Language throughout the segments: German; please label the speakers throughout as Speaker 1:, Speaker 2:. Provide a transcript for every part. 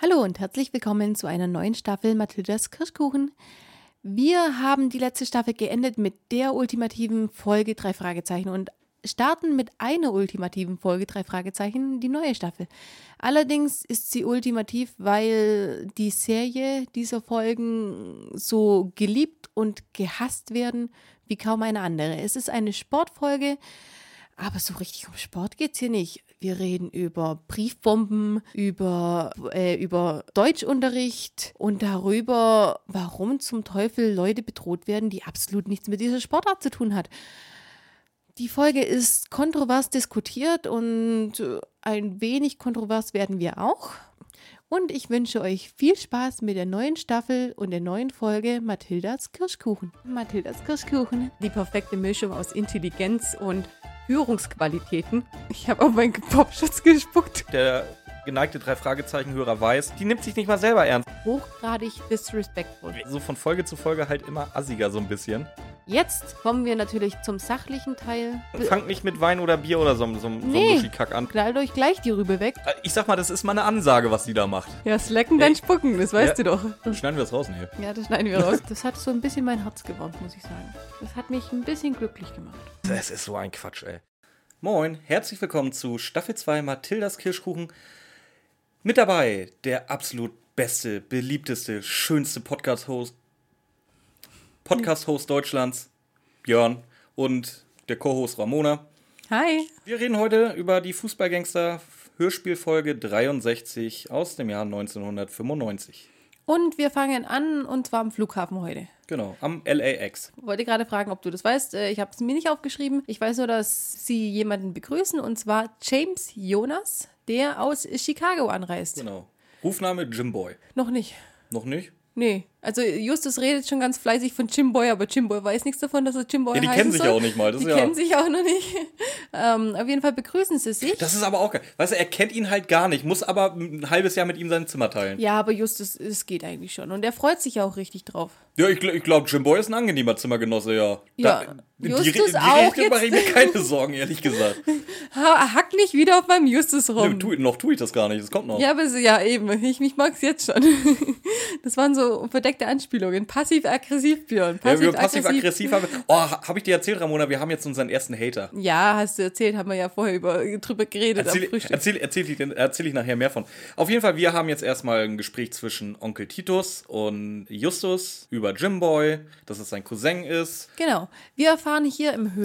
Speaker 1: Hallo und herzlich willkommen zu einer neuen Staffel Mathildas Kirschkuchen. Wir haben die letzte Staffel geendet mit der ultimativen Folge drei Fragezeichen und starten mit einer ultimativen Folge drei Fragezeichen die neue Staffel. Allerdings ist sie ultimativ, weil die Serie dieser Folgen so geliebt und gehasst werden wie kaum eine andere. Es ist eine Sportfolge, aber so richtig um Sport geht's hier nicht. Wir reden über Briefbomben, über, äh, über Deutschunterricht und darüber, warum zum Teufel Leute bedroht werden, die absolut nichts mit dieser Sportart zu tun hat. Die Folge ist kontrovers diskutiert und äh, ein wenig kontrovers werden wir auch. Und ich wünsche euch viel Spaß mit der neuen Staffel und der neuen Folge Mathildas Kirschkuchen. Mathildas Kirschkuchen. Die perfekte Mischung aus Intelligenz und Führungsqualitäten. Ich habe auf meinen Popschutz gespuckt.
Speaker 2: Der geneigte drei Fragezeichen-Hörer weiß, die nimmt sich nicht mal selber ernst.
Speaker 1: Hochgradig disrespectful.
Speaker 2: So von Folge zu Folge halt immer assiger so ein bisschen.
Speaker 1: Jetzt kommen wir natürlich zum sachlichen Teil.
Speaker 2: Und fangt nicht mit Wein oder Bier oder so, so, so einem
Speaker 1: Nee.
Speaker 2: Muschikack an.
Speaker 1: Knallt euch gleich die Rübe weg.
Speaker 2: Äh, Ich sag mal, das ist mal eine Ansage, was sie da macht.
Speaker 3: Ja, slacken, dann spucken, das weißt
Speaker 2: Ja.
Speaker 3: du doch.
Speaker 2: Dann schneiden wir das raus, nee.
Speaker 1: Ja, das schneiden wir raus. Das hat so ein bisschen mein Herz gewärmt, muss ich sagen. Das hat mich ein bisschen glücklich gemacht.
Speaker 2: Das ist so ein Quatsch, ey. Moin, herzlich willkommen zu Staffel 2 Mathildas Kirschkuchen. Mit dabei der absolut beste, beliebteste, schönste Podcast-Host Podcast-Host Deutschlands, Björn, und der Co-Host Ramona.
Speaker 3: Hi.
Speaker 2: Wir reden heute über die Fußballgangster Hörspielfolge 63 aus dem Jahr 1995.
Speaker 1: Und wir fangen an, und zwar am Flughafen heute.
Speaker 2: Genau, am LAX.
Speaker 1: Wollte gerade fragen, ob du das weißt. Äh, Ich habe es mir nicht aufgeschrieben. Ich weiß nur, dass sie jemanden begrüßen, und zwar James Jonas, der aus Chicago anreist.
Speaker 2: Genau. Rufname Jim Boy.
Speaker 1: Noch nicht.
Speaker 2: Noch nicht?
Speaker 1: Nee, also Justus redet schon ganz fleißig von Jimboy, aber Jimboy weiß nichts davon, dass er Jimboy
Speaker 2: Ja, die
Speaker 1: heißen
Speaker 2: kennen sich
Speaker 1: soll.
Speaker 2: ja auch nicht mal, das
Speaker 1: die
Speaker 2: ist ja-
Speaker 1: kennen sich auch noch nicht. ähm, auf jeden Fall begrüßen sie sich.
Speaker 2: Das ist aber auch geil. Weißt du, er kennt ihn halt gar nicht, muss aber ein halbes Jahr mit ihm sein Zimmer teilen.
Speaker 1: ja, aber Justus, es geht eigentlich schon. Und er freut sich ja auch richtig drauf.
Speaker 2: Ja, ich, gl- ich glaube, Jim Boy ist ein angenehmer Zimmergenosse, ja.
Speaker 1: Ja,
Speaker 2: die,
Speaker 1: Justus
Speaker 2: die, die
Speaker 1: auch
Speaker 2: Richtung mache ich mir
Speaker 1: jetzt.
Speaker 2: keine Sorgen, ehrlich gesagt.
Speaker 1: Ha, hack nicht wieder auf meinem Justus
Speaker 2: Nö,
Speaker 1: rum.
Speaker 2: tu, noch tue ich das gar nicht, das kommt noch.
Speaker 1: ja, aber es- ja, eben. Ich, mich mag's jetzt schon. das waren so verdeckte Anspielungen. Passiv-aggressiv, Björn.
Speaker 2: Ja, wir
Speaker 1: Passiv-aggressiv.
Speaker 2: passiv-aggressiv haben. Oh, habe ich dir erzählt, Ramona, wir haben jetzt unseren ersten Hater.
Speaker 1: ja, hast du erzählt, haben wir ja vorher über, drüber geredet am
Speaker 2: Erzähl,
Speaker 1: Frühstück.
Speaker 2: erzähl, erzähl, ich- erzähl ich nachher mehr von. Auf jeden Fall, wir haben jetzt erstmal ein Gespräch zwischen Onkel Titus und Justus über Jimboy, dass es sein Cousin ist.
Speaker 1: Genau. Wir erfahren hier im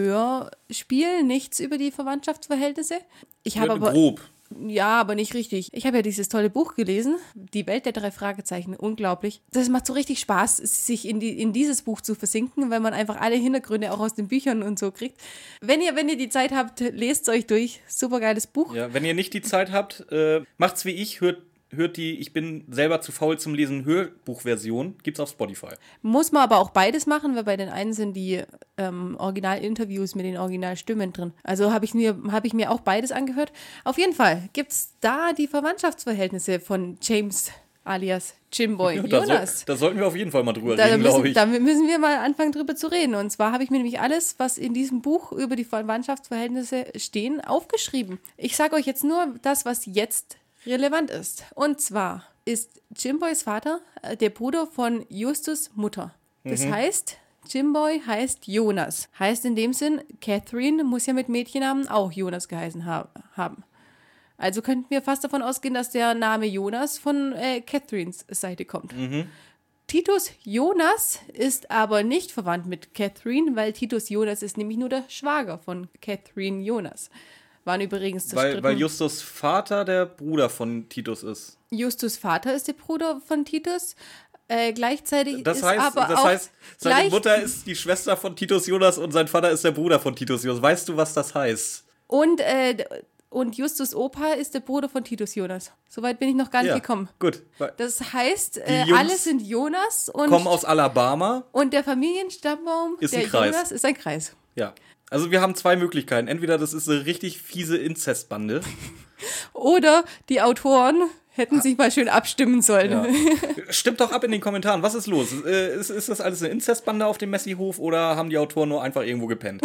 Speaker 1: Hörspiel nichts über die Verwandtschaftsverhältnisse. Ich habe aber
Speaker 2: grob.
Speaker 1: ja, aber nicht richtig. Ich habe ja dieses tolle Buch gelesen, Die Welt der drei Fragezeichen, unglaublich. Das macht so richtig Spaß, sich in, die, in dieses Buch zu versinken, weil man einfach alle Hintergründe auch aus den Büchern und so kriegt. Wenn ihr, wenn ihr die Zeit habt, lest euch durch. Supergeiles Buch.
Speaker 2: Ja, wenn ihr nicht die Zeit habt, äh, macht's wie ich, hört, hört die Ich bin selber zu faul zum Lesen Hörbuchversion. Gibt's auf Spotify.
Speaker 1: Muss man aber auch beides machen, weil bei den einen sind die ähm, Originalinterviews mit den Originalstimmen drin. Also habe ich, mir- hab ich mir auch beides angehört. Auf jeden Fall gibt es da die Verwandtschaftsverhältnisse von James alias Jimboy
Speaker 2: Da, so,
Speaker 1: Äh, Jonas.
Speaker 2: da sollten wir auf jeden Fall mal drüber
Speaker 1: Da
Speaker 2: reden, glaube
Speaker 1: müssen,
Speaker 2: ich.
Speaker 1: da müssen wir mal anfangen, drüber zu reden. Und zwar habe ich mir nämlich alles, was in diesem Buch über die Verwandtschaftsverhältnisse stehen, aufgeschrieben. Ich sage euch jetzt nur das, was jetzt relevant ist. Und zwar ist Jimboys Vater äh, der Bruder von Justus Mutter. Das heißt, Jimboy heißt Jonas. Heißt in dem Sinn, Catherine muss ja mit Mädchennamen auch Jonas geheißen ha haben. Also könnten wir fast davon ausgehen, dass der Name Jonas von äh, Catherines Seite kommt. Titus Jonas ist aber nicht verwandt mit Catherine, weil Titus Jonas ist nämlich nur der Schwager von Catherine Jonas. Waren übrigens das
Speaker 2: Weil, weil Justus Vater der Bruder von Titus ist.
Speaker 1: Justus Vater ist der Bruder von Titus. Äh, gleichzeitig
Speaker 2: Das
Speaker 1: ist
Speaker 2: heißt,
Speaker 1: aber
Speaker 2: das
Speaker 1: auch
Speaker 2: heißt, seine
Speaker 1: gleich
Speaker 2: Mutter ist die Schwester von Titus Jonas und sein Vater ist der Bruder von Titus Jonas. Weißt du, was das heißt?
Speaker 1: und, äh, und Justus Opa ist der Bruder von Titus Jonas. Soweit bin ich noch gar nicht gekommen.
Speaker 2: Gut.
Speaker 1: Das heißt, äh,
Speaker 2: Jungs
Speaker 1: alle sind Jonas und,
Speaker 2: Kommen aus Alabama?
Speaker 1: und der Familienstammbaum
Speaker 2: Ist
Speaker 1: der
Speaker 2: ein Kreis.
Speaker 1: Jonas ist ein Kreis.
Speaker 2: Ja. Also wir haben zwei Möglichkeiten. Entweder das ist eine richtig fiese Inzestbande.
Speaker 1: Oder die Autoren hätten sich mal schön abstimmen sollen.
Speaker 2: Ja. Stimmt doch ab in den Kommentaren. Was ist los? Äh, ist, ist das alles eine Inzestbande auf dem Messi-Hof oder haben die Autoren nur einfach irgendwo gepennt?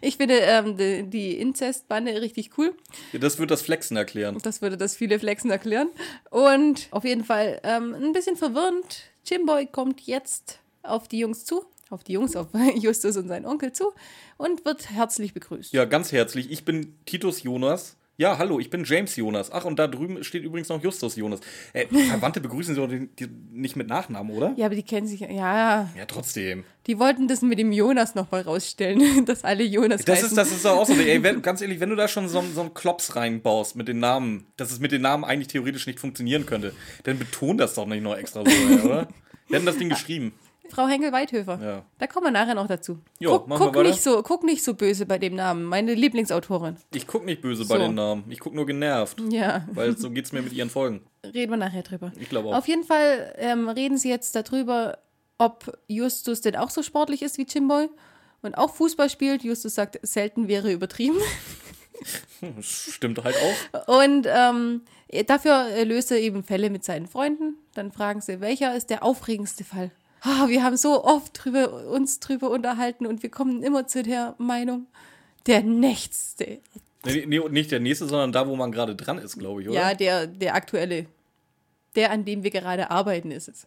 Speaker 1: Ich finde ähm, die, die Inzestbande richtig cool.
Speaker 2: Ja, Das wird das Flexen erklären.
Speaker 1: Das würde das viele Flexen erklären. Und auf jeden Fall ähm, ein bisschen verwirrend. Jimboy kommt jetzt auf die Jungs zu, auf die Jungs, auf Justus und seinen Onkel zu und wird herzlich begrüßt.
Speaker 2: Ja, ganz herzlich. Ich bin Titus Jonas. Ja, hallo, ich bin James Jonas. Ach, und da drüben steht übrigens noch Justus Jonas. Äh, Verwandte begrüßen sie doch den- die- nicht mit Nachnamen, oder?
Speaker 1: Ja, aber die kennen sich, ja,
Speaker 2: Ja, trotzdem.
Speaker 1: die wollten das mit dem Jonas nochmal rausstellen, dass alle Jonas
Speaker 2: Das
Speaker 1: heißen.
Speaker 2: ist, das ist doch auch so. Ey, wenn, ganz ehrlich, wenn du da schon so, einen- so einen Klops reinbaust mit den Namen, dass es mit den Namen eigentlich theoretisch nicht funktionieren könnte, dann beton das doch nicht noch extra so, ey, oder? Wir hatten das Ding geschrieben.
Speaker 1: Frau Henkel-Weithöfer.
Speaker 2: Ja.
Speaker 1: Da kommen wir nachher noch dazu.
Speaker 2: Jo,
Speaker 1: guck,
Speaker 2: machen wir
Speaker 1: guck,
Speaker 2: weiter.
Speaker 1: nicht so, guck nicht so böse bei dem Namen. Meine Lieblingsautorin.
Speaker 2: Ich guck nicht böse bei
Speaker 1: So.
Speaker 2: den Namen. Ich guck nur genervt.
Speaker 1: Ja,
Speaker 2: Weil so geht's mir mit ihren Folgen.
Speaker 1: reden wir nachher drüber.
Speaker 2: Ich glaube auch.
Speaker 1: Auf jeden Fall ähm, reden sie jetzt darüber, ob Justus denn auch so sportlich ist wie Jimboy und auch Fußball spielt. Justus sagt, selten wäre übertrieben.
Speaker 2: Das stimmt halt auch.
Speaker 1: Und ähm, dafür äh, löst er eben Fälle mit seinen Freunden. Dann fragen sie, welcher ist der aufregendste Fall? Ah, wir haben so oft drüber, uns drüber unterhalten und wir kommen immer zu der Meinung, der nächste.
Speaker 2: Nee, nee, nicht der nächste, sondern da, wo man gerade dran ist, glaube ich, oder?
Speaker 1: Ja, der, der aktuelle. Der, an dem wir gerade arbeiten, ist es.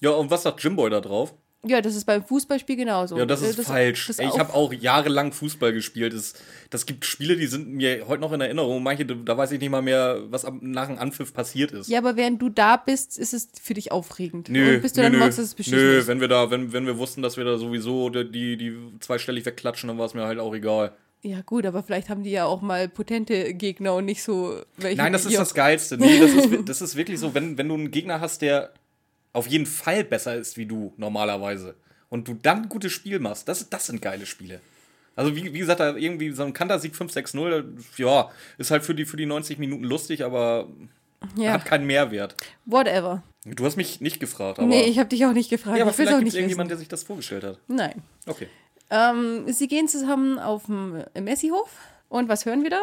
Speaker 2: Ja, und was sagt Jimboy da drauf?
Speaker 1: Ja, das ist beim Fußballspiel genauso.
Speaker 2: Ja, das
Speaker 1: Äh,
Speaker 2: ist falsch.
Speaker 1: das
Speaker 2: Ey, ich
Speaker 1: auf-
Speaker 2: habe auch jahrelang Fußball gespielt. Das, das gibt Spiele, die sind mir heute noch in Erinnerung. Manche, da weiß ich nicht mal mehr, was am- nach dem Anpfiff passiert ist.
Speaker 1: Ja, aber während du da bist, ist es für dich aufregend. Und bist du dann merkst, dass es beschissen
Speaker 2: nö,
Speaker 1: ist.
Speaker 2: wenn wir da, wenn, wenn wir wussten, dass wir da sowieso die- die, die zweistellig wegklatschen, dann war es mir halt auch egal.
Speaker 1: Ja, gut, aber vielleicht haben die ja auch mal potente Gegner und nicht so welche.
Speaker 2: Nein, das ist
Speaker 1: Ja.
Speaker 2: das Geilste. Nee, das ist, das ist wirklich so, wenn, wenn du einen Gegner hast, der auf jeden Fall besser ist wie du normalerweise und du dann ein gutes Spiel machst, das, das sind geile Spiele. Also wie, wie gesagt, da irgendwie so ein Kantersieg 5-6-0, ja, ist halt für die, für die 90 Minuten lustig, aber
Speaker 1: Ja,
Speaker 2: hat keinen Mehrwert.
Speaker 1: whatever.
Speaker 2: Du hast mich nicht gefragt, aber...
Speaker 1: nee, ich habe dich auch nicht gefragt.
Speaker 2: ja, aber
Speaker 1: ich will es auch
Speaker 2: vielleicht
Speaker 1: nicht wissen.
Speaker 2: gibt es irgendjemand, der sich das vorgestellt hat.
Speaker 1: Nein.
Speaker 2: Okay.
Speaker 1: Ähm, sie gehen zusammen auf dem Messihof und was hören wir da?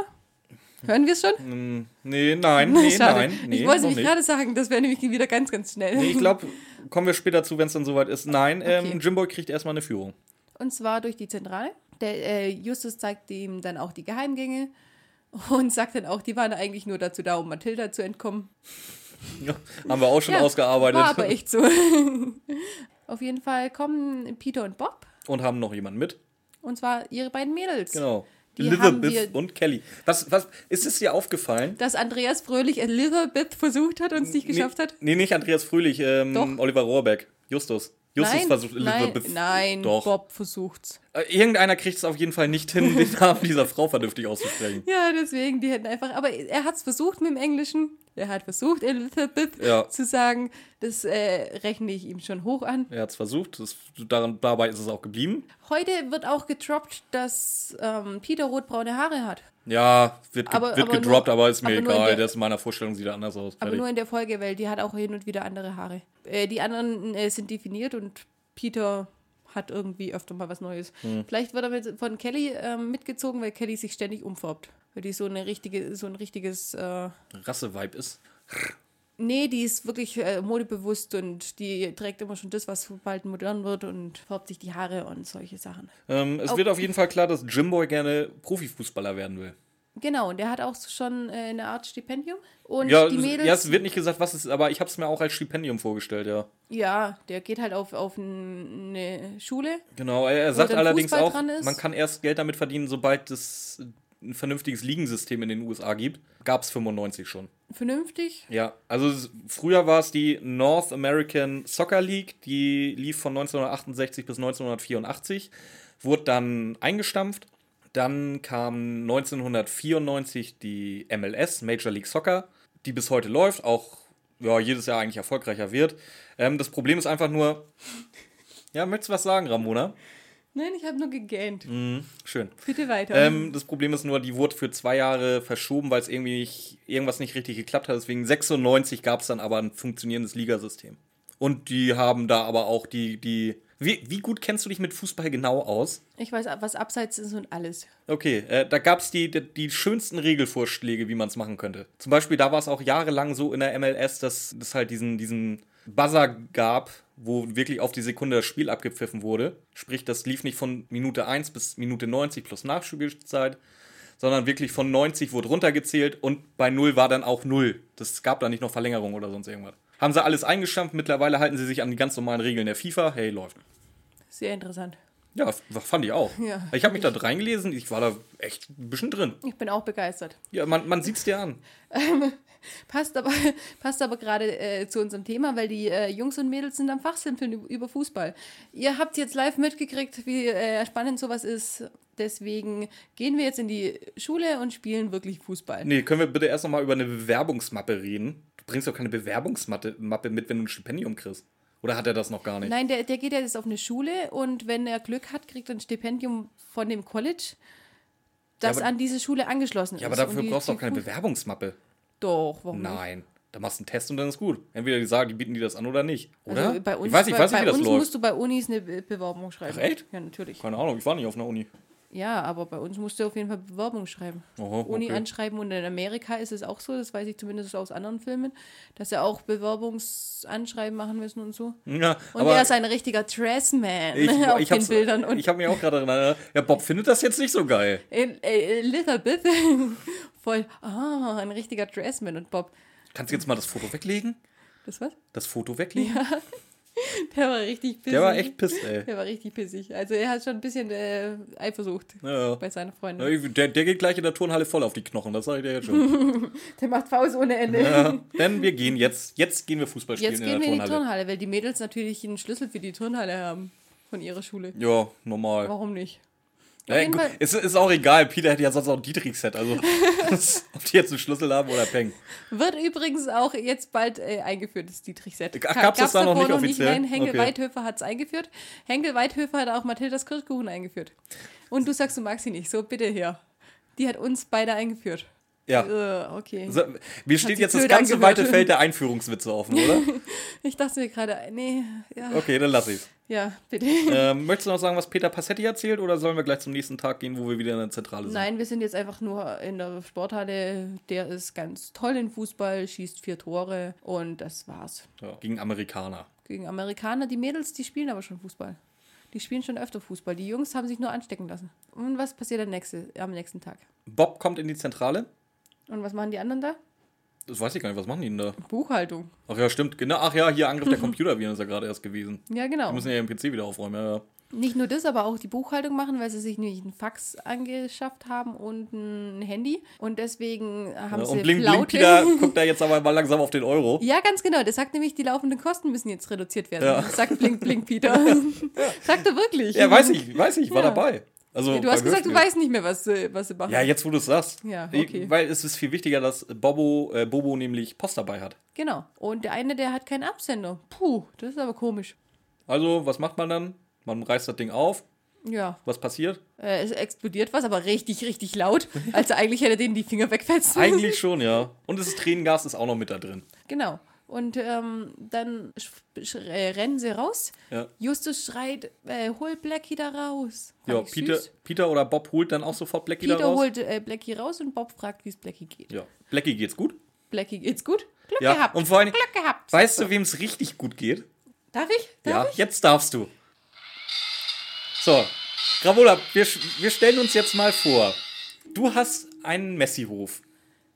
Speaker 1: Hören wir es schon?
Speaker 2: Mm, Nee, nein, nee,
Speaker 1: Schade.
Speaker 2: nein. Nee,
Speaker 1: ich wollte
Speaker 2: noch
Speaker 1: nämlich
Speaker 2: nicht.
Speaker 1: gerade sagen, das wäre nämlich wieder ganz, ganz schnell.
Speaker 2: Nee, ich glaube, kommen wir später zu, wenn es dann soweit ist. Nein, ähm,
Speaker 1: Okay.
Speaker 2: Jimbo kriegt erstmal eine Führung.
Speaker 1: Und zwar durch die Zentrale. Der äh, Justus zeigt ihm dann auch die Geheimgänge und sagt dann auch, die waren eigentlich nur dazu da, um Mathilda zu entkommen.
Speaker 2: Ja, haben wir auch schon
Speaker 1: Ja,
Speaker 2: ausgearbeitet.
Speaker 1: War aber echt so. Auf jeden Fall kommen Peter und Bob
Speaker 2: Und haben noch jemanden mit.
Speaker 1: und zwar ihre beiden Mädels.
Speaker 2: Genau.
Speaker 1: Die haben
Speaker 2: Elizabeth
Speaker 1: wir-
Speaker 2: und Kelly. Was, was, ist es dir aufgefallen?
Speaker 1: Dass Andreas Fröhlich Elizabeth versucht hat und es nicht geschafft hat.
Speaker 2: Nee, nee, nicht Andreas Fröhlich, ähm,
Speaker 1: Doch.
Speaker 2: Oliver Rohrbeck. Justus. Justus
Speaker 1: nein,
Speaker 2: versucht
Speaker 1: nein,
Speaker 2: Elizabeth.
Speaker 1: nein
Speaker 2: Doch.
Speaker 1: Bob versucht's.
Speaker 2: Äh, Irgendeiner kriegt es auf jeden Fall nicht hin, den Namen dieser Frau vernünftig auszusprechen.
Speaker 1: Ja, deswegen, die hätten einfach. Aber er hat's versucht mit dem Englischen. Er hat versucht, Elizabeth
Speaker 2: Ja.
Speaker 1: zu sagen. Das äh, rechne ich ihm schon hoch an.
Speaker 2: Er hat es versucht, das, daran, dabei ist es auch geblieben.
Speaker 1: Heute wird auch getroppt, dass ähm, Peter rotbraune Haare hat.
Speaker 2: Ja, wird, ge
Speaker 1: Aber-
Speaker 2: wird
Speaker 1: aber
Speaker 2: gedroppt,
Speaker 1: nur-
Speaker 2: aber ist mir
Speaker 1: aber nur in
Speaker 2: egal.
Speaker 1: der-
Speaker 2: Der, ist in meiner Vorstellung sieht er anders aus.
Speaker 1: Aber
Speaker 2: Fertig.
Speaker 1: nur in der Folge, weil die hat auch hin und wieder andere Haare. Äh, die anderen äh, sind definiert und Peter hat irgendwie öfter mal was Neues.
Speaker 2: Hm.
Speaker 1: Vielleicht wird er mit, von Kelly ähm, mitgezogen, weil Kelly sich ständig umfärbt. Weil die so eine richtige, so ein richtiges. Äh,
Speaker 2: Rasse-Vibe ist.
Speaker 1: nee, die ist wirklich äh, modebewusst und die trägt immer schon das, was bald modern wird und färbt sich die Haare und solche Sachen.
Speaker 2: Ähm, es
Speaker 1: Oh.
Speaker 2: wird auf jeden Fall klar, dass Jimboy gerne Profifußballer werden will.
Speaker 1: Genau, und der hat auch schon äh, eine Art Stipendium. Und
Speaker 2: Ja,
Speaker 1: die Mädels.
Speaker 2: ja, es wird nicht gesagt, was es ist, aber ich habe es mir auch als Stipendium vorgestellt, ja.
Speaker 1: Ja, der geht halt auf, auf n- eine Schule.
Speaker 2: Genau, er, er sagt
Speaker 1: dann
Speaker 2: allerdings
Speaker 1: Fußball
Speaker 2: auch,
Speaker 1: dran ist?
Speaker 2: man kann erst Geld damit verdienen, sobald es ein vernünftiges Ligensystem in den USA gibt. Gab es 95 schon.
Speaker 1: Vernünftig.
Speaker 2: Ja, also es, früher war es die North American Soccer League, die lief von 1968 bis 1984, wurde dann eingestampft. Dann kam 1994 die MLS, Major League Soccer, die bis heute läuft, auch ja, jedes Jahr eigentlich erfolgreicher wird. Ähm, das Problem ist einfach nur. Ja, möchtest du was sagen, Ramona?
Speaker 1: Nein, ich habe nur gegähnt.
Speaker 2: Schön.
Speaker 1: Bitte weiter.
Speaker 2: Ähm, das Problem ist nur, die wurde für zwei Jahre verschoben, weil es irgendwie nicht, irgendwas nicht richtig geklappt hat. Deswegen 96 gab es dann aber ein funktionierendes Ligasystem. Und die haben da aber auch die, die Wie, wie gut kennst du dich mit Fußball genau aus?
Speaker 1: Ich weiß, was abseits ist und alles.
Speaker 2: Okay, äh, da gab es die, die, die schönsten Regelvorschläge, wie man es machen könnte. Zum Beispiel, da war es auch jahrelang so in der MLS, dass es halt diesen, diesen Buzzer gab, wo wirklich auf die Sekunde das Spiel abgepfiffen wurde. Sprich, das lief nicht von Minute 1 bis Minute 90 plus Nachspielzeit, sondern wirklich von 90 wurde runtergezählt und bei 0 war dann auch 0. Das gab da nicht noch Verlängerung oder sonst irgendwas. Haben sie alles eingestampft, mittlerweile halten sie sich an die ganz normalen Regeln der FIFA. Hey, läuft.
Speaker 1: Sehr interessant.
Speaker 2: Ja, f- fand ich auch.
Speaker 1: Ja,
Speaker 2: ich habe mich da reingelesen, ich war da echt ein bisschen drin.
Speaker 1: Ich bin auch begeistert.
Speaker 2: Ja, man, man sieht's dir an.
Speaker 1: Passt aber, passt aber gerade äh, zu unserem Thema, weil die äh, Jungs und Mädels sind am Fachsimpeln üb- über Fußball. Ihr habt jetzt live mitgekriegt, wie äh, spannend sowas ist. Deswegen gehen wir jetzt in die Schule und spielen wirklich Fußball.
Speaker 2: Nee, können wir bitte erst nochmal über eine Bewerbungsmappe reden? Du bringst doch keine Bewerbungsmappe Mappe mit, wenn du ein Stipendium kriegst. Oder hat er das noch gar nicht?
Speaker 1: Nein, der, der geht ja jetzt auf eine Schule und wenn er Glück hat, kriegt er ein Stipendium von dem College, das
Speaker 2: aber-
Speaker 1: an diese Schule angeschlossen ist.
Speaker 2: ja, aber dafür
Speaker 1: Und die-
Speaker 2: brauchst du auch
Speaker 1: die
Speaker 2: keine
Speaker 1: Fu- Hm.
Speaker 2: Bewerbungsmappe.
Speaker 1: Doch, warum nicht?
Speaker 2: Nein. Da machst du einen Test und dann ist gut. Entweder die sagen, die bieten dir das an oder nicht. Oder?
Speaker 1: Also bei uns,
Speaker 2: ich weiß nicht,
Speaker 1: bei,
Speaker 2: weiß nicht
Speaker 1: bei
Speaker 2: wie das
Speaker 1: uns
Speaker 2: läuft.
Speaker 1: musst du bei Unis eine Be- Bewerbung schreiben.
Speaker 2: Ach, echt?
Speaker 1: Ja, natürlich.
Speaker 2: Keine Ahnung, ich war nicht auf einer Uni.
Speaker 1: Ja, aber bei uns musst du auf jeden Fall Bewerbung schreiben.
Speaker 2: Oho,
Speaker 1: Uni
Speaker 2: Oh, okay.
Speaker 1: anschreiben und in Amerika ist es auch so, das weiß ich zumindest aus anderen Filmen, dass sie auch Bewerbungsanschreiben machen müssen und so.
Speaker 2: Ja,
Speaker 1: Und
Speaker 2: aber
Speaker 1: er ist ein richtiger Dressman
Speaker 2: ich,
Speaker 1: auf
Speaker 2: ich
Speaker 1: den
Speaker 2: hab's,
Speaker 1: Bildern. Und
Speaker 2: ich habe mir auch gerade daran erinnert. Ja, Bob findet das jetzt nicht so geil.
Speaker 1: El- El- äh, Elizabeth, voll, ah, ein richtiger Dressman. Und Bob,
Speaker 2: Kannst du jetzt mal das Foto weglegen?
Speaker 1: das was?
Speaker 2: Das Foto weglegen?
Speaker 1: Der war richtig pissig.
Speaker 2: Der war echt piss, ey.
Speaker 1: Der war richtig pissig. Also er hat schon ein bisschen äh, Eifersucht
Speaker 2: Ja.
Speaker 1: bei seiner
Speaker 2: Ja,
Speaker 1: Freundin.
Speaker 2: ich- Der, der geht gleich in der Turnhalle voll auf die Knochen, das sage ich dir jetzt schon.
Speaker 1: Der macht Faust ohne Ende.
Speaker 2: ja, denn wir gehen jetzt, jetzt gehen wir Fußball spielen
Speaker 1: Jetzt
Speaker 2: in der
Speaker 1: gehen wir in die
Speaker 2: Turnhalle.
Speaker 1: Turnhalle, weil die Mädels natürlich einen Schlüssel für die Turnhalle haben von ihrer Schule.
Speaker 2: ja, normal.
Speaker 1: Warum nicht?
Speaker 2: Ja,
Speaker 1: jeden
Speaker 2: gut,
Speaker 1: Fall-
Speaker 2: es ist auch egal, Peter hätte ja sonst auch ein Dietrich-Set, also ob die jetzt einen Schlüssel haben oder Peng.
Speaker 1: Wird übrigens auch jetzt bald äh, eingeführt, das Dietrich-Set.
Speaker 2: Ach,
Speaker 1: Ka-
Speaker 2: gab's das da noch
Speaker 1: davor
Speaker 2: nicht offiziell?
Speaker 1: Nein, Henkel
Speaker 2: Okay.
Speaker 1: Weidhöfer hat es eingeführt. Henkel Weidhöfer hat auch Mathildas Kirchkuchen eingeführt. Und du sagst, du magst sie nicht. So, bitte her. Die hat uns beide eingeführt.
Speaker 2: Ja.
Speaker 1: Äh, okay.
Speaker 2: So, mir steht
Speaker 1: sich
Speaker 2: jetzt das
Speaker 1: blöd
Speaker 2: ganze
Speaker 1: angehört.
Speaker 2: weite Feld der Einführungswitze offen, oder?
Speaker 1: Ich dachte mir gerade, nee, ja,
Speaker 2: Okay, dann lass ich's.
Speaker 1: ja bitte.
Speaker 2: Ähm, möchtest du noch sagen, was Peter Passetti erzählt, oder sollen wir gleich zum nächsten Tag gehen, wo wir wieder in der Zentrale sind?
Speaker 1: Nein, wir sind jetzt einfach nur in der Sporthalle. Der ist ganz toll in Fußball, schießt vier Tore und das war's.
Speaker 2: Ja, gegen Amerikaner.
Speaker 1: Gegen Amerikaner, die Mädels, die spielen aber schon Fußball. Die spielen schon öfter Fußball. Die Jungs haben sich nur anstecken lassen. Und was passiert am nächsten, am nächsten Tag?
Speaker 2: Bob kommt in die Zentrale.
Speaker 1: Und was machen die anderen da?
Speaker 2: Das weiß ich gar nicht, was machen die denn da?
Speaker 1: Buchhaltung.
Speaker 2: Ach ja, stimmt. Genau, ach ja, hier
Speaker 1: Mhm.
Speaker 2: Angriff der Computerviren ist ja gerade erst gewesen.
Speaker 1: Ja, genau.
Speaker 2: Wir müssen ja ihren PC wieder aufräumen, ja, ja.
Speaker 1: Nicht nur das, aber auch die Buchhaltung machen, weil sie sich nämlich einen Fax angeschafft haben und ein Handy. Und deswegen haben
Speaker 2: Ja,
Speaker 1: sie
Speaker 2: und Blink Blink
Speaker 1: Flaute.
Speaker 2: Peter guckt da jetzt aber mal langsam auf den Euro.
Speaker 1: Ja, ganz genau. Das sagt nämlich, die laufenden Kosten müssen jetzt reduziert werden.
Speaker 2: Ja.
Speaker 1: Sagt Blink Blink Peter. sagt er wirklich.
Speaker 2: Ja, weiß ich, weiß ich, war
Speaker 1: Ja.
Speaker 2: dabei. Also
Speaker 1: Du hast
Speaker 2: beim
Speaker 1: gesagt, du
Speaker 2: Hörspiel.
Speaker 1: weißt nicht mehr, was, äh, was sie machen.
Speaker 2: Ja, jetzt wo du es sagst.
Speaker 1: Ja,
Speaker 2: Ich-
Speaker 1: okay.
Speaker 2: Weil es ist viel wichtiger, dass Bobo, äh, Bobo nämlich Post dabei hat.
Speaker 1: Genau. Und der eine, der hat keinen Absender. Puh, das ist aber komisch.
Speaker 2: Also, was macht man dann? Man reißt das Ding auf.
Speaker 1: Ja.
Speaker 2: Was passiert?
Speaker 1: Äh, es explodiert was, aber richtig, richtig laut. Also eigentlich hätte er denen die Finger wegfetzen.
Speaker 2: Eigentlich schon, ja. Und das Tränengas ist auch noch mit da drin.
Speaker 1: Genau. Und ähm, dann sch- sch- äh, rennen sie raus.
Speaker 2: Ja.
Speaker 1: Justus schreit, äh, hol Blackie da raus. Fand
Speaker 2: Ja,
Speaker 1: ich
Speaker 2: Peter,
Speaker 1: süß.
Speaker 2: Peter oder Bob holt dann auch sofort Blackie
Speaker 1: Peter
Speaker 2: da raus.
Speaker 1: holt äh, Blackie raus und Bob fragt, wie es Blackie geht.
Speaker 2: ja. Blackie geht's gut.
Speaker 1: Blackie geht's gut? Glück
Speaker 2: Ja.
Speaker 1: gehabt.
Speaker 2: Und vor allem,
Speaker 1: Glück gehabt.
Speaker 2: weißt du, wem es richtig gut geht?
Speaker 1: Darf ich? Darf
Speaker 2: Ja, jetzt darfst du. So, Gravola, wir, sch- wir stellen uns jetzt mal vor. Du hast einen Messihof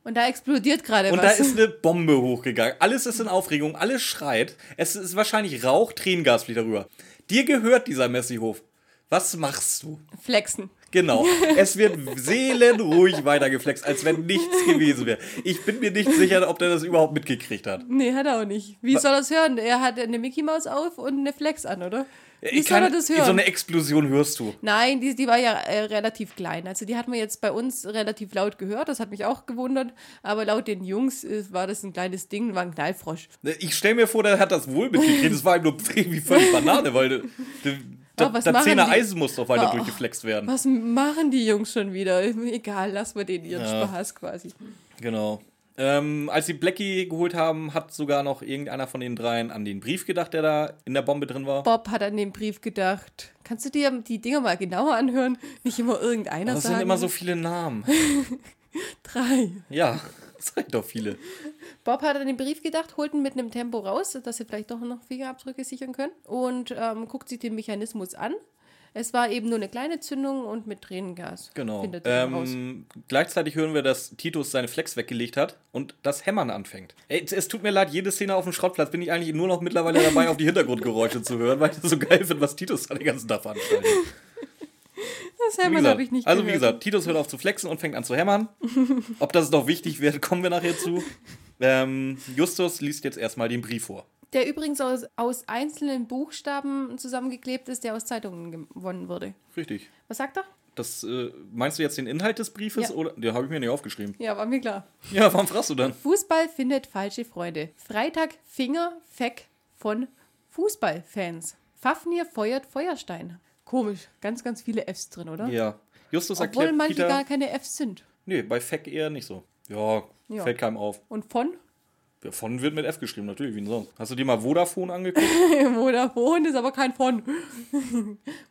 Speaker 1: Und da explodiert gerade
Speaker 2: und da
Speaker 1: was.
Speaker 2: ist eine Bombe hochgegangen. Alles ist in Aufregung, alles schreit. Es ist wahrscheinlich Rauch, Tränengas fliegt darüber. Dir gehört dieser Messihof. Was machst du?
Speaker 1: Flexen.
Speaker 2: Genau. Es wird seelenruhig weitergeflext, als wenn nichts gewesen wäre. Ich bin mir nicht sicher, ob der das überhaupt mitgekriegt hat.
Speaker 1: Nee, hat er auch nicht. Wie soll er es hören? Er hat eine Mickey Maus auf und eine Flex an, oder? Wie
Speaker 2: Ich
Speaker 1: soll er
Speaker 2: kann-
Speaker 1: das hören?
Speaker 2: So eine Explosion hörst du.
Speaker 1: Nein, die, die war ja äh, relativ klein. Also die hat man jetzt bei uns relativ laut gehört. Das hat mich auch gewundert. Aber laut den Jungs äh, war das ein kleines Ding, war ein Knallfrosch.
Speaker 2: Ne, Ich stelle mir vor, der hat das wohl mitgekriegt. Das war ihm nur irgendwie völlig Banane, weil de, de,
Speaker 1: Oh,
Speaker 2: da
Speaker 1: was
Speaker 2: da
Speaker 1: machen
Speaker 2: Zehner
Speaker 1: die?
Speaker 2: Eisen muss doch weiter
Speaker 1: Oh.
Speaker 2: durchgeflext werden.
Speaker 1: Was machen die Jungs schon wieder? Egal, lassen wir denen ihren Spaß quasi.
Speaker 2: Genau. Ähm, als sie Blackie geholt haben, hat sogar noch irgendeiner von den dreien an den Brief gedacht, der da in der Bombe drin war.
Speaker 1: Bob hat an den Brief gedacht. Kannst du dir die Dinger mal genauer anhören? Nicht immer irgendeiner
Speaker 2: Das
Speaker 1: sagen.
Speaker 2: sind immer so viele Namen.
Speaker 1: drei.
Speaker 2: Ja, das sind doch viele.
Speaker 1: Bob hat an den Brief gedacht, holt ihn mit einem Tempo raus, dass sie vielleicht doch noch Fingerabdrücke sichern können und ähm, guckt sich den Mechanismus an. Es war eben nur eine kleine Zündung und mit Tränengas.
Speaker 2: Genau.
Speaker 1: Findet er raus.
Speaker 2: Ähm, gleichzeitig hören wir, dass Titus seine Flex weggelegt hat und das Hämmern anfängt. Ey, es- es tut mir leid, jede Szene auf dem Schrottplatz bin ich eigentlich nur noch mittlerweile dabei, auf die Hintergrundgeräusche zu hören, weil ich das so geil finde, was Titus da den ganzen Tag veranstaltet.
Speaker 1: Das
Speaker 2: Wie
Speaker 1: Hämmern
Speaker 2: gesagt,
Speaker 1: habe ich nicht
Speaker 2: also wie
Speaker 1: gehört.
Speaker 2: gesagt, Titus hört auf zu flexen und fängt an zu hämmern. Ob das noch wichtig wird, kommen wir nachher zu. Ähm, Justus liest jetzt erstmal den Brief vor.
Speaker 1: Der übrigens aus, aus einzelnen Buchstaben zusammengeklebt ist, der aus Zeitungen gewonnen wurde.
Speaker 2: Richtig.
Speaker 1: Was sagt er?
Speaker 2: Das äh, meinst du jetzt den Inhalt des Briefes
Speaker 1: Ja.
Speaker 2: oder? Den habe ich mir nicht aufgeschrieben.
Speaker 1: Ja, war mir klar.
Speaker 2: Ja, warum fragst du dann?
Speaker 1: Fußball findet falsche Freunde. Freitag Finger Feck von Fußballfans. Fafnir feuert Feuerstein. Komisch, ganz, ganz viele Fs drin, oder?
Speaker 2: Ja. Justus
Speaker 1: Obwohl
Speaker 2: erklärt
Speaker 1: manche
Speaker 2: Peter.
Speaker 1: gar keine Fs sind.
Speaker 2: Nee, bei Feck eher nicht so. Ja,
Speaker 1: Ja.
Speaker 2: fällt keinem auf.
Speaker 1: Und von
Speaker 2: Ja, von wird mit F geschrieben, natürlich, wie denn sonst. Hast du dir mal Vodafone angeguckt?
Speaker 1: Vodafone ist aber kein von.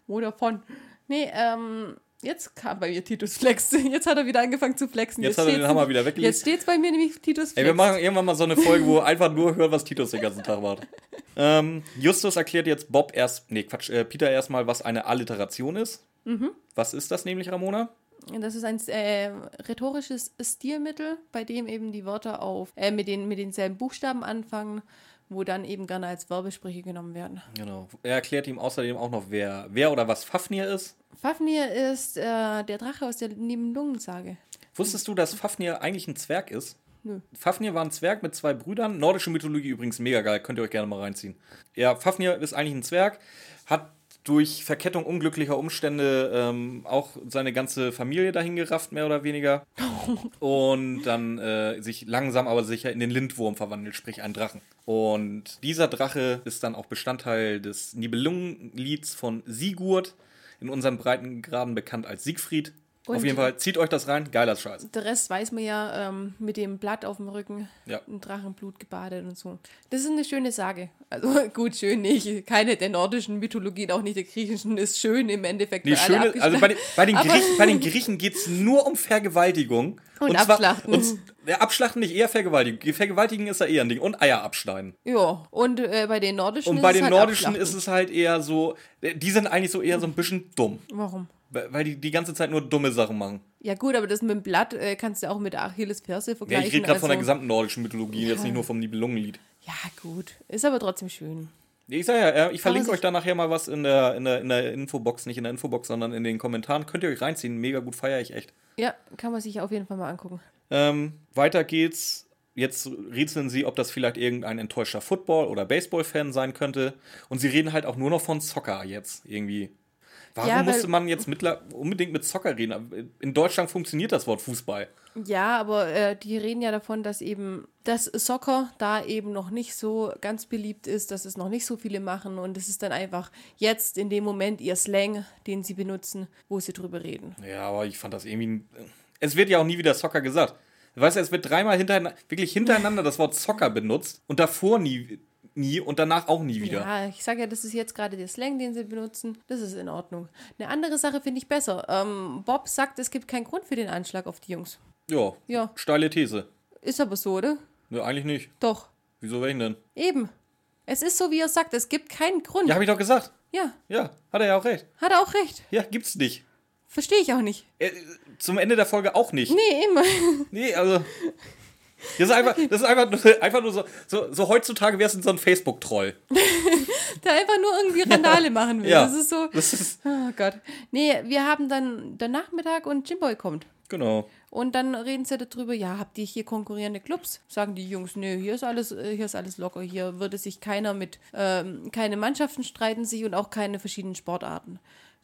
Speaker 1: Vodafone. Nee, ähm, jetzt kam bei mir Titus Flex. Jetzt hat er wieder angefangen zu flexen.
Speaker 2: Jetzt hat er den
Speaker 1: steht's-
Speaker 2: Hammer wieder weggelegt.
Speaker 1: Jetzt steht's bei mir nämlich Titus Flex.
Speaker 2: Ey, wir machen irgendwann mal so eine Folge, wo wir einfach nur hören, was Titus den ganzen Tag macht. Ähm, Justus erklärt jetzt Bob erst, nee, Quatsch, äh, Peter erstmal, was eine Alliteration ist. Was ist das nämlich, Ramona?
Speaker 1: Das ist ein äh, rhetorisches Stilmittel, bei dem eben die Wörter auf äh, mit, den, mit denselben Buchstaben anfangen, wo dann eben gerne als Verbesprüche genommen werden.
Speaker 2: Genau. Er erklärt ihm außerdem auch noch, wer, wer oder was Fafnir ist.
Speaker 1: Fafnir ist äh, der Drache aus der Nibelungensage.
Speaker 2: Wusstest du, dass Fafnir eigentlich ein Zwerg ist?
Speaker 1: Nö.
Speaker 2: Fafnir war ein Zwerg mit zwei Brüdern. Nordische Mythologie übrigens mega geil, könnt ihr euch gerne mal reinziehen. Ja, Fafnir ist eigentlich ein Zwerg, hat durch Verkettung unglücklicher Umstände ähm, auch seine ganze Familie dahin gerafft, mehr oder weniger. Und dann äh, sich langsam aber sicher in den Lindwurm verwandelt, sprich einen Drachen. Und dieser Drache ist dann auch Bestandteil des Nibelungenlieds von Sigurd, in unserem Breitengraden bekannt als Siegfried. Auf
Speaker 1: Und-
Speaker 2: jeden Fall, zieht euch das rein, geiler Scheiß.
Speaker 1: Der Rest weiß man ja ähm, mit dem Blatt auf dem Rücken,
Speaker 2: Ja.
Speaker 1: im Drachenblut gebadet und so. Das ist eine schöne Sage. Also gut, schön nicht. Keine der nordischen Mythologien, auch nicht der griechischen, ist schön im Endeffekt.
Speaker 2: Die
Speaker 1: für alle
Speaker 2: schöne, also bei den, bei den,
Speaker 1: Aber-
Speaker 2: Griechen, bei den Griechen geht es nur um Vergewaltigung.
Speaker 1: Und
Speaker 2: zwar-
Speaker 1: Abschlachten.
Speaker 2: Und, z- ja, abschlachten nicht, eher Vergewaltigung. Vergewaltigen ist ja eher ein Ding. Und Eier abschneiden.
Speaker 1: Ja, und äh, bei den nordischen
Speaker 2: Und
Speaker 1: ist
Speaker 2: bei
Speaker 1: es
Speaker 2: den
Speaker 1: halt
Speaker 2: Nordischen
Speaker 1: Abschlachten.
Speaker 2: ist es halt eher so, die sind eigentlich so eher so ein bisschen dumm.
Speaker 1: Warum?
Speaker 2: Weil weil die die ganze Zeit nur dumme Sachen machen.
Speaker 1: Ja gut, aber das mit dem Blatt äh, kannst du auch mit der Achillesferse
Speaker 2: Ja,
Speaker 1: vergleichen.
Speaker 2: ich rede gerade von der
Speaker 1: also-
Speaker 2: gesamten nordischen Mythologie, jetzt nicht nur vom Nibelungenlied.
Speaker 1: Ja gut, ist aber trotzdem schön.
Speaker 2: Ich sag ja, äh, ich verlinke
Speaker 1: sich-
Speaker 2: euch da nachher mal was in der, in, der, in der Infobox, nicht in der Infobox, sondern in den Kommentaren. Könnt ihr euch reinziehen, mega gut, feiere ich echt.
Speaker 1: Ja, kann man sich auf jeden Fall mal angucken.
Speaker 2: Ähm, weiter geht's. Jetzt rätseln sie, ob das vielleicht irgendein enttäuschter Football- oder Baseball-Fan sein könnte. Und sie reden halt auch nur noch von Soccer jetzt irgendwie. Warum
Speaker 1: Ja, weil-
Speaker 2: musste man jetzt mittler unbedingt mit Soccer reden? In Deutschland funktioniert das Wort Fußball.
Speaker 1: Ja, aber äh, die reden ja davon, dass eben das Soccer da eben noch nicht so ganz beliebt ist, dass es noch nicht so viele machen und es ist dann einfach jetzt in dem Moment ihr Slang, den sie benutzen, wo sie drüber reden.
Speaker 2: Ja, aber ich fand das irgendwie. Es wird ja auch nie wieder Soccer gesagt. Weißt du, es wird dreimal hintereinander, wirklich hintereinander das Wort Soccer benutzt und davor nie, nie und danach auch nie wieder.
Speaker 1: Ja, ich sage ja, das ist jetzt gerade der Slang, den sie benutzen. Das ist in Ordnung. Eine andere Sache finde ich besser. Ähm, Bob sagt, es gibt keinen Grund für den Anschlag auf die Jungs.
Speaker 2: Ja,
Speaker 1: Ja.
Speaker 2: steile These.
Speaker 1: Ist aber so, oder?
Speaker 2: Ne, eigentlich nicht.
Speaker 1: Doch.
Speaker 2: Wieso welchen denn?
Speaker 1: Eben. Es ist so, wie er sagt, es gibt keinen Grund.
Speaker 2: Ja,
Speaker 1: Ja,
Speaker 2: habe ich doch gesagt. Ja, hat er ja auch recht.
Speaker 1: hat er auch recht.
Speaker 2: Ja, gibt's nicht.
Speaker 1: Verstehe ich auch nicht.
Speaker 2: Äh, zum Ende der Folge auch nicht.
Speaker 1: Nee, immer.
Speaker 2: Nee, also. Das ist einfach, das ist einfach, nur- einfach nur so, so, so heutzutage wärst du so ein Facebook-Troll.
Speaker 1: Der einfach nur irgendwie Randale machen will.
Speaker 2: Ja.
Speaker 1: Das ist so.
Speaker 2: Das ist,
Speaker 1: Oh Gott. Nee, wir haben dann den Nachmittag und Jimboy kommt.
Speaker 2: genau.
Speaker 1: Und dann reden sie darüber, ja, habt ihr hier konkurrierende Clubs? Sagen die Jungs, nö, hier ist alles, äh, hier ist alles locker, hier würde sich keiner mit, ähm, keine Mannschaften streiten sich und auch keine verschiedenen Sportarten.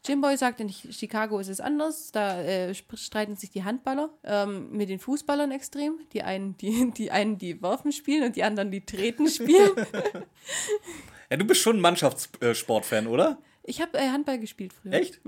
Speaker 1: Jimboy sagt, in Ch- Chicago ist es anders, da äh, sp- streiten sich die Handballer ähm, mit den Fußballern extrem. Die einen, die, die einen, die Werfen spielen und die anderen, die Treten spielen.
Speaker 2: Ja, du bist schon ein Mannschaftssportfan, oder?
Speaker 1: äh, Ich habe äh, Handball gespielt früher.
Speaker 2: Echt?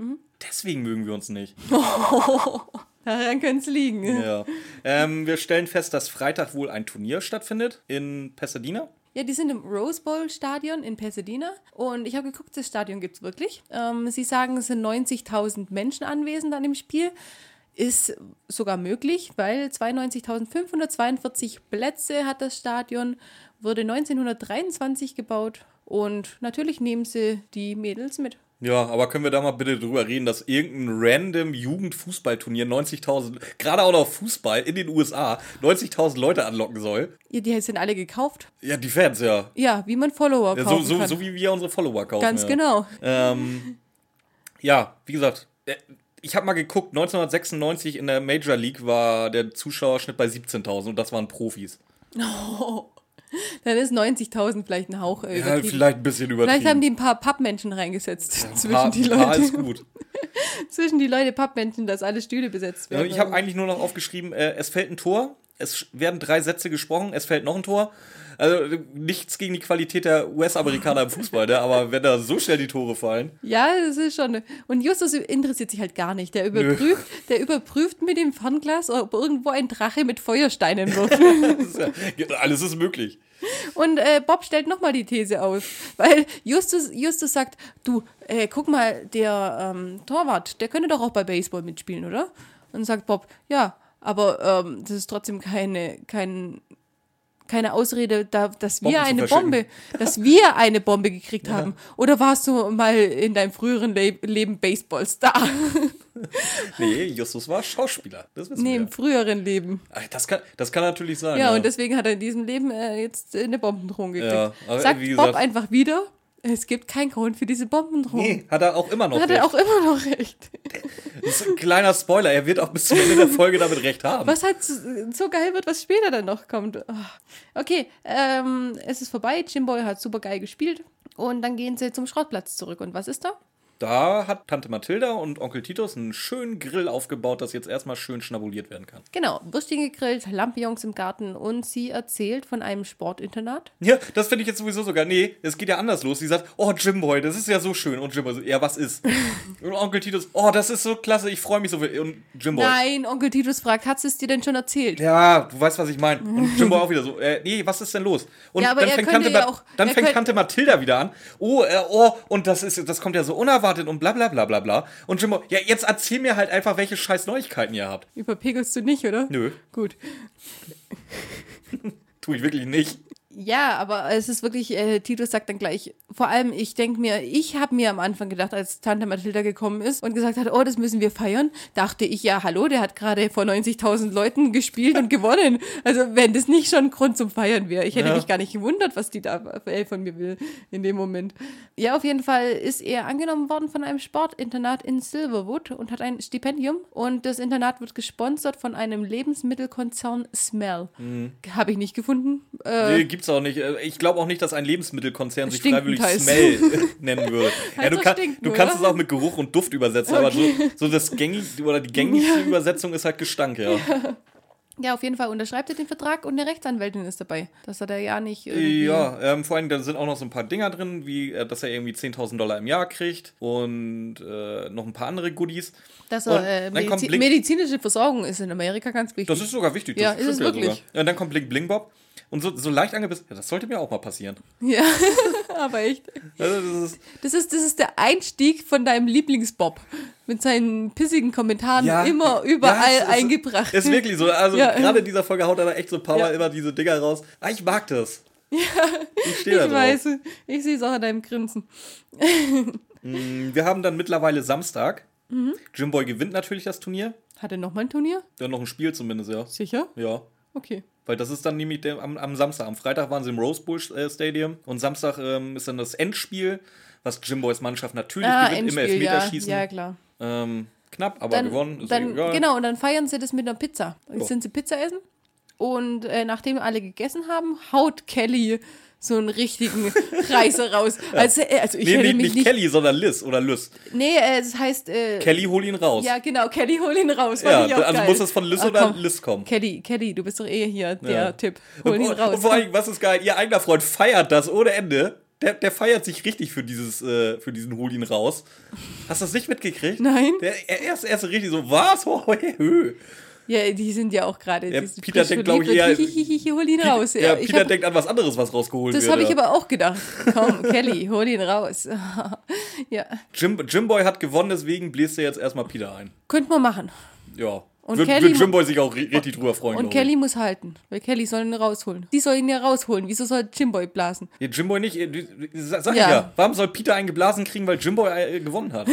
Speaker 2: Deswegen mögen wir uns nicht.
Speaker 1: Daran könnte es liegen. Ja.
Speaker 2: Ja. Ähm, wir stellen fest, dass Freitag wohl ein Turnier stattfindet in Pasadena.
Speaker 1: die sind im Rose Bowl Stadion in Pasadena und ich habe geguckt, das Stadion gibt es wirklich. Ähm, sie sagen, es sind 90.000 Menschen anwesend an dem Spiel. Ist sogar möglich, weil 92.542 Plätze hat das Stadion, wurde 1923 gebaut und natürlich nehmen sie die Mädels mit.
Speaker 2: Ja, aber können wir da mal bitte drüber reden, dass irgendein random Jugendfußballturnier 90.000, gerade auch noch Fußball in den USA, 90.000 Leute anlocken soll?
Speaker 1: Ja, die sind alle gekauft.
Speaker 2: Ja, die Fans, ja.
Speaker 1: Ja, wie man Follower
Speaker 2: ja so,
Speaker 1: kaufen
Speaker 2: so,
Speaker 1: kann.
Speaker 2: so wie wir unsere Follower kaufen.
Speaker 1: Ganz
Speaker 2: ja.
Speaker 1: genau.
Speaker 2: Ähm, ja, wie gesagt, äh, ich habe mal geguckt, 1996 in der Major League war der Zuschauerschnitt bei 17.000 und das waren Profis.
Speaker 1: Dann ist 90.000 vielleicht ein Hauch äh,
Speaker 2: Ja,
Speaker 1: übertrieben.
Speaker 2: vielleicht ein bisschen übertrieben.
Speaker 1: Vielleicht haben die ein paar Pappmenschen reingesetzt zwischen
Speaker 2: Paar-
Speaker 1: die
Speaker 2: Paar ist
Speaker 1: Leute.
Speaker 2: gut.
Speaker 1: zwischen die Leute Pappmenschen, dass alle Stühle besetzt
Speaker 2: Ja,
Speaker 1: werden.
Speaker 2: ich habe eigentlich nur noch aufgeschrieben, äh, es fällt ein Tor, es sch- werden drei Sätze gesprochen, es fällt noch ein Tor. Also äh, nichts gegen die Qualität der US-Amerikaner im Fußball, ne? aber wenn da so schnell die Tore fallen.
Speaker 1: ja, das ist schon. Und Justus interessiert sich halt gar nicht. Der überprüft, der überprüft mit dem Fernglas, ob irgendwo ein Drache mit Feuersteinen wirft.
Speaker 2: Das ist ja, alles ist möglich.
Speaker 1: Und äh, Bob stellt nochmal die These auf, weil Justus, Justus sagt, du, äh, guck mal, der ähm, Torwart, der könnte doch auch bei Baseball mitspielen, oder? Und sagt Bob, ja, aber ähm, das ist trotzdem keine, kein, keine Ausrede, da, dass wir
Speaker 2: Bomben zu
Speaker 1: eine
Speaker 2: verschicken.
Speaker 1: Bombe, dass wir eine Bombe gekriegt haben. Oder warst du mal in deinem früheren Le Leben Baseballstar?
Speaker 2: Nee, Justus war Schauspieler. Das wissen
Speaker 1: nee, im
Speaker 2: wir.
Speaker 1: früheren Leben.
Speaker 2: Ach, Das kann, das kann natürlich sein.
Speaker 1: Ja, und deswegen hat er in diesem Leben äh, jetzt äh, eine Bombendrohung gekriegt.
Speaker 2: Genau. Ja, aber
Speaker 1: Sagt
Speaker 2: wie
Speaker 1: Bob
Speaker 2: gesagt-
Speaker 1: einfach wieder, es gibt keinen Grund für diese Bombendrohung.
Speaker 2: Nee, hat er auch immer noch.
Speaker 1: Hat
Speaker 2: recht.
Speaker 1: er auch immer noch recht.
Speaker 2: Das ist ein kleiner Spoiler, er wird auch bis zum Ende der Folge damit recht haben.
Speaker 1: Was halt so so geil wird, was später dann noch kommt. Ah. Okay, ähm, es ist vorbei. Jimboy hat super geil gespielt. Und dann gehen sie zum Schrottplatz zurück. Und was ist da?
Speaker 2: Da hat Tante Mathilda und Onkel Titus einen schönen Grill aufgebaut, das jetzt erstmal schön schnabuliert werden kann.
Speaker 1: Genau, Würstchen gegrillt, Lampions im Garten und sie erzählt von einem Sportinternat.
Speaker 2: Ja, das finde ich jetzt sowieso sogar. Nee, es geht ja anders los. Sie sagt, oh Jimboy, das ist ja so schön. Und Jimboy so, ja, was ist? Und Onkel Titus, oh, das ist so klasse, ich freue mich so viel. Und Jimboy.
Speaker 1: Nein, Onkel Titus fragt, hat sie es dir denn schon erzählt?
Speaker 2: Ja, du weißt, was ich meine. Und Jimbo auch wieder so, äh, nee, was ist denn los? Und
Speaker 1: Ja, aber
Speaker 2: dann
Speaker 1: er
Speaker 2: fängt,
Speaker 1: könnte
Speaker 2: Tante,
Speaker 1: ja
Speaker 2: Ma-
Speaker 1: auch-
Speaker 2: dann
Speaker 1: er
Speaker 2: fängt
Speaker 1: könnt-
Speaker 2: Tante Mathilda wieder an. Oh, äh, oh, und das ist, das kommt ja so unerwartet und bla bla bla bla bla. Und Jimbo, ja, jetzt erzähl mir halt einfach, welche scheiß Neuigkeiten ihr habt.
Speaker 1: Überpegelst du nicht, oder?
Speaker 2: Nö,
Speaker 1: Gut.
Speaker 2: tu ich wirklich nicht.
Speaker 1: Ja, aber es ist wirklich, äh, Titus sagt dann gleich, vor allem ich denke mir, ich habe mir am Anfang gedacht, als Tante Mathilda gekommen ist und gesagt hat, oh, das müssen wir feiern, dachte ich, ja, hallo, der hat gerade vor 90.000 Leuten gespielt und gewonnen. Also wenn das nicht schon ein Grund zum Feiern wäre. Ich hätte
Speaker 2: Ja.
Speaker 1: mich gar nicht gewundert, was die da äh, von mir will in dem Moment. Ja, auf jeden Fall ist er angenommen worden von einem Sportinternat in Silverwood und hat ein Stipendium und das Internat wird gesponsert von einem Lebensmittelkonzern Smell. Habe ich nicht gefunden. Äh,
Speaker 2: Nee, gibt's auch nicht. Äh, Ich glaube auch nicht, dass ein Lebensmittelkonzern sich
Speaker 1: Stinkend
Speaker 2: freiwillig
Speaker 1: heißt.
Speaker 2: Smell äh, nennen würde. ja, du,
Speaker 1: doch
Speaker 2: kann,
Speaker 1: stinken,
Speaker 2: du kannst es
Speaker 1: oder?
Speaker 2: auch mit Geruch und Duft übersetzen, aber so, so das gängig oder die gängigste Übersetzung ist halt Gestank, ja.
Speaker 1: Ja, auf jeden Fall unterschreibt er den Vertrag und eine Rechtsanwältin ist dabei. Das hat er ja nicht irgendwie.
Speaker 2: Ja, ähm, vor allem, da sind auch noch so ein paar Dinger drin, wie äh, dass er irgendwie 10.000 Dollar im Jahr kriegt und äh, noch ein paar andere Goodies.
Speaker 1: Dass
Speaker 2: Und
Speaker 1: er äh,
Speaker 2: dann kommt
Speaker 1: Medizi
Speaker 2: Blink-
Speaker 1: medizinische Versorgung ist in Amerika ganz wichtig.
Speaker 2: Das ist sogar wichtig.
Speaker 1: Ja,
Speaker 2: das
Speaker 1: ist es
Speaker 2: stimmt
Speaker 1: wirklich.
Speaker 2: sogar. Ja, und dann kommt Bling Bling Bob und so, so leicht angebissen. Ja, das sollte mir auch mal passieren.
Speaker 1: ja, aber echt.
Speaker 2: Also, das ist,
Speaker 1: Das ist, das ist der Einstieg von deinem Lieblingsbob. Mit seinen pissigen Kommentaren
Speaker 2: ja,
Speaker 1: immer
Speaker 2: ja,
Speaker 1: überall
Speaker 2: es ist-
Speaker 1: eingebracht.
Speaker 2: Ist wirklich so. Also
Speaker 1: Ja.
Speaker 2: gerade in dieser Folge haut er da echt so ein paar
Speaker 1: Ja.
Speaker 2: Mal immer diese Dinger raus. Ah, ich mag das. Ich stehe da
Speaker 1: ich
Speaker 2: drauf.
Speaker 1: weiß, ich sehe es auch an deinem Grinsen.
Speaker 2: Wir haben dann mittlerweile Samstag.
Speaker 1: Mhm.
Speaker 2: Jimboy gewinnt natürlich das Turnier.
Speaker 1: Hat er nochmal ein Turnier?
Speaker 2: Dann noch ein Spiel zumindest, ja.
Speaker 1: Sicher?
Speaker 2: Ja.
Speaker 1: Okay.
Speaker 2: Weil das ist dann nämlich der, am, am Samstag. Am Freitag waren sie im Rose Bowl äh, Stadium und Samstag ähm, ist dann das Endspiel, was Jimboys Mannschaft natürlich
Speaker 1: Ah,
Speaker 2: gewinnt, im
Speaker 1: Endspiel, ja.
Speaker 2: Elfmeterschießen.
Speaker 1: ja, klar.
Speaker 2: Ähm, knapp, aber
Speaker 1: dann,
Speaker 2: gewonnen. Ist
Speaker 1: dann,
Speaker 2: egal.
Speaker 1: Genau, und dann feiern sie das mit einer Pizza. Dann
Speaker 2: Ja.
Speaker 1: sind sie Pizza essen und äh, nachdem alle gegessen haben, haut Kelly so einen richtigen Reißer raus. Also, äh, also ich
Speaker 2: Nee,
Speaker 1: hätte
Speaker 2: nee,
Speaker 1: mich
Speaker 2: nicht,
Speaker 1: nicht.
Speaker 2: Kelly, sondern Liz oder Lys.
Speaker 1: nee, äh, es heißt. Äh,
Speaker 2: Kelly, hol ihn raus.
Speaker 1: Ja, genau, Kelly, hol ihn raus.
Speaker 2: Ja,
Speaker 1: Fand ich auch
Speaker 2: also
Speaker 1: geil.
Speaker 2: muss das von Liz
Speaker 1: Ach,
Speaker 2: oder
Speaker 1: komm.
Speaker 2: Liz kommen.
Speaker 1: Kelly, Kelly, du bist doch eh hier der
Speaker 2: Ja.
Speaker 1: Tipp. Hol ihn
Speaker 2: und,
Speaker 1: raus.
Speaker 2: und vor allem, was ist geil, ihr eigener Freund feiert das ohne Ende. Der, der feiert sich richtig für, dieses, äh, für diesen Hol ihn raus. Hast du das nicht mitgekriegt?
Speaker 1: Nein.
Speaker 2: Der, er, er, ist, er ist richtig so, was? Hö.
Speaker 1: Ja, die sind ja auch gerade.
Speaker 2: Ja,
Speaker 1: die sind
Speaker 2: Peter
Speaker 1: frisch
Speaker 2: denkt, glaub ich,
Speaker 1: verliebt und
Speaker 2: eher-
Speaker 1: hihihihi, hol ihn raus.
Speaker 2: ja,
Speaker 1: ich
Speaker 2: Peter
Speaker 1: hab,
Speaker 2: denkt an was anderes, was rausgeholt
Speaker 1: das
Speaker 2: wird.
Speaker 1: habe ich
Speaker 2: ja.
Speaker 1: aber auch gedacht. Komm, Kelly, hol ihn raus. ja,
Speaker 2: Jim, Jimboy hat gewonnen, deswegen bläst er jetzt erstmal Peter ein.
Speaker 1: könnten wir machen.
Speaker 2: Ja.
Speaker 1: Und
Speaker 2: wird,
Speaker 1: Kelly
Speaker 2: wird
Speaker 1: mu-
Speaker 2: Jimboy sich auch ri- richtig drüber freuen.
Speaker 1: Und
Speaker 2: glaub ich.
Speaker 1: Kelly muss halten, weil Kelly soll ihn rausholen. Die soll ihn ja rausholen. Wieso soll Jimboy blasen?
Speaker 2: Nee, Jimboy nicht. Äh, du- Sag sag ich
Speaker 1: Ja.
Speaker 2: ja. Warum soll Peter einen geblasen kriegen, weil Jimboy äh, gewonnen hat?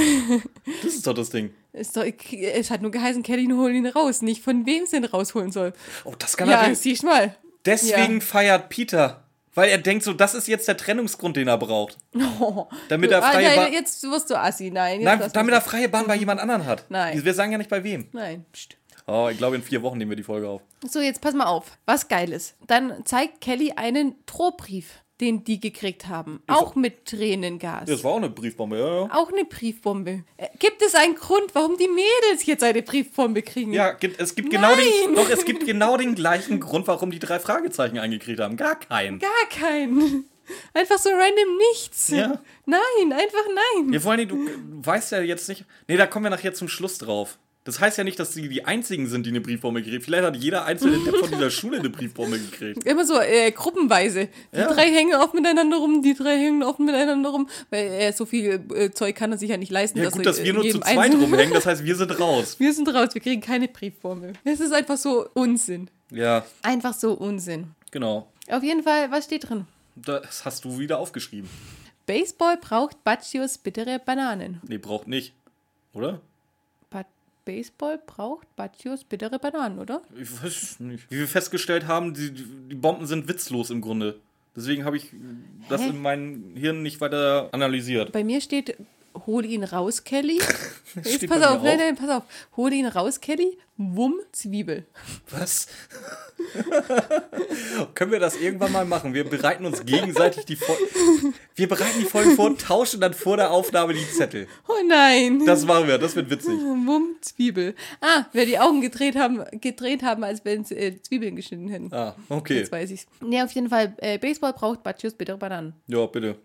Speaker 2: das ist doch das Ding.
Speaker 1: Es, soll, es hat nur geheißen, Kelly hol ihn raus, nicht von wem sie ihn rausholen soll.
Speaker 2: Oh, das kann
Speaker 1: ja,
Speaker 2: natürlich.
Speaker 1: siehst mal.
Speaker 2: Deswegen feiert Peter. Weil er denkt so, das ist jetzt der Trennungsgrund, den er braucht. Damit er
Speaker 1: Ah,
Speaker 2: freie
Speaker 1: nein,
Speaker 2: Bahn.
Speaker 1: jetzt wirst du assi. Nein, jetzt
Speaker 2: Nein,
Speaker 1: lass
Speaker 2: damit
Speaker 1: mich.
Speaker 2: er freie Bahn bei jemand anderen hat.
Speaker 1: Nein.
Speaker 2: Wir sagen ja nicht bei wem.
Speaker 1: Nein, pst.
Speaker 2: Oh, ich glaube, in vier Wochen nehmen wir die Folge auf.
Speaker 1: So, jetzt pass mal auf. Was Geiles. Dann zeigt Kelly einen Drohbrief, den die gekriegt haben. Auch mit Tränengas.
Speaker 2: Das war auch eine Briefbombe, ja, ja.
Speaker 1: Auch eine Briefbombe. Äh, Gibt es einen Grund, warum die Mädels jetzt eine Briefbombe kriegen?
Speaker 2: Ja, gibt, es, gibt genau den,
Speaker 1: Nein!
Speaker 2: doch, es gibt genau den gleichen Grund, warum die drei Fragezeichen eingekriegt haben. Gar keinen.
Speaker 1: Gar keinen. Einfach so random nichts.
Speaker 2: Ja.
Speaker 1: Nein, einfach nein.
Speaker 2: Ja, vor allem, du weißt ja jetzt nicht. Nee, da kommen wir nachher zum Schluss drauf. Das heißt ja nicht, dass die die einzigen sind, die eine Briefbombe gekriegt Vielleicht hat jeder einzelne Depp von dieser Schule eine Briefbombe gekriegt.
Speaker 1: Immer so äh, gruppenweise. Die
Speaker 2: Ja.
Speaker 1: drei hängen oft miteinander rum, die drei hängen oft miteinander rum, weil äh, so viel äh, Zeug kann er sich ja nicht leisten.
Speaker 2: Ja, gut,
Speaker 1: er,
Speaker 2: dass
Speaker 1: äh,
Speaker 2: wir nur zu
Speaker 1: jedem
Speaker 2: zweit
Speaker 1: einzelnen-
Speaker 2: rumhängen. Das heißt, wir sind raus.
Speaker 1: Wir sind raus, wir kriegen keine Briefformel. Es ist einfach so Unsinn.
Speaker 2: Ja,
Speaker 1: Einfach so Unsinn.
Speaker 2: genau.
Speaker 1: Auf jeden Fall, was steht drin?
Speaker 2: Das hast du wieder aufgeschrieben.
Speaker 1: Baseball braucht Baccios bittere Bananen.
Speaker 2: Nee, braucht nicht. Oder?
Speaker 1: Ba Baseball braucht Baccios bittere Bananen, oder?
Speaker 2: Ich weiß nicht. Wie wir festgestellt haben, die, die Bomben sind witzlos im Grunde. Deswegen habe ich das
Speaker 1: Hä?
Speaker 2: in meinem Hirn nicht weiter analysiert.
Speaker 1: Bei mir steht, hol ihn raus, Kelly. Jetzt
Speaker 2: steht
Speaker 1: pass
Speaker 2: bei mir
Speaker 1: auf, nein,
Speaker 2: auch.
Speaker 1: nein, pass auf. Hol ihn raus, Kelly. Wumm, Zwiebel.
Speaker 2: Was? Können wir das irgendwann mal machen? Wir bereiten uns gegenseitig die Folge. Wir bereiten die Folgen vor und tauschen dann vor der Aufnahme die Zettel.
Speaker 1: Oh nein.
Speaker 2: Das machen wir, das wird witzig.
Speaker 1: Wumm, Zwiebel. Ah, wer die Augen gedreht haben, gedreht haben als wenn sie äh, Zwiebeln geschnitten hätten.
Speaker 2: Ah, okay.
Speaker 1: Jetzt weiß ich's. Nee, auf jeden Fall, äh, Baseball braucht Bacchius bittere Bananen.
Speaker 2: Ja, bitte.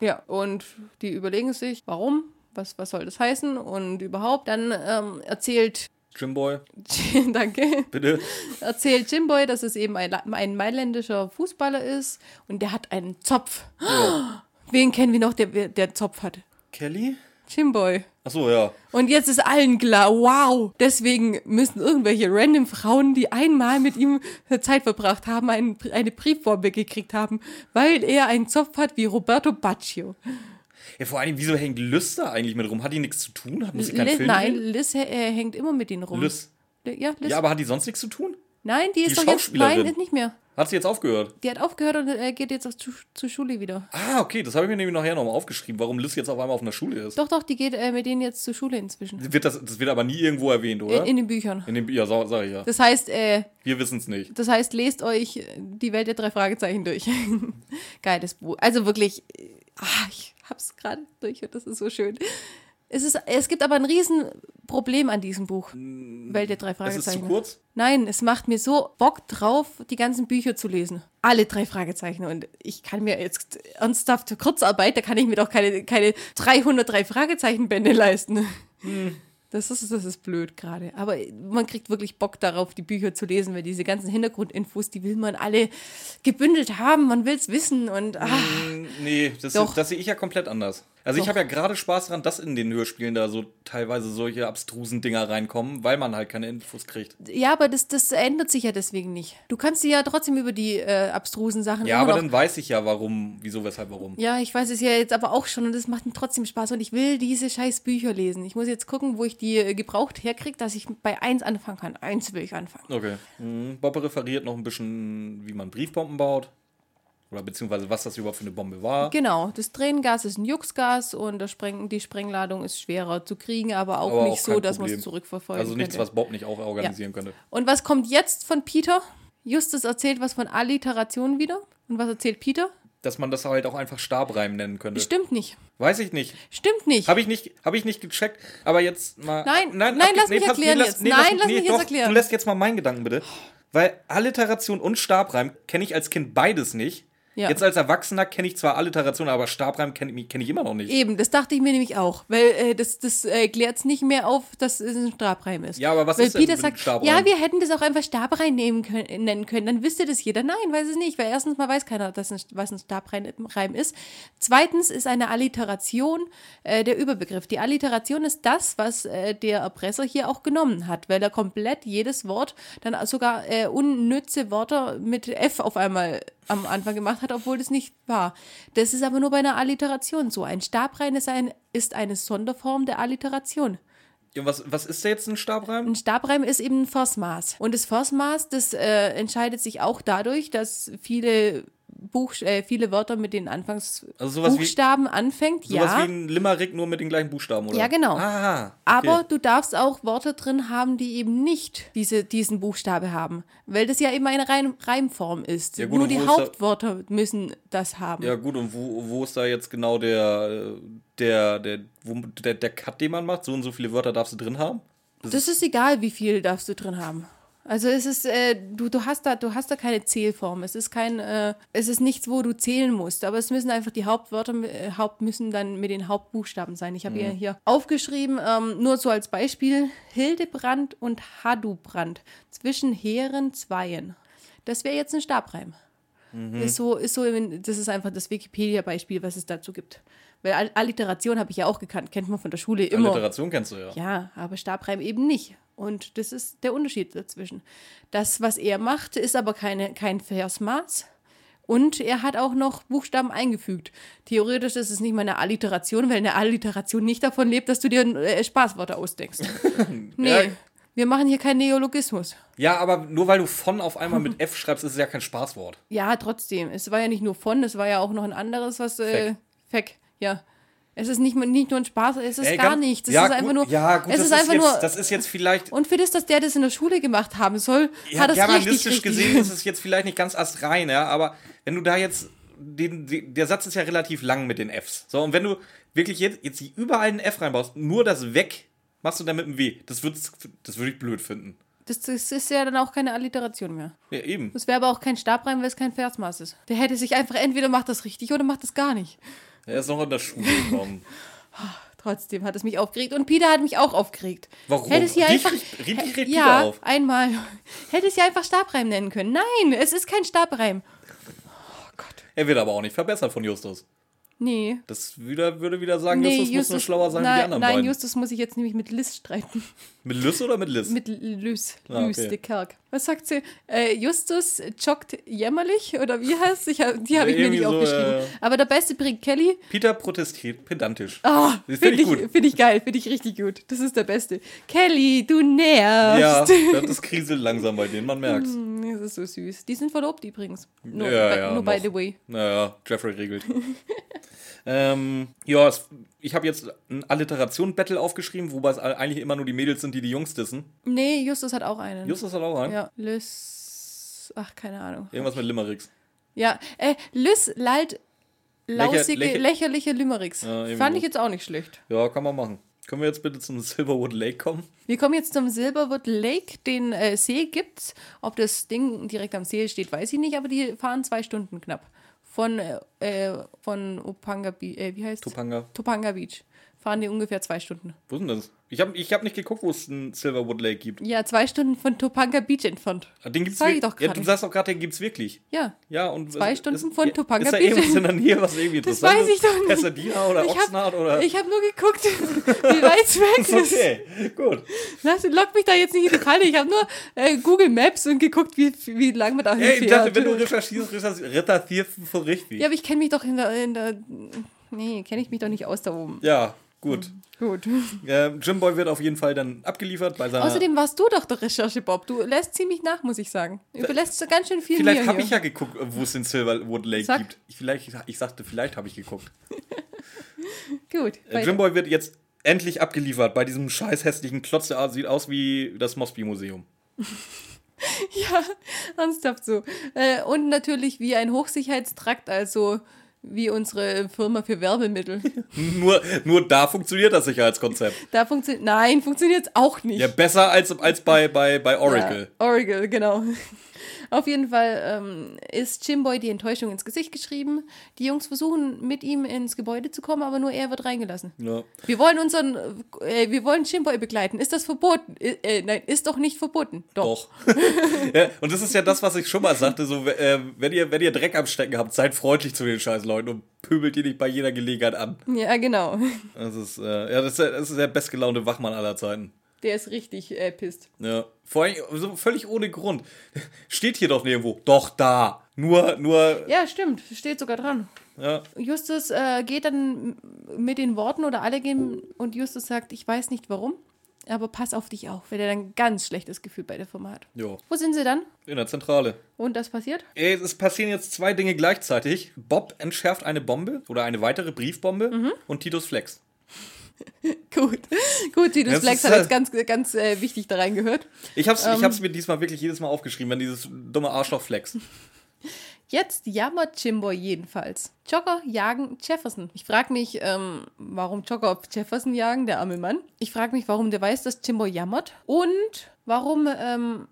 Speaker 1: Ja, und die überlegen sich, warum, was, was soll das heißen und überhaupt. Dann ähm, erzählt,
Speaker 2: Jimboy,
Speaker 1: danke,
Speaker 2: bitte.
Speaker 1: erzählt Jimboy, dass es eben ein, La- ein mailändischer Fußballer ist und der hat einen Zopf.
Speaker 2: Ja.
Speaker 1: Wen kennen wir noch, der, der Zopf hat?
Speaker 2: Kelly?
Speaker 1: Jimboy.
Speaker 2: Achso, ja.
Speaker 1: Und jetzt ist allen klar, wow. Deswegen müssen irgendwelche random Frauen, die einmal mit ihm Zeit verbracht haben, einen, eine Briefbombe gekriegt haben, weil er einen Zopf hat wie Roberto Baccio.
Speaker 2: ja. Vor allem, wieso hängt Lüster eigentlich mit rum? Hat die nichts zu tun? Hat muss sie keinen
Speaker 1: Liz,
Speaker 2: Film
Speaker 1: nein,
Speaker 2: drehen?
Speaker 1: Liz äh, hängt immer mit ihnen rum.
Speaker 2: Lys.
Speaker 1: Ja, Liz.
Speaker 2: Ja, aber hat die sonst nichts zu tun?
Speaker 1: nein, die ist
Speaker 2: die
Speaker 1: doch jetzt,
Speaker 2: Schauspielerin.
Speaker 1: nein, ist nicht mehr.
Speaker 2: Hat sie jetzt aufgehört?
Speaker 1: Die hat aufgehört und äh, geht jetzt auf zu, zur Schule wieder.
Speaker 2: Ah, okay, das habe ich mir nämlich nachher nochmal aufgeschrieben, warum Liz jetzt auf einmal auf einer Schule ist.
Speaker 1: Doch, doch, die geht äh, mit denen jetzt zur Schule inzwischen.
Speaker 2: Wird das, das wird aber nie irgendwo erwähnt,
Speaker 1: In,
Speaker 2: oder?
Speaker 1: in den Büchern.
Speaker 2: In dem, ja, sa- sag ich ja.
Speaker 1: Das heißt, äh,
Speaker 2: Wir wissen es nicht.
Speaker 1: Das heißt, lest euch die Welt der drei Fragezeichen durch. Geiles Buch. Also wirklich, äh, ah, ich hab's gerade durch und das ist so schön. Es, ist, es gibt aber ein Riesenproblem an diesem Buch. Welt der drei
Speaker 2: Mm, Es
Speaker 1: Fragezeichen.
Speaker 2: ist zu kurz.
Speaker 1: Nein, es macht mir so Bock drauf, die ganzen Bücher zu lesen. Alle drei Fragezeichen. Und ich kann mir jetzt ernsthaft Kurzarbeit, da kann ich mir doch keine, keine 303 Fragezeichenbände leisten.
Speaker 2: Hm.
Speaker 1: Das, ist, das ist blöd gerade. Aber man kriegt wirklich Bock darauf, die Bücher zu lesen, weil diese ganzen Hintergrundinfos, die will man alle gebündelt haben, man will es wissen und ah,
Speaker 2: Mm, Nee, das,
Speaker 1: Doch.
Speaker 2: ist- das sehe ich ja komplett anders. Also ich habe ja gerade Spaß daran, dass in den Hörspielen da so teilweise solche abstrusen Dinger reinkommen, weil man halt keine Infos kriegt.
Speaker 1: ja, aber das, das ändert sich ja deswegen nicht. Du kannst dir ja trotzdem über die äh, abstrusen Sachen
Speaker 2: Ja,
Speaker 1: immer
Speaker 2: aber
Speaker 1: noch
Speaker 2: dann weiß ich ja, warum, wieso, weshalb, warum.
Speaker 1: Ja, ich weiß es ja jetzt aber auch schon und es macht mir trotzdem Spaß und ich will diese scheiß Bücher lesen. Ich muss jetzt gucken, wo ich die äh, gebraucht herkriege, dass ich bei eins anfangen kann. Eins will ich anfangen.
Speaker 2: Okay. Mhm. Bob referiert noch ein bisschen, wie man Briefbomben baut. Oder beziehungsweise, was das überhaupt für eine Bombe war.
Speaker 1: Genau, das Tränengas ist ein Juxgas und das Spreng die Sprengladung ist schwerer zu kriegen, aber auch
Speaker 2: Aber
Speaker 1: nicht
Speaker 2: auch
Speaker 1: so,
Speaker 2: kein
Speaker 1: dass man es
Speaker 2: Problem.
Speaker 1: zurückverfolgen
Speaker 2: Also nichts,
Speaker 1: könnte.
Speaker 2: was Bob nicht auch organisieren könnte.
Speaker 1: Und was kommt jetzt von Peter? Justus erzählt was von Alliteration wieder. Und was erzählt Peter?
Speaker 2: Dass man das halt auch einfach Stabreim nennen könnte.
Speaker 1: Stimmt nicht.
Speaker 2: Weiß ich nicht.
Speaker 1: Stimmt nicht.
Speaker 2: Habe ich, nicht- hab ich nicht gecheckt, aber jetzt mal.
Speaker 1: Nein, nein,
Speaker 2: abge-
Speaker 1: lass mich
Speaker 2: pass-
Speaker 1: erklären jetzt. Nein, lass mich jetzt
Speaker 2: doch,
Speaker 1: erklären.
Speaker 2: Du lässt jetzt mal meinen Gedanken bitte. Weil Alliteration und Stabreim kenne ich als Kind beides nicht.
Speaker 1: Ja.
Speaker 2: Jetzt als Erwachsener kenne ich zwar Alliterationen, aber Stabreim kenne ich- kenne ich immer noch nicht.
Speaker 1: Eben, das dachte ich mir nämlich auch, weil äh, das, das äh, klärt es nicht mehr auf, dass es ein Stabreim ist.
Speaker 2: Ja, aber was
Speaker 1: weil
Speaker 2: ist denn
Speaker 1: Peter
Speaker 2: mit
Speaker 1: sagt,
Speaker 2: Stabreim?
Speaker 1: ja, wir hätten das auch einfach Stabreim nehmen können, nennen können, dann wüsste das jeder. Nein, weiß es nicht, weil erstens mal weiß keiner, dass ein, was ein Stabreim Reim ist. Zweitens ist eine Alliteration äh, der Überbegriff. Die Alliteration ist das, was äh, der Erpresser hier auch genommen hat, weil er komplett jedes Wort, dann sogar äh, unnütze Wörter mit F auf einmal äh, am Anfang gemacht hat, obwohl das nicht war. Das ist aber nur bei einer Alliteration so. Ein Stabreim ist, ein, ist eine Sonderform der Alliteration.
Speaker 2: Ja, was, was ist da jetzt ein Stabreim?
Speaker 1: Ein Stabreim ist eben ein Versmaß. Und das Versmaß, das äh, entscheidet sich auch dadurch, dass viele, Buch, äh, viele Wörter mit den Anfangsbuchstaben
Speaker 2: Also sowas wie-
Speaker 1: anfängt.
Speaker 2: Sowas
Speaker 1: ja.
Speaker 2: wie ein Limerick nur mit den gleichen Buchstaben, oder?
Speaker 1: Ja, genau.
Speaker 2: Aha. Okay.
Speaker 1: Aber du darfst auch Worte drin haben, die eben nicht diese, diesen Buchstabe haben, weil das ja eben eine Reim Reimform ist.
Speaker 2: Ja, gut,
Speaker 1: Nur
Speaker 2: und wo
Speaker 1: die
Speaker 2: ist da-
Speaker 1: Hauptwörter müssen das haben.
Speaker 2: Ja, gut, und wo, wo ist da jetzt genau der, äh, der, der, wo, der, der Cut, den man macht? So und so viele Wörter darfst du drin haben?
Speaker 1: Das ist egal, wie viel darfst du drin haben. Also es ist, äh, du, du, hast da, du hast da keine Zählform. Es ist kein, äh, es ist nichts, wo du zählen musst. Aber es müssen einfach die Hauptwörter, äh, Haupt müssen dann mit den Hauptbuchstaben sein. Ich habe ihr hier aufgeschrieben, ähm, nur so als Beispiel, Hildebrand und Hadubrand. Zwischen Heeren Zweien. Das wäre jetzt ein Stabreim. Ist so, ist so, in- das ist einfach das Wikipedia-Beispiel, was es dazu gibt. Weil Al- Alliteration habe ich ja auch gekannt, kennt man von der Schule immer.
Speaker 2: Alliteration kennst du ja.
Speaker 1: Ja, aber Stabreim eben nicht. Und das ist der Unterschied dazwischen. Das, was er macht, ist aber keine, kein Versmaß. Und er hat auch noch Buchstaben eingefügt. Theoretisch ist es nicht mal eine Alliteration, weil eine Alliteration nicht davon lebt, dass du dir äh, Spaßwörter ausdenkst. Nee,
Speaker 2: Ja.
Speaker 1: wir machen hier keinen Neologismus.
Speaker 2: Ja, aber nur weil du von auf einmal mit F schreibst, ist es ja kein Spaßwort.
Speaker 1: Ja, trotzdem. Es war ja nicht nur von, es war ja auch noch ein anderes, was. Äh, Feck, ja. Es ist nicht, nicht nur ein Spaß, es ist
Speaker 2: Ey,
Speaker 1: gar
Speaker 2: ganz-
Speaker 1: nichts. Es
Speaker 2: ja,
Speaker 1: ist einfach
Speaker 2: gut,
Speaker 1: nur.
Speaker 2: Ja, gut,
Speaker 1: es
Speaker 2: das,
Speaker 1: ist einfach
Speaker 2: jetzt,
Speaker 1: nur.
Speaker 2: das ist jetzt vielleicht.
Speaker 1: Und für das, dass der das in der Schule gemacht haben soll,
Speaker 2: Ja,
Speaker 1: hat das richtig,
Speaker 2: germanistisch
Speaker 1: richtig.
Speaker 2: gesehen ist es jetzt vielleicht nicht ganz astrein, ja, aber wenn du da jetzt. Den, den, der Satz ist ja relativ lang mit den Fs. So, und wenn du wirklich jetzt, jetzt überall ein F reinbaust, nur das weg, machst du dann mit dem W. Das würde das würd ich blöd finden.
Speaker 1: Das, das ist ja dann auch keine Alliteration mehr.
Speaker 2: Ja, eben.
Speaker 1: Das wäre aber auch kein Stabreim, weil es kein Versmaß ist. Der hätte sich einfach entweder macht das richtig oder macht das gar nicht.
Speaker 2: Er ist noch in der Schule gekommen.
Speaker 1: Trotzdem hat es mich aufgeregt und Peter hat mich auch aufgeregt.
Speaker 2: Warum?
Speaker 1: Hätte es hier
Speaker 2: Dich
Speaker 1: einfach,
Speaker 2: regt- richtig regt Peter
Speaker 1: ja,
Speaker 2: auf.
Speaker 1: einmal. Hätte es hier einfach Stabreim nennen können. Nein, es ist kein Stabreim. Oh Gott.
Speaker 2: Er wird aber auch nicht verbessert von Justus.
Speaker 1: Nee.
Speaker 2: Das wieder, würde wieder sagen, Justus, muss nur schlauer sein
Speaker 1: nein,
Speaker 2: wie die anderen
Speaker 1: Nein,
Speaker 2: beiden.
Speaker 1: Justus muss ich jetzt nämlich mit Liz streiten.
Speaker 2: mit Liz oder mit Liz?
Speaker 1: Mit Lüs,
Speaker 2: Ah, okay.
Speaker 1: Lüs de Kerk. Was sagt sie? Äh, Justus joggt jämmerlich oder wie heißt ich hab, Die habe ich mir
Speaker 2: Irgendwie
Speaker 1: nicht
Speaker 2: so,
Speaker 1: aufgeschrieben.
Speaker 2: ja.
Speaker 1: Aber der beste Brick Kelly,
Speaker 2: Peter protestiert pedantisch.
Speaker 1: ah, finde
Speaker 2: Das finde
Speaker 1: ich,
Speaker 2: ich gut.
Speaker 1: find ich geil, finde ich richtig gut. Das ist der beste. Kelly, du
Speaker 2: Ja,
Speaker 1: nervst. Hm,
Speaker 2: das kriselt langsam bei denen, man merkt's.
Speaker 1: Das ist so süß. Die sind verlobt übrigens. Nur,
Speaker 2: Ja,
Speaker 1: bei,
Speaker 2: ja,
Speaker 1: nur by
Speaker 2: noch.
Speaker 1: the way.
Speaker 2: Naja, Jeffrey regelt. ähm, ja, es, ich habe jetzt ein Alliteration-Battle aufgeschrieben, wobei es eigentlich immer nur die Mädels sind, die die Jungs dissen.
Speaker 1: Nee, Justus hat auch einen.
Speaker 2: Justus hat auch einen.
Speaker 1: Ja, Lys. Ach, keine Ahnung.
Speaker 2: Irgendwas mit Limericks.
Speaker 1: Ja, äh, Lys lallt lausige,
Speaker 2: lächer-
Speaker 1: lächerliche Limericks.
Speaker 2: Ja, irgendwie
Speaker 1: Fand
Speaker 2: so.
Speaker 1: ich jetzt auch nicht schlecht.
Speaker 2: Ja, kann man machen. Können wir jetzt bitte zum Silverwood Lake kommen?
Speaker 1: Wir kommen jetzt zum Silverwood Lake. Den äh, See gibt's. Ob das Ding direkt am See steht, weiß ich nicht, aber die fahren zwei Stunden knapp. Von, äh, äh, von Upanga Beach, äh, wie heißt
Speaker 2: Topanga.
Speaker 1: Topanga Beach. Fahren die ungefähr zwei Stunden.
Speaker 2: Wo ist denn das? Ich habe ich hab nicht geguckt, wo es einen Silverwood Lake gibt.
Speaker 1: Ja, zwei Stunden von Topanga Beach entfernt.
Speaker 2: Ah, Den gibt's
Speaker 1: Sag ich
Speaker 2: wir-
Speaker 1: doch
Speaker 2: ja,
Speaker 1: gerade.
Speaker 2: du sagst doch gerade, den gibt's wirklich.
Speaker 1: Ja.
Speaker 2: Ja, und
Speaker 1: Zwei
Speaker 2: es-
Speaker 1: Stunden
Speaker 2: es-
Speaker 1: von
Speaker 2: ja,
Speaker 1: Topanga
Speaker 2: Ist da
Speaker 1: Beach.
Speaker 2: irgendwas in der Nähe, was irgendwie
Speaker 1: Das
Speaker 2: interessant
Speaker 1: weiß ich
Speaker 2: ist?
Speaker 1: doch nicht.
Speaker 2: Pasadena oder
Speaker 1: ich
Speaker 2: Oxnard oder.
Speaker 1: habe hab nur geguckt, wie weit weg es ist.
Speaker 2: okay, gut.
Speaker 1: Lass, lock mich da jetzt nicht in die Falle. Ich habe nur äh, Google Maps und geguckt, wie, wie lang man da
Speaker 2: Ey, ich dachte,
Speaker 1: hinfährt.
Speaker 2: wenn du recherchierst, recherchierst, recherchierst du so richtig.
Speaker 1: Ja,
Speaker 2: Ja,
Speaker 1: aber ich kenne mich doch in der, in der. Nee, kenne ich mich doch nicht aus da oben.
Speaker 2: gut.
Speaker 1: Gut.
Speaker 2: Ähm, Jimboy wird auf jeden Fall dann abgeliefert bei seiner.
Speaker 1: Außerdem warst du doch der Recherche, Bob. Du lässt ziemlich nach, muss ich sagen. Überlässt so ganz schön viel
Speaker 2: Äh, vielleicht
Speaker 1: mir
Speaker 2: habe
Speaker 1: hier.
Speaker 2: ich ja geguckt, wo es den Silverwood Lake
Speaker 1: Sag.
Speaker 2: gibt. Ich, vielleicht, ich sagte, vielleicht habe ich geguckt.
Speaker 1: Gut.
Speaker 2: Äh,
Speaker 1: weiter.
Speaker 2: Jimboy wird jetzt endlich abgeliefert bei diesem scheiß hässlichen Klotz, der sieht aus wie das Mosby-Museum.
Speaker 1: Ja, ernsthaft so. Äh, und natürlich wie ein Hochsicherheitstrakt, also wie unsere Firma für Werbemittel.
Speaker 2: Nur, nur da funktioniert das Sicherheitskonzept.
Speaker 1: Da funktioniert. Nein, funktioniert es auch nicht.
Speaker 2: Ja, besser als, als bei, bei, bei
Speaker 1: Ja,
Speaker 2: Oracle.
Speaker 1: Oracle, genau. Auf jeden Fall ähm, ist Jimboy die Enttäuschung ins Gesicht geschrieben. Die Jungs versuchen mit ihm ins Gebäude zu kommen, aber nur er wird reingelassen.
Speaker 2: Ja.
Speaker 1: Wir wollen unseren, äh, wir wollen Jimboy begleiten. Ist das verboten? Äh, äh, nein, ist doch nicht verboten. Doch.
Speaker 2: Doch. ja, und das ist ja das, was ich schon mal sagte. So, äh, wenn, ihr, wenn ihr Dreck am Stecken habt, seid freundlich zu den scheiß Leuten und pöbelt die nicht bei jeder Gelegenheit an.
Speaker 1: Ja, genau.
Speaker 2: Das ist, äh, ja, das ist, der- das ist der bestgelaunte Wachmann aller Zeiten.
Speaker 1: Der ist richtig äh, pisst.
Speaker 2: Ja. Vor allem so völlig ohne Grund. Steht hier doch nirgendwo. Doch da. Nur, nur.
Speaker 1: Ja, stimmt. Steht sogar dran.
Speaker 2: Ja.
Speaker 1: Justus äh, geht dann mit den Worten oder alle gehen und Justus sagt, ich weiß nicht warum, aber pass auf dich auf, weil er dann ein ganz schlechtes Gefühl bei der Firma hat.
Speaker 2: Jo.
Speaker 1: Wo sind sie dann?
Speaker 2: In der Zentrale.
Speaker 1: Und das passiert?
Speaker 2: Ey, es passieren jetzt zwei Dinge gleichzeitig. Bob entschärft eine Bombe oder eine weitere Briefbombe
Speaker 1: Mhm.
Speaker 2: und Titus flex.
Speaker 1: Gut. Gut, Titus
Speaker 2: Das
Speaker 1: Flex
Speaker 2: ist
Speaker 1: hat
Speaker 2: halt-
Speaker 1: jetzt ganz, ganz äh, wichtig da reingehört.
Speaker 2: Ich hab's,
Speaker 1: Ähm.
Speaker 2: ich hab's mir diesmal wirklich jedes Mal aufgeschrieben, wenn dieses dumme Arschloch flex.
Speaker 1: Jetzt jammert Jimboy jedenfalls. Jogger jagen Jefferson. Ich frage mich, ähm, warum Jogger auf Jefferson jagen, der arme Mann. Ich frage mich, warum der weiß, dass Jimboy jammert. Und warum ähm,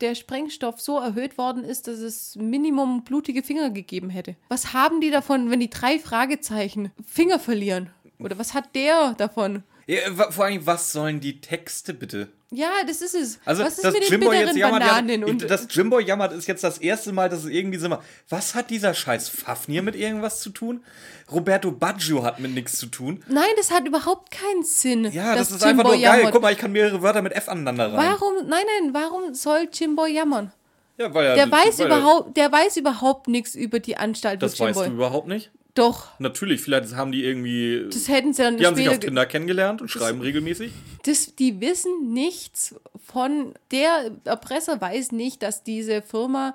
Speaker 1: der Sprengstoff so erhöht worden ist, dass es Minimum blutige Finger gegeben hätte. Was haben die davon, wenn die drei Fragezeichen Finger verlieren? Oder was hat der davon?
Speaker 2: Ja, wa- vor allem, was sollen die Texte bitte?
Speaker 1: Ja, das ist es.
Speaker 2: Also,
Speaker 1: was ist
Speaker 2: dass
Speaker 1: mit den
Speaker 2: Jimbo
Speaker 1: bitteren
Speaker 2: jetzt jammert, ja,
Speaker 1: Bananen? und,
Speaker 2: das Jimbo jammert ist jetzt das erste Mal, dass es irgendwie so mal. Was hat dieser scheiß Fafnir mit irgendwas zu tun? Roberto Baggio hat mit nichts zu tun.
Speaker 1: nein, das hat überhaupt keinen Sinn.
Speaker 2: Ja, das,
Speaker 1: dass
Speaker 2: ist einfach
Speaker 1: Jimbo
Speaker 2: nur geil.
Speaker 1: jammert.
Speaker 2: Guck mal, ich kann mehrere Wörter mit F aneinander rein.
Speaker 1: Warum, nein, nein, warum soll Jimbo jammern?
Speaker 2: Ja, weil er-
Speaker 1: Der weiß
Speaker 2: weil er-
Speaker 1: überhaupt, der weiß überhaupt nichts über die Anstalt
Speaker 2: Das
Speaker 1: von
Speaker 2: weißt du
Speaker 1: Jimbo.
Speaker 2: überhaupt nicht.
Speaker 1: Doch,
Speaker 2: Natürlich, vielleicht haben die irgendwie.
Speaker 1: das hätten sie dann
Speaker 2: die haben sich
Speaker 1: später.
Speaker 2: auf
Speaker 1: ge-
Speaker 2: Tinder kennengelernt und schreiben regelmäßig.
Speaker 1: das, die wissen nichts von der Erpresser weiß nicht, dass diese Firma,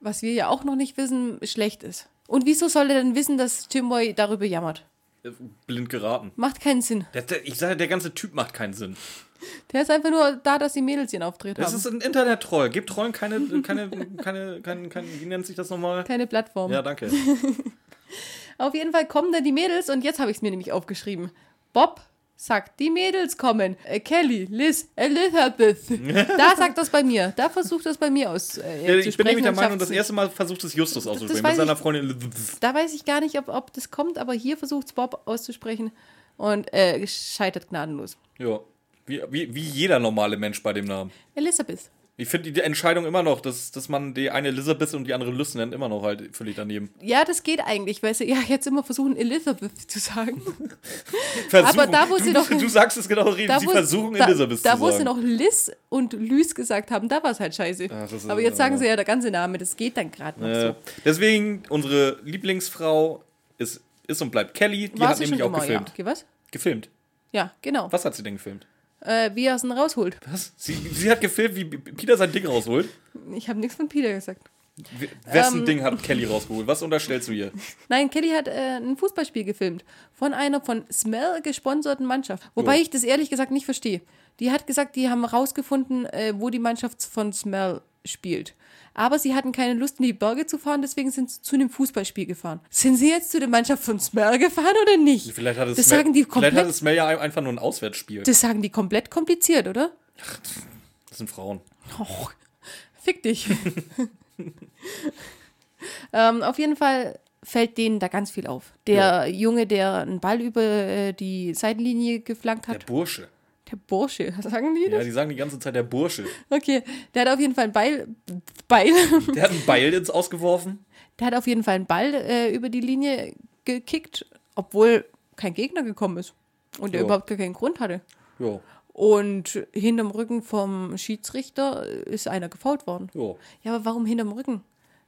Speaker 1: was wir ja auch noch nicht wissen, schlecht ist. Und wieso soll er denn wissen, dass Jimboy darüber jammert?
Speaker 2: Äh, Blind geraten.
Speaker 1: Macht keinen Sinn.
Speaker 2: Der, der, ich sage, der ganze Typ macht keinen Sinn.
Speaker 1: Der ist einfach nur da, dass die Mädels ihn auftreten
Speaker 2: Das
Speaker 1: haben.
Speaker 2: ist ein Internet-Troll. Gebt Trollen keine, keine, keine, keine, keine, wie nennt sich das nochmal?
Speaker 1: Keine Plattform.
Speaker 2: Ja, danke.
Speaker 1: Auf jeden Fall kommen dann die Mädels und jetzt habe ich es mir nämlich aufgeschrieben. Bob sagt, die Mädels kommen. Äh, Kelly, Liz, Elizabeth. da sagt das bei mir. Da versucht das bei mir aus. Äh,
Speaker 2: Ja,
Speaker 1: zu
Speaker 2: ich bin
Speaker 1: sprechen
Speaker 2: nämlich der
Speaker 1: und
Speaker 2: Meinung,
Speaker 1: schafft's
Speaker 2: das
Speaker 1: nicht.
Speaker 2: erste Mal versucht es Justus auszusprechen.
Speaker 1: weiß
Speaker 2: Mit
Speaker 1: ich-
Speaker 2: seiner Freundin.
Speaker 1: Da weiß ich gar nicht, ob, ob das kommt, aber hier versucht es Bob auszusprechen und äh, scheitert gnadenlos.
Speaker 2: Ja. Wie, wie, wie jeder normale Mensch bei dem Namen.
Speaker 1: Elizabeth.
Speaker 2: Ich finde die Entscheidung immer noch, dass, dass man die eine Elizabeth und die andere Lys nennt, immer noch halt völlig daneben.
Speaker 1: Ja, das geht eigentlich, weil sie ja jetzt immer versuchen, Elizabeth zu sagen.
Speaker 2: Versuchung.
Speaker 1: da, wo
Speaker 2: du,
Speaker 1: sie noch-
Speaker 2: Du sagst es genau richtig. sie
Speaker 1: wo-
Speaker 2: versuchen,
Speaker 1: da,
Speaker 2: Elizabeth
Speaker 1: da,
Speaker 2: zu
Speaker 1: wo
Speaker 2: sagen.
Speaker 1: sie noch Liz und Lys gesagt haben, da war es halt scheiße.
Speaker 2: Ach, das ist-
Speaker 1: aber jetzt sagen
Speaker 2: ja.
Speaker 1: sie ja der ganze Name, das geht dann gerade noch so.
Speaker 2: Äh, deswegen, unsere Lieblingsfrau ist, ist und bleibt Kelly. Die
Speaker 1: War
Speaker 2: hat
Speaker 1: sie
Speaker 2: nämlich
Speaker 1: schon
Speaker 2: auch
Speaker 1: immer,
Speaker 2: gefilmt.
Speaker 1: Ja. Okay, was?
Speaker 2: Gefilmt.
Speaker 1: Ja, genau.
Speaker 2: Was hat sie denn gefilmt?
Speaker 1: Äh, wie er es denn rausholt.
Speaker 2: Was? Sie, sie hat gefilmt, wie Peter sein Ding rausholt.
Speaker 1: Ich habe nichts von Peter gesagt.
Speaker 2: W-
Speaker 1: Ähm.
Speaker 2: Wessen Ding hat Kelly rausgeholt? Was unterstellst du ihr?
Speaker 1: Nein, Kelly hat äh, ein Fußballspiel gefilmt von einer von Smell gesponserten Mannschaft. Wobei
Speaker 2: Jo.
Speaker 1: ich das ehrlich gesagt nicht verstehe. Die hat gesagt, die haben rausgefunden, äh, wo die Mannschaft von Smell spielt. Aber sie hatten keine Lust, in die Berge zu fahren, deswegen sind sie zu einem Fußballspiel gefahren. Sind sie jetzt zu der Mannschaft von Smell gefahren oder nicht?
Speaker 2: Vielleicht hat es
Speaker 1: das
Speaker 2: Mel-
Speaker 1: sagen die
Speaker 2: vielleicht hat
Speaker 1: komplett.
Speaker 2: es Mel ja ein- einfach nur ein Auswärtsspiel.
Speaker 1: Das sagen die komplett kompliziert, oder?
Speaker 2: Das sind Frauen.
Speaker 1: Och, fick dich. ähm, auf jeden Fall fällt denen da ganz viel auf. Der Junge, der einen Ball über äh, die Seitenlinie geflankt
Speaker 2: Der
Speaker 1: hat,
Speaker 2: Bursche.
Speaker 1: der, Bursche, sagen die
Speaker 2: Ja,
Speaker 1: das?
Speaker 2: die sagen die ganze Zeit der Bursche.
Speaker 1: Okay, der hat auf jeden Fall einen Ball, Beil,
Speaker 2: Der hat einen Beil ins Ausgeworfen.
Speaker 1: der hat auf jeden Fall einen Ball äh, über die Linie gekickt, obwohl kein Gegner gekommen ist und er
Speaker 2: Ja.
Speaker 1: überhaupt gar keinen Grund hatte.
Speaker 2: Jo,
Speaker 1: Und hinterm Rücken vom Schiedsrichter ist einer gefault worden.
Speaker 2: jo.
Speaker 1: Ja, aber warum hinterm Rücken?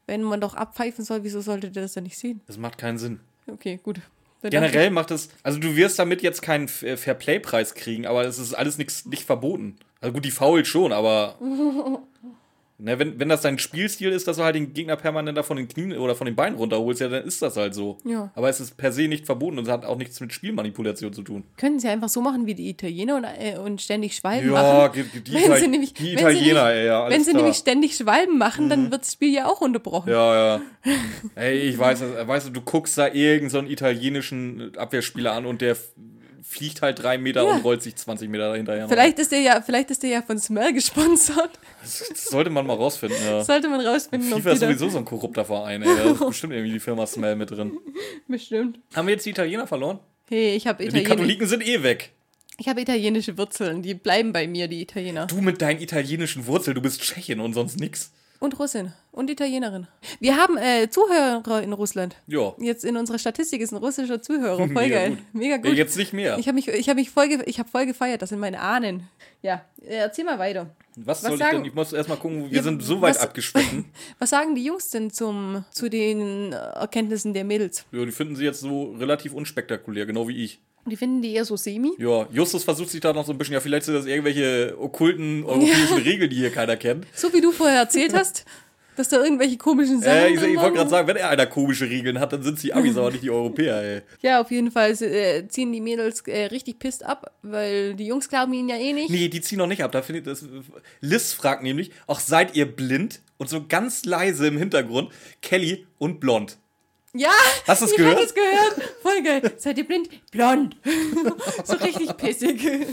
Speaker 1: Wenn man doch abpfeifen soll, wieso sollte der das dann nicht sehen?
Speaker 2: Das macht keinen Sinn.
Speaker 1: Okay, gut. Dann
Speaker 2: Generell macht es, also du wirst damit jetzt keinen F- äh, Fairplay-Preis kriegen, aber es ist alles nix, nicht verboten. Also gut, die Foul schon, aber. ne, wenn, wenn das dein Spielstil ist, dass du halt den Gegner permanent da von den Knien oder von den Beinen runterholst, ja, dann ist das halt so.
Speaker 1: Ja.
Speaker 2: Aber es ist per se nicht verboten und es hat auch nichts mit Spielmanipulation zu tun.
Speaker 1: Können sie einfach so machen wie die Italiener und, äh, und ständig Schwalben
Speaker 2: Ja,
Speaker 1: machen?
Speaker 2: die, die,
Speaker 1: Wenn
Speaker 2: Ital-
Speaker 1: sie nämlich-
Speaker 2: die
Speaker 1: wenn sie nämlich-
Speaker 2: Italiener, ey, ja. Alles
Speaker 1: Wenn sie
Speaker 2: klar. Mhm.
Speaker 1: nämlich ständig Schwalben machen, dann wird das Spiel ja auch unterbrochen.
Speaker 2: Ja, ja. Ey, ich weiß, das- weißt du, du guckst da irgendeinen so einen italienischen Abwehrspieler an und der f- fliegt halt drei Meter
Speaker 1: Ja.
Speaker 2: und rollt sich 20 Meter hinterher.
Speaker 1: Vielleicht ist der ja, vielleicht ist der ja von Smell gesponsert.
Speaker 2: Das, das sollte man mal rausfinden. Ja.
Speaker 1: Sollte man rausfinden, ob
Speaker 2: FIFA
Speaker 1: die
Speaker 2: ist
Speaker 1: da
Speaker 2: sowieso so ein korrupter Verein, ey. Da ist bestimmt irgendwie die Firma Smell mit drin.
Speaker 1: bestimmt.
Speaker 2: Haben wir jetzt die Italiener verloren?
Speaker 1: Hey, ich habe
Speaker 2: Die
Speaker 1: Italien
Speaker 2: Katholiken sind eh weg.
Speaker 1: ich habe italienische Wurzeln, die bleiben bei mir, die Italiener.
Speaker 2: Du mit deinen italienischen Wurzeln, du bist Tschechin und sonst nix.
Speaker 1: Und Russin und Italienerin. Wir haben äh, Zuhörer in Russland.
Speaker 2: Ja.
Speaker 1: Jetzt in unserer Statistik ist ein russischer Zuhörer. Voll
Speaker 2: Mega
Speaker 1: geil.
Speaker 2: gut.
Speaker 1: Mega
Speaker 2: Ja,
Speaker 1: gut.
Speaker 2: jetzt nicht mehr.
Speaker 1: Ich habe mich, ich hab mich voll, ge ich hab voll gefeiert, das sind meine Ahnen. Ja, äh, erzähl mal weiter.
Speaker 2: was
Speaker 1: was
Speaker 2: soll ich
Speaker 1: sagen-
Speaker 2: denn? Ich muss erstmal gucken, wir
Speaker 1: Ja,
Speaker 2: sind so weit
Speaker 1: was-
Speaker 2: abgeschwitten.
Speaker 1: Was sagen die Jungs denn zum, zu den äh, Erkenntnissen der Mädels?
Speaker 2: Ja, die finden sie jetzt so relativ unspektakulär, genau wie ich.
Speaker 1: Die finden die eher so semi?
Speaker 2: Ja, Justus versucht sich da noch so ein bisschen, ja, vielleicht sind das irgendwelche okkulten europäischen Regeln, die hier keiner kennt.
Speaker 1: So wie du vorher erzählt hast, dass da irgendwelche komischen Sachen
Speaker 2: Äh, ich
Speaker 1: drin
Speaker 2: ich
Speaker 1: waren.
Speaker 2: wollte gerade sagen, wenn er einer komische Regeln hat, dann sind es die Amis, aber nicht die Europäer, ey.
Speaker 1: Ja, auf jeden Fall äh, ziehen die Mädels äh, richtig pisst ab, weil die Jungs glauben ihnen ja eh nicht.
Speaker 2: Nee, die ziehen noch nicht ab. Da findet das. Liz fragt nämlich, auch seid ihr blind? Und so ganz leise im Hintergrund, Kelly und blond.
Speaker 1: Ja,
Speaker 2: Hast du's
Speaker 1: ich
Speaker 2: gehört?
Speaker 1: hab das gehört. Voll geil. Seid ihr blind? Blond. so richtig pissig.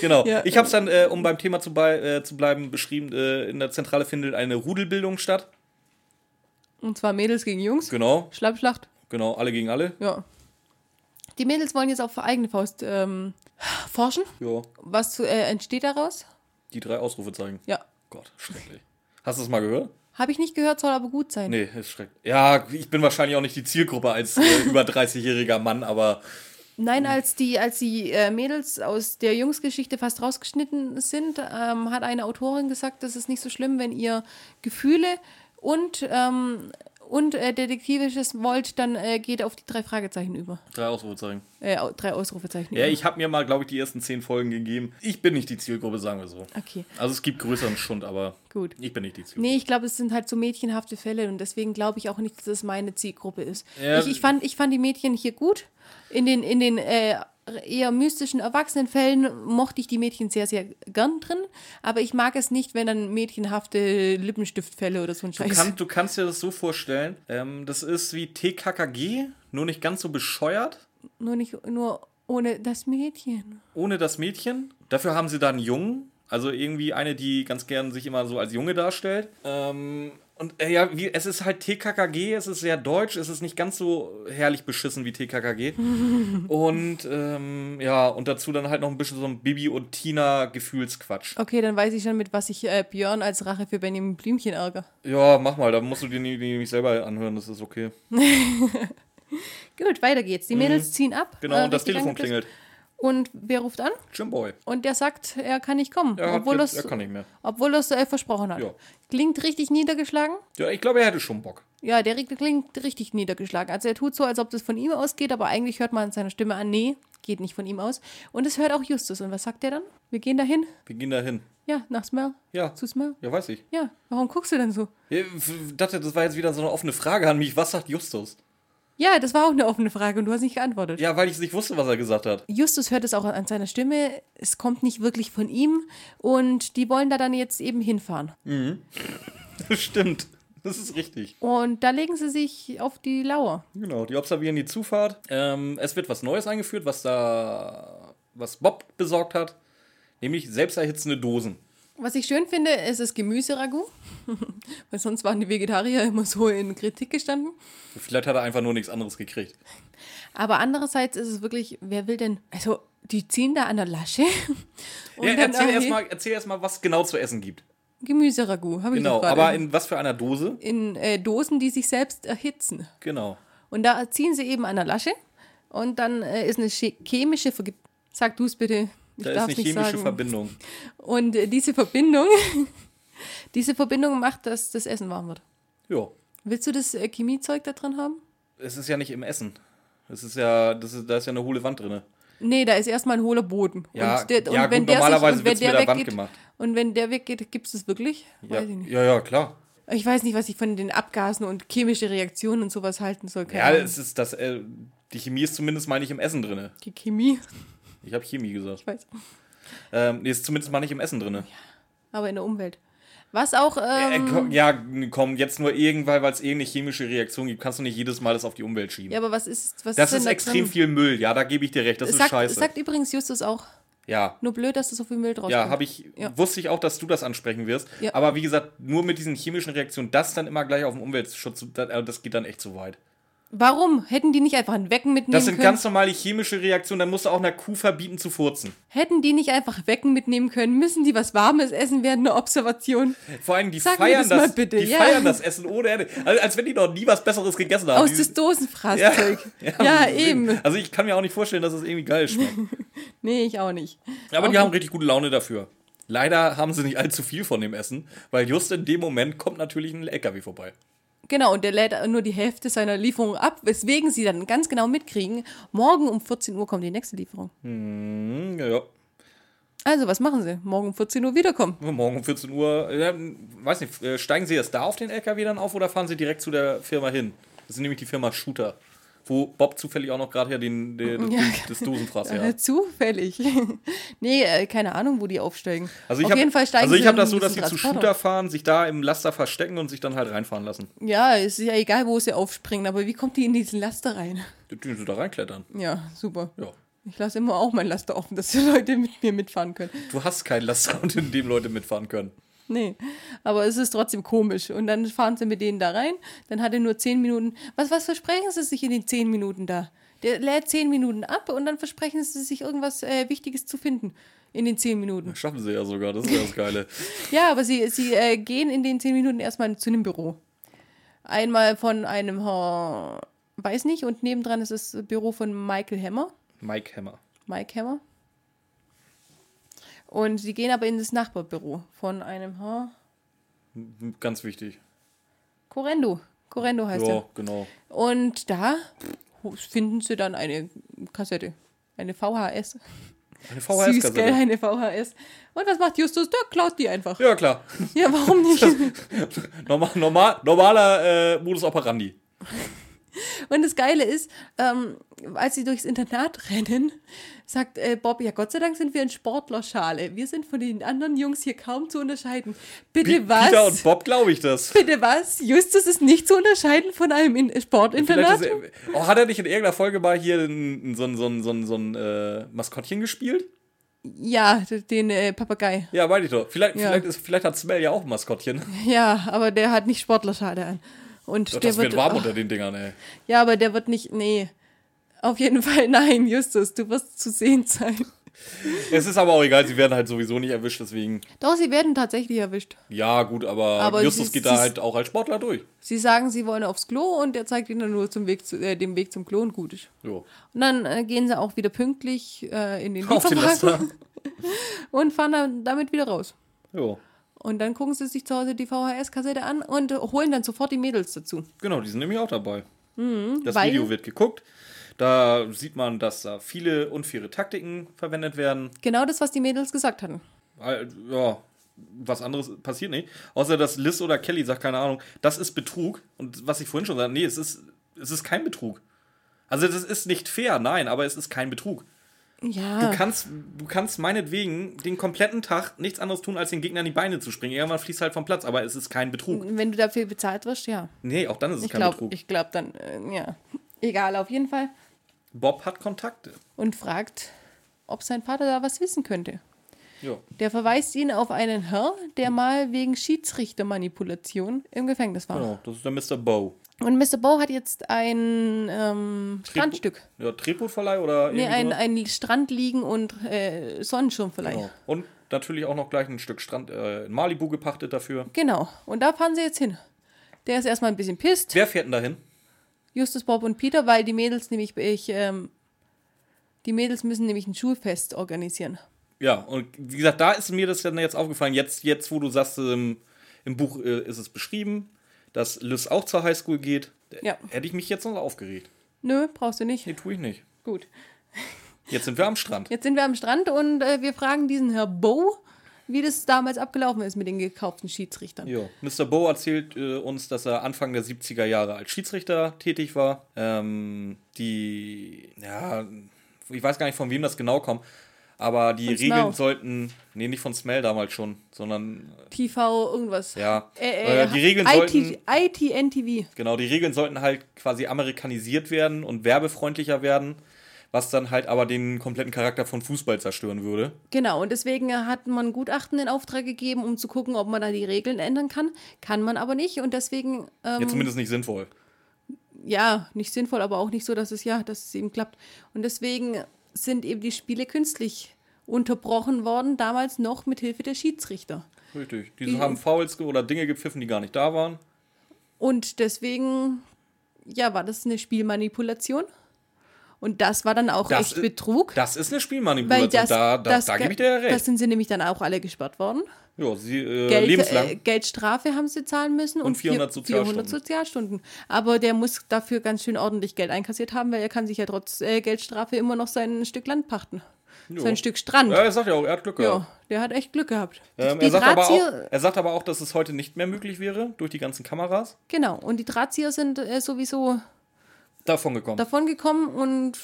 Speaker 2: Genau.
Speaker 1: Ja.
Speaker 2: Ich habe es dann, äh, um beim Thema zu, bei, äh, zu bleiben, beschrieben, äh, in der Zentrale findet eine Rudelbildung statt.
Speaker 1: Und zwar Mädels gegen Jungs.
Speaker 2: Genau,
Speaker 1: Schlappschlacht.
Speaker 2: genau, alle gegen alle.
Speaker 1: Ja. Die Mädels wollen jetzt auf eigene Faust ähm, forschen.
Speaker 2: Ja,
Speaker 1: Was zu, äh, entsteht daraus?
Speaker 2: die drei Ausrufezeichen.
Speaker 1: Ja.
Speaker 2: Gott, schrecklich. Hast du es mal gehört?
Speaker 1: Habe ich nicht gehört, soll aber gut sein.
Speaker 2: Nee, ist schrecklich. Ja, ich bin wahrscheinlich auch nicht die Zielgruppe als äh, über 30-jähriger Mann, aber
Speaker 1: Nein, als die, als die äh, Mädels aus der Jungsgeschichte fast rausgeschnitten sind, ähm, hat eine Autorin gesagt, das ist nicht so schlimm, wenn ihr Gefühle und, ähm, und äh, Detektivisches wollt, dann äh, geht auf die drei Fragezeichen über.
Speaker 2: drei Ausrufezeichen.
Speaker 1: Äh, au- drei Ausrufezeichen
Speaker 2: Ja,
Speaker 1: über.
Speaker 2: ich habe mir mal, glaube ich, die ersten zehn Folgen gegeben. Ich bin nicht die Zielgruppe, sagen wir so.
Speaker 1: Okay.
Speaker 2: Also es gibt größeren Schund, aber
Speaker 1: Gut.
Speaker 2: ich bin nicht die Zielgruppe.
Speaker 1: Nee, ich glaube, es sind halt so mädchenhafte Fälle und deswegen glaube ich auch nicht, dass es meine Zielgruppe ist.
Speaker 2: Ja.
Speaker 1: Ich, ich, fand, ich fand die Mädchen hier gut. In den, in den äh, eher mystischen Erwachsenenfällen mochte ich die Mädchen sehr, sehr gern drin. Aber ich mag es nicht, wenn dann mädchenhafte Lippenstiftfälle oder so ein
Speaker 2: Du,
Speaker 1: Scheiß.
Speaker 2: kann, du kannst dir das so vorstellen, ähm, das ist wie TKKG, nur nicht ganz so bescheuert,
Speaker 1: Nur nicht nur ohne das Mädchen.
Speaker 2: ohne das Mädchen. Dafür haben sie dann einen Jungen, also irgendwie eine, die ganz gern sich immer so als Junge darstellt. Ähm, und äh, ja, wie, es ist halt TKKG, es ist sehr deutsch, es ist nicht ganz so herrlich beschissen wie TKKG. und ähm, ja, und dazu dann halt noch ein bisschen so ein Bibi und Tina Gefühlsquatsch.
Speaker 1: Okay, dann weiß ich schon, mit was ich äh, Björn als Rache für Benjamin Blümchen ärgere.
Speaker 2: Ja, mach mal, da musst du dir nie- die nicht selber anhören, das ist okay.
Speaker 1: Gut, weiter geht's. Die Mädels ziehen ab.
Speaker 2: Genau,
Speaker 1: äh,
Speaker 2: und das
Speaker 1: richtig
Speaker 2: Telefon
Speaker 1: angepisst.
Speaker 2: klingelt.
Speaker 1: Und wer ruft an?
Speaker 2: Jimboy.
Speaker 1: Und der sagt, er kann nicht kommen.
Speaker 2: Er, hat
Speaker 1: obwohl
Speaker 2: jetzt,
Speaker 1: das,
Speaker 2: er kann nicht mehr.
Speaker 1: Obwohl das äh, versprochen hat.
Speaker 2: Ja.
Speaker 1: Klingt richtig niedergeschlagen.
Speaker 2: Ja, ich glaube, er hätte schon Bock.
Speaker 1: Ja, der Rick klingt richtig niedergeschlagen. Also er tut so, als ob das von ihm ausgeht, aber eigentlich hört man an seiner Stimme an, nee, geht nicht von ihm aus. Und es hört auch Justus. Und was sagt er dann? Wir gehen dahin.
Speaker 2: Wir gehen da hin.
Speaker 1: Ja, nach Smell.
Speaker 2: Ja.
Speaker 1: Zu Smell.
Speaker 2: Ja, weiß ich.
Speaker 1: Ja, warum guckst du denn so?
Speaker 2: Ich dachte, das war jetzt wieder so eine offene Frage an mich. Was sagt Justus?
Speaker 1: Ja, das war auch eine offene Frage und du hast nicht geantwortet.
Speaker 2: Ja, weil ich nicht wusste, was er gesagt hat.
Speaker 1: Justus hört es auch an seiner Stimme. Es kommt nicht wirklich von ihm. Und die wollen da dann jetzt eben hinfahren.
Speaker 2: Mhm. Stimmt. Das ist richtig.
Speaker 1: Und da legen sie sich auf die Lauer.
Speaker 2: Genau. Die observieren die Zufahrt. Ähm, es wird was Neues eingeführt, was da, was Bob besorgt hat. Nämlich selbsterhitzende Dosen.
Speaker 1: Was ich schön finde, ist das Gemüseragout. Weil sonst waren die Vegetarier immer so in Kritik gestanden.
Speaker 2: Vielleicht hat er einfach nur nichts anderes gekriegt.
Speaker 1: Aber andererseits ist es wirklich, wer will denn, also die ziehen da an der Lasche. Und
Speaker 2: Ja,
Speaker 1: dann
Speaker 2: erzähl
Speaker 1: irgendwie
Speaker 2: erstmal, erzähl erst mal, was es genau zu essen gibt.
Speaker 1: Gemüseragout, habe ich
Speaker 2: Genau,
Speaker 1: doch gerade.
Speaker 2: aber in was für einer Dose?
Speaker 1: in äh, Dosen, die sich selbst erhitzen.
Speaker 2: Genau.
Speaker 1: Und da ziehen sie eben an der Lasche. Und dann äh, ist eine che- chemische Vergiftung. Sag du es bitte. Ich
Speaker 2: Da ist
Speaker 1: darf's
Speaker 2: eine chemische
Speaker 1: sagen.
Speaker 2: Verbindung.
Speaker 1: Und äh, diese Verbindung, diese Verbindung macht, dass das Essen warm wird.
Speaker 2: Ja.
Speaker 1: Willst du das äh, Chemiezeug da drin haben?
Speaker 2: Es ist ja nicht im Essen. Es ist ja, das ist, da ist ja eine hohle Wand drin.
Speaker 1: Nee, da ist erstmal ein hohler Boden.
Speaker 2: Ja,
Speaker 1: und der,
Speaker 2: ja,
Speaker 1: und wenn
Speaker 2: gut,
Speaker 1: der
Speaker 2: normalerweise
Speaker 1: sich, und
Speaker 2: wird's
Speaker 1: wenn der
Speaker 2: mit der Wand
Speaker 1: weggeht,
Speaker 2: gemacht.
Speaker 1: Und wenn der weggeht, gibt es das wirklich?
Speaker 2: Ja,
Speaker 1: Weiß ich nicht.
Speaker 2: ja, ja, klar.
Speaker 1: Ich weiß nicht, was ich von den Abgasen und chemische Reaktionen und sowas halten soll. Keine
Speaker 2: Ja,
Speaker 1: Ahnung.
Speaker 2: es ist das, äh, die Chemie ist zumindest mal nicht im Essen drin.
Speaker 1: die Chemie,
Speaker 2: Ich habe Chemie gesagt.
Speaker 1: ich weiß.
Speaker 2: Ähm, die ist zumindest mal nicht im Essen drin.
Speaker 1: Aber in der Umwelt. Was auch.
Speaker 2: Äh,
Speaker 1: Ähm,
Speaker 2: komm, ja, komm, jetzt nur irgendwann, weil es irgendeine chemische Reaktion gibt, kannst du nicht jedes Mal das auf die Umwelt schieben.
Speaker 1: ja, aber was ist. Was
Speaker 2: das
Speaker 1: denn
Speaker 2: ist
Speaker 1: da
Speaker 2: extrem
Speaker 1: drin?
Speaker 2: viel Müll, ja, da gebe ich dir recht, das ist
Speaker 1: Sagt,
Speaker 2: scheiße.
Speaker 1: sagt übrigens Justus auch.
Speaker 2: ja.
Speaker 1: Nur blöd, dass da so viel Müll draus
Speaker 2: Ja,
Speaker 1: kommt.
Speaker 2: habe ich,
Speaker 1: Ja.
Speaker 2: wusste ich auch, dass du das ansprechen wirst.
Speaker 1: Ja.
Speaker 2: Aber wie gesagt, nur mit diesen chemischen Reaktionen, das dann immer gleich auf den Umweltschutz, das, äh, das geht dann echt zu weit.
Speaker 1: Warum? Hätten die nicht einfach ein Wecken mitnehmen
Speaker 2: Das sind
Speaker 1: können?
Speaker 2: ganz normale chemische Reaktionen, dann musst du auch einer Kuh verbieten zu furzen.
Speaker 1: Hätten die nicht einfach Wecken mitnehmen können? Müssen die was Warmes essen während einer Observation?
Speaker 2: Vor allem, die
Speaker 1: Sag mir
Speaker 2: feiern
Speaker 1: das mal
Speaker 2: das,
Speaker 1: bitte,
Speaker 2: die
Speaker 1: ja.
Speaker 2: feiern das Essen ohne Ende. Also, als wenn die noch nie was Besseres gegessen haben.
Speaker 1: Aus
Speaker 2: Die-
Speaker 1: das Dosenfraßzeug. Oh, Ja, eben.
Speaker 2: Also ich kann mir auch nicht vorstellen, dass es irgendwie geil schmeckt.
Speaker 1: Nee, ich auch nicht.
Speaker 2: Aber die haben richtig gute Laune dafür. Leider haben sie nicht allzu viel von dem Essen, weil just in dem Moment kommt natürlich ein LKW vorbei.
Speaker 1: Genau, und der lädt nur die Hälfte seiner Lieferung ab, weswegen sie dann ganz genau mitkriegen, morgen um 14 Uhr kommt die nächste Lieferung.
Speaker 2: Hm, ja, ja.
Speaker 1: Also, was machen sie? Morgen um 14 Uhr wiederkommen.
Speaker 2: Morgen um 14 Uhr, äh, weiß nicht, äh, steigen sie erst da auf den LKW dann auf oder fahren sie direkt zu der Firma hin? Das ist nämlich die Firma Shooter, wo Bob zufällig auch noch gerade her den, den,
Speaker 1: Ja.
Speaker 2: den, das Dosenfraß her hat.
Speaker 1: Äh, zufällig. nee, äh, keine Ahnung, wo die aufsteigen.
Speaker 2: Also ich
Speaker 1: Auf jeden
Speaker 2: habe
Speaker 1: Fall steigen
Speaker 2: also
Speaker 1: sie
Speaker 2: ich hab
Speaker 1: in
Speaker 2: das so, dass sie
Speaker 1: diesen
Speaker 2: zu
Speaker 1: Transporter.
Speaker 2: Shooter fahren, sich da im Laster verstecken und sich dann halt reinfahren lassen.
Speaker 1: Ja, es ist ja egal, wo sie aufspringen, aber wie kommt die in diesen Laster rein?
Speaker 2: Die- Die da reinklettern.
Speaker 1: Ja, super.
Speaker 2: Ja.
Speaker 1: Ich lasse immer auch mein Laster offen, dass die Leute mit mir mitfahren können.
Speaker 2: Du hast keinen Laster, und in dem Leute mitfahren können.
Speaker 1: Nee, aber es ist trotzdem komisch. Und dann fahren sie mit denen da rein, dann hat er nur zehn Minuten. Was, was versprechen sie sich in den zehn Minuten da? Der lädt zehn Minuten ab und dann versprechen sie sich irgendwas äh, Wichtiges zu finden in den zehn Minuten.
Speaker 2: Schaffen sie ja sogar, das ist ja das Geile.
Speaker 1: Ja, aber sie, sie äh, gehen in den zehn Minuten erstmal zu einem Büro. Einmal von einem, äh, weiß nicht, und nebendran ist das Büro von Michael Hammer.
Speaker 2: Mike Hammer.
Speaker 1: Mike Hammer. Und sie gehen aber in das Nachbarbüro von einem, ha,
Speaker 2: Ganz wichtig.
Speaker 1: Corendo. Corendo heißt er.
Speaker 2: Ja, genau.
Speaker 1: Und da finden sie dann eine Kassette. Eine VHS.
Speaker 2: Eine
Speaker 1: Süß, gell?
Speaker 2: VHS-Kassette.
Speaker 1: Eine VHS. Und was macht Justus? Der klaut die einfach. Ja,
Speaker 2: Ja, klar.
Speaker 1: warum nicht?
Speaker 2: Normal, normal, normaler äh, Modus operandi.
Speaker 1: Und das Geile ist, ähm, als sie durchs Internat rennen, sagt äh, Bob, ja Gott sei Dank sind wir in Sportlerschale. Wir sind von den anderen Jungs hier kaum zu unterscheiden. Bitte
Speaker 2: Pi-
Speaker 1: was?
Speaker 2: Peter und Bob glaube ich das.
Speaker 1: Bitte was? Justus ist nicht zu unterscheiden von einem in äh, Sportinternat.
Speaker 2: Vielleicht ist er- Oh, hat er nicht in irgendeiner Folge mal hier n- so ein, so ein, so ein, so ein äh, Maskottchen gespielt?
Speaker 1: Ja, den äh, Papagei.
Speaker 2: Ja, meine ich doch. Vielleicht,
Speaker 1: Ja.
Speaker 2: vielleicht, ist, vielleicht hat Smell ja auch ein Maskottchen.
Speaker 1: Ja, aber der hat nicht Sportlerschale an. Und
Speaker 2: Gott,
Speaker 1: der
Speaker 2: das
Speaker 1: wird,
Speaker 2: wird warm
Speaker 1: oh,
Speaker 2: unter den Dingern, ey.
Speaker 1: Ja, aber der wird nicht. Nee. Auf jeden Fall nein, Justus, du wirst zu sehen sein.
Speaker 2: Es ist aber auch egal, sie werden halt sowieso nicht erwischt, deswegen.
Speaker 1: Doch, sie werden tatsächlich erwischt.
Speaker 2: Ja, gut, aber,
Speaker 1: Aber
Speaker 2: Justus
Speaker 1: sie-
Speaker 2: geht
Speaker 1: sie-
Speaker 2: da halt auch als Sportler durch.
Speaker 1: Sie sagen, sie wollen aufs Klo und er zeigt ihnen nur zum Weg zu, äh, den Weg zum Klo und gut ist.
Speaker 2: Jo.
Speaker 1: Und dann äh, gehen sie auch wieder pünktlich äh, in den
Speaker 2: Auf den Laster.
Speaker 1: Lieferwagen und fahren dann damit wieder raus.
Speaker 2: Jo.
Speaker 1: Und dann gucken sie sich zu Hause die VHS-Kassette an und äh, holen dann sofort die Mädels dazu.
Speaker 2: Genau, die sind nämlich auch dabei. das
Speaker 1: Mhm, weil-
Speaker 2: Video wird geguckt. Da sieht man, dass da viele unfaire Taktiken verwendet werden.
Speaker 1: Genau das, was die Mädels gesagt hatten.
Speaker 2: Äh, Ja, was anderes passiert nicht. Außer dass Liz oder Kelly sagt, keine Ahnung, das ist Betrug. Und was ich vorhin schon sagte, nee, es ist, es ist kein Betrug. Also das ist nicht fair, nein, aber es ist kein Betrug.
Speaker 1: Ja.
Speaker 2: Du kannst, du kannst meinetwegen den kompletten Tag nichts anderes tun, als den Gegner in die Beine zu springen. Irgendwann fließt halt vom Platz, aber es ist kein Betrug.
Speaker 1: Wenn du dafür bezahlt wirst, ja.
Speaker 2: Nee, auch dann ist es
Speaker 1: Mhm. Ich
Speaker 2: kein
Speaker 1: glaube,
Speaker 2: Betrug.
Speaker 1: ich glaube dann, äh, ja. Egal, auf jeden Fall.
Speaker 2: Bob hat Kontakte.
Speaker 1: Und fragt, ob sein Vater da was wissen könnte.
Speaker 2: Ja.
Speaker 1: Der verweist ihn auf einen Herr, der mal wegen Schiedsrichtermanipulation im Gefängnis war.
Speaker 2: Genau, das ist der Mr. Bow.
Speaker 1: Und Mr. Bow hat jetzt ein ähm, Strandstück.
Speaker 2: Ja, Tretbootverleih oder
Speaker 1: Nee,
Speaker 2: irgendwie
Speaker 1: ein,
Speaker 2: sowas?
Speaker 1: ein Strandliegen und äh, Sonnenschirmverleih.
Speaker 2: Genau. Und natürlich auch noch gleich ein Stück Strand äh, in Malibu gepachtet dafür.
Speaker 1: Genau. Und da fahren sie jetzt hin. Der ist erstmal ein bisschen pisst.
Speaker 2: Wer fährt denn dahin?
Speaker 1: Justus, Bob und Peter, weil die Mädels nämlich, ich, ähm, die Mädels müssen nämlich ein Schulfest organisieren.
Speaker 2: Ja, und wie gesagt, da ist mir das dann jetzt aufgefallen. Jetzt, jetzt wo du sagst, ähm, im Buch äh, ist es beschrieben, dass Liz auch zur Highschool geht.
Speaker 1: Ja.
Speaker 2: Hätte ich mich jetzt noch aufgeregt.
Speaker 1: Nö, brauchst du nicht.
Speaker 2: Nee, tue ich nicht.
Speaker 1: Gut.
Speaker 2: Jetzt sind wir am Strand.
Speaker 1: Jetzt sind wir am Strand und äh, wir fragen diesen Herr Bo, wie das damals abgelaufen ist mit den gekauften Schiedsrichtern.
Speaker 2: Ja. Mr. Bo erzählt äh, uns, dass er Anfang der 70er Jahre als Schiedsrichter tätig war. Ähm, die, ja, ich weiß gar nicht, von wem das genau kommt. Aber die
Speaker 1: Von
Speaker 2: Regeln
Speaker 1: Smell.
Speaker 2: sollten, nee, nicht von Smell damals schon, sondern äh,
Speaker 1: TV, irgendwas.
Speaker 2: ja,
Speaker 1: Äh, äh,
Speaker 2: äh, die Regeln
Speaker 1: IT,
Speaker 2: sollten,
Speaker 1: ITN-TV.
Speaker 2: genau, die Regeln sollten halt quasi amerikanisiert werden und werbefreundlicher werden, was dann halt aber den kompletten Charakter von Fußball zerstören würde.
Speaker 1: Genau, und deswegen hat man Gutachten in Auftrag gegeben, um zu gucken, ob man da die Regeln ändern kann. Kann man aber nicht und deswegen, ähm,
Speaker 2: Ja, zumindest nicht sinnvoll.
Speaker 1: ja, nicht sinnvoll, aber auch nicht so, dass es ja, dass es eben klappt. Und deswegen sind eben die Spiele künstlich unterbrochen worden, damals noch mit Hilfe der Schiedsrichter.
Speaker 2: Richtig. Die haben Fouls ge- oder Dinge gepfiffen, die gar nicht da waren.
Speaker 1: Und deswegen, ja, war das eine Spielmanipulation. Und das war dann auch
Speaker 2: Das
Speaker 1: echt
Speaker 2: i-
Speaker 1: Betrug.
Speaker 2: Das ist eine
Speaker 1: weil
Speaker 2: Spielmanipulation. Also
Speaker 1: das,
Speaker 2: da da,
Speaker 1: das,
Speaker 2: da gebe ich dir ja
Speaker 1: Das
Speaker 2: recht.
Speaker 1: sind sie nämlich dann auch alle gesperrt worden.
Speaker 2: Ja, sie, äh,
Speaker 1: Geld,
Speaker 2: lebenslang.
Speaker 1: äh, Geldstrafe haben sie zahlen müssen und, vier-
Speaker 2: 400 Sozialstunden.
Speaker 1: 400 Sozialstunden. Aber der muss dafür ganz schön ordentlich Geld einkassiert haben, weil er kann sich ja trotz äh, Geldstrafe immer noch sein Stück Land pachten.
Speaker 2: Jo.
Speaker 1: Sein Stück Strand.
Speaker 2: ja, er sagt ja auch, er hat Glück
Speaker 1: ja.
Speaker 2: gehabt.
Speaker 1: der hat echt Glück gehabt.
Speaker 2: Ähm,
Speaker 1: die
Speaker 2: er, sagt aber
Speaker 1: Drahtzieher,
Speaker 2: auch, er sagt aber auch, dass es heute nicht mehr möglich wäre, durch die ganzen Kameras.
Speaker 1: genau, und die Drahtzieher sind äh, sowieso
Speaker 2: Davon gekommen.
Speaker 1: davongekommen und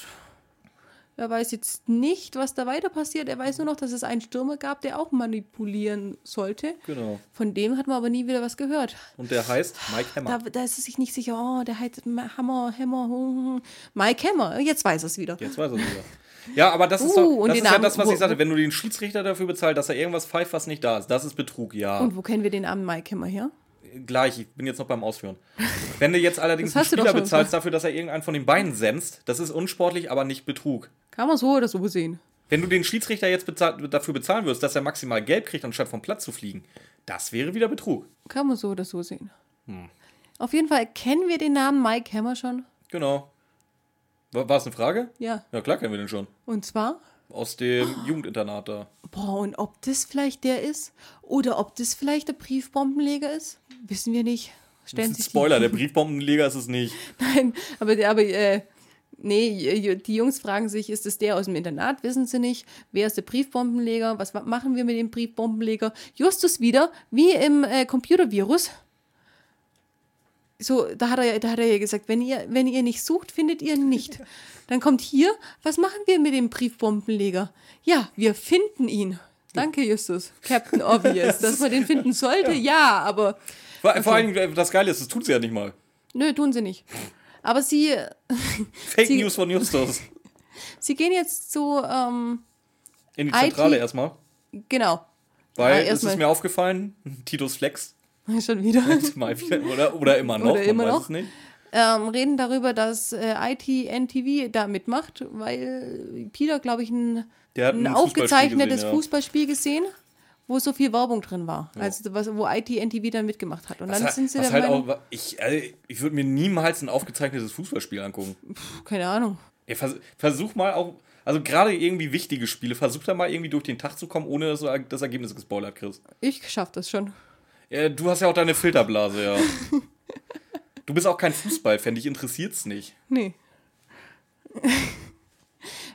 Speaker 1: er weiß jetzt nicht, was da weiter passiert. Er weiß nur noch, dass es einen Stürmer gab, der auch manipulieren sollte.
Speaker 2: genau.
Speaker 1: Von dem hat man aber nie wieder was gehört.
Speaker 2: Und der heißt Mike Hammer.
Speaker 1: Da, da ist es sich nicht sicher, oh, der heißt Ma- Hammer, Hammer, hm, hm. Mike Hammer. Jetzt weiß er es wieder.
Speaker 2: Jetzt weiß er wieder. Ja, aber das ist,
Speaker 1: Uh,
Speaker 2: doch,
Speaker 1: und
Speaker 2: das
Speaker 1: den
Speaker 2: ist ja
Speaker 1: Namen-
Speaker 2: das, was
Speaker 1: wo-
Speaker 2: ich sagte. Wenn du den Schiedsrichter dafür bezahlst, dass er irgendwas pfeift, was nicht da ist, das ist Betrug, ja.
Speaker 1: Und wo kennen wir den armen Mike Hammer her?
Speaker 2: Gleich, ich bin jetzt noch beim Ausführen. Wenn du jetzt allerdings
Speaker 1: Das
Speaker 2: einen
Speaker 1: hast du doch
Speaker 2: Spieler
Speaker 1: schon
Speaker 2: bezahlst dafür, dass er irgendeinen von den Beinen senzt, das ist unsportlich, aber nicht Betrug.
Speaker 1: Kann man so oder so sehen.
Speaker 2: Wenn du den Schiedsrichter jetzt bezahl dafür bezahlen würdest, dass er maximal gelb kriegt, anstatt vom Platz zu fliegen, das wäre wieder Betrug.
Speaker 1: Kann man so oder so sehen. Auf jeden Fall kennen wir den Namen Mike Hammer schon.
Speaker 2: Genau. War war es eine Frage?
Speaker 1: Ja.
Speaker 2: Ja, klar kennen wir den schon.
Speaker 1: Und zwar,
Speaker 2: Aus dem
Speaker 1: Oh.
Speaker 2: Jugendinternat da.
Speaker 1: boah, und ob das vielleicht der ist oder ob das vielleicht der Briefbombenleger ist, wissen wir nicht.
Speaker 2: Das
Speaker 1: Stellen
Speaker 2: ist ein
Speaker 1: sich
Speaker 2: Spoiler,
Speaker 1: die,
Speaker 2: der Briefbombenleger ist es nicht.
Speaker 1: Nein, aber, der- aber äh, nee, j- j- die Jungs fragen sich, ist es der aus dem Internat? Wissen sie nicht. Wer ist der Briefbombenleger? Was wa- machen wir mit dem Briefbombenleger? Justus wieder, wie im äh, Computervirus. So, da hat, er, ja- da hat er ja gesagt, wenn ihr, wenn ihr nicht sucht, findet ihr nicht. Dann kommt hier, was machen wir mit dem Briefbombenleger? Ja, wir finden ihn. Danke, Justus. Captain Obvious, dass man den finden sollte, ja aber
Speaker 2: Vor, vor allen Dingen, das Geile ist, das tut sie ja nicht mal.
Speaker 1: nö, tun sie nicht. Aber sie
Speaker 2: Fake
Speaker 1: Sie-
Speaker 2: News von Justus.
Speaker 1: Sie gehen jetzt zu, ähm,
Speaker 2: In die
Speaker 1: IT
Speaker 2: Zentrale erstmal.
Speaker 1: genau, Ja,
Speaker 2: Weil es
Speaker 1: erstmal.
Speaker 2: ist mir aufgefallen, Titus Flex.
Speaker 1: schon wieder,
Speaker 2: Mal wieder, oder, oder immer noch,
Speaker 1: Oder immer
Speaker 2: man weiß
Speaker 1: noch.
Speaker 2: es nicht.
Speaker 1: ähm, reden darüber, dass äh, ITN-TV da mitmacht, weil Peter, glaube ich, ein,
Speaker 2: Der hat
Speaker 1: ein
Speaker 2: ein Fußballspiel
Speaker 1: aufgezeichnetes
Speaker 2: gesehen, ja.
Speaker 1: Fußballspiel gesehen, wo so viel Werbung drin war, also was, wo ITN-TV dann mitgemacht hat. Und
Speaker 2: Was
Speaker 1: dann
Speaker 2: halt-
Speaker 1: sind sie
Speaker 2: was
Speaker 1: der
Speaker 2: halt
Speaker 1: Meinung,
Speaker 2: auch, ich äh, ich würde mir niemals ein aufgezeichnetes Fußballspiel angucken.
Speaker 1: pf, keine Ahnung,
Speaker 2: Ja, vers versuch mal auch, also gerade irgendwie wichtige Spiele, versuch da mal irgendwie durch den Tag zu kommen, ohne dass du das Ergebnis gespoilert kriegst.
Speaker 1: ich schaff das schon.
Speaker 2: Ja, du hast ja auch deine Filterblase, ja. du bist auch kein Fußballfan, dich interessiert's nicht.
Speaker 1: Nee.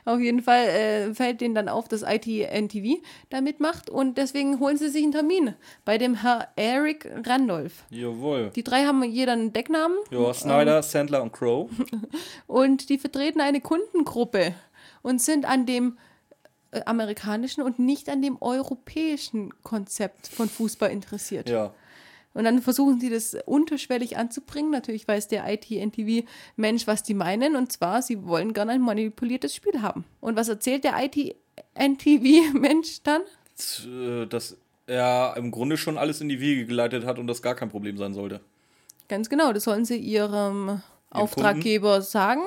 Speaker 1: Auf jeden Fall äh, fällt denen dann auf, dass ITN-TV da mitmacht und deswegen holen sie sich einen Termin bei dem Herr Eric Randolph.
Speaker 2: Jawohl.
Speaker 1: Die drei haben jeder einen Decknamen
Speaker 2: Ja, Snyder, Sandler und Crow.
Speaker 1: und die vertreten eine Kundengruppe und sind an dem äh, amerikanischen und nicht an dem europäischen Konzept von Fußball interessiert.
Speaker 2: Ja.
Speaker 1: Und dann versuchen sie das unterschwellig anzubringen. Natürlich weiß der IT-NTV-Mensch, was die meinen. Und zwar, sie wollen gerne ein manipuliertes Spiel haben. Und was erzählt der IT-NTV-Mensch dann?
Speaker 2: Z- äh, Dass er im Grunde schon alles in die Wege geleitet hat und das gar kein Problem sein sollte.
Speaker 1: Ganz genau, das sollen sie ihrem Auftraggeber sagen.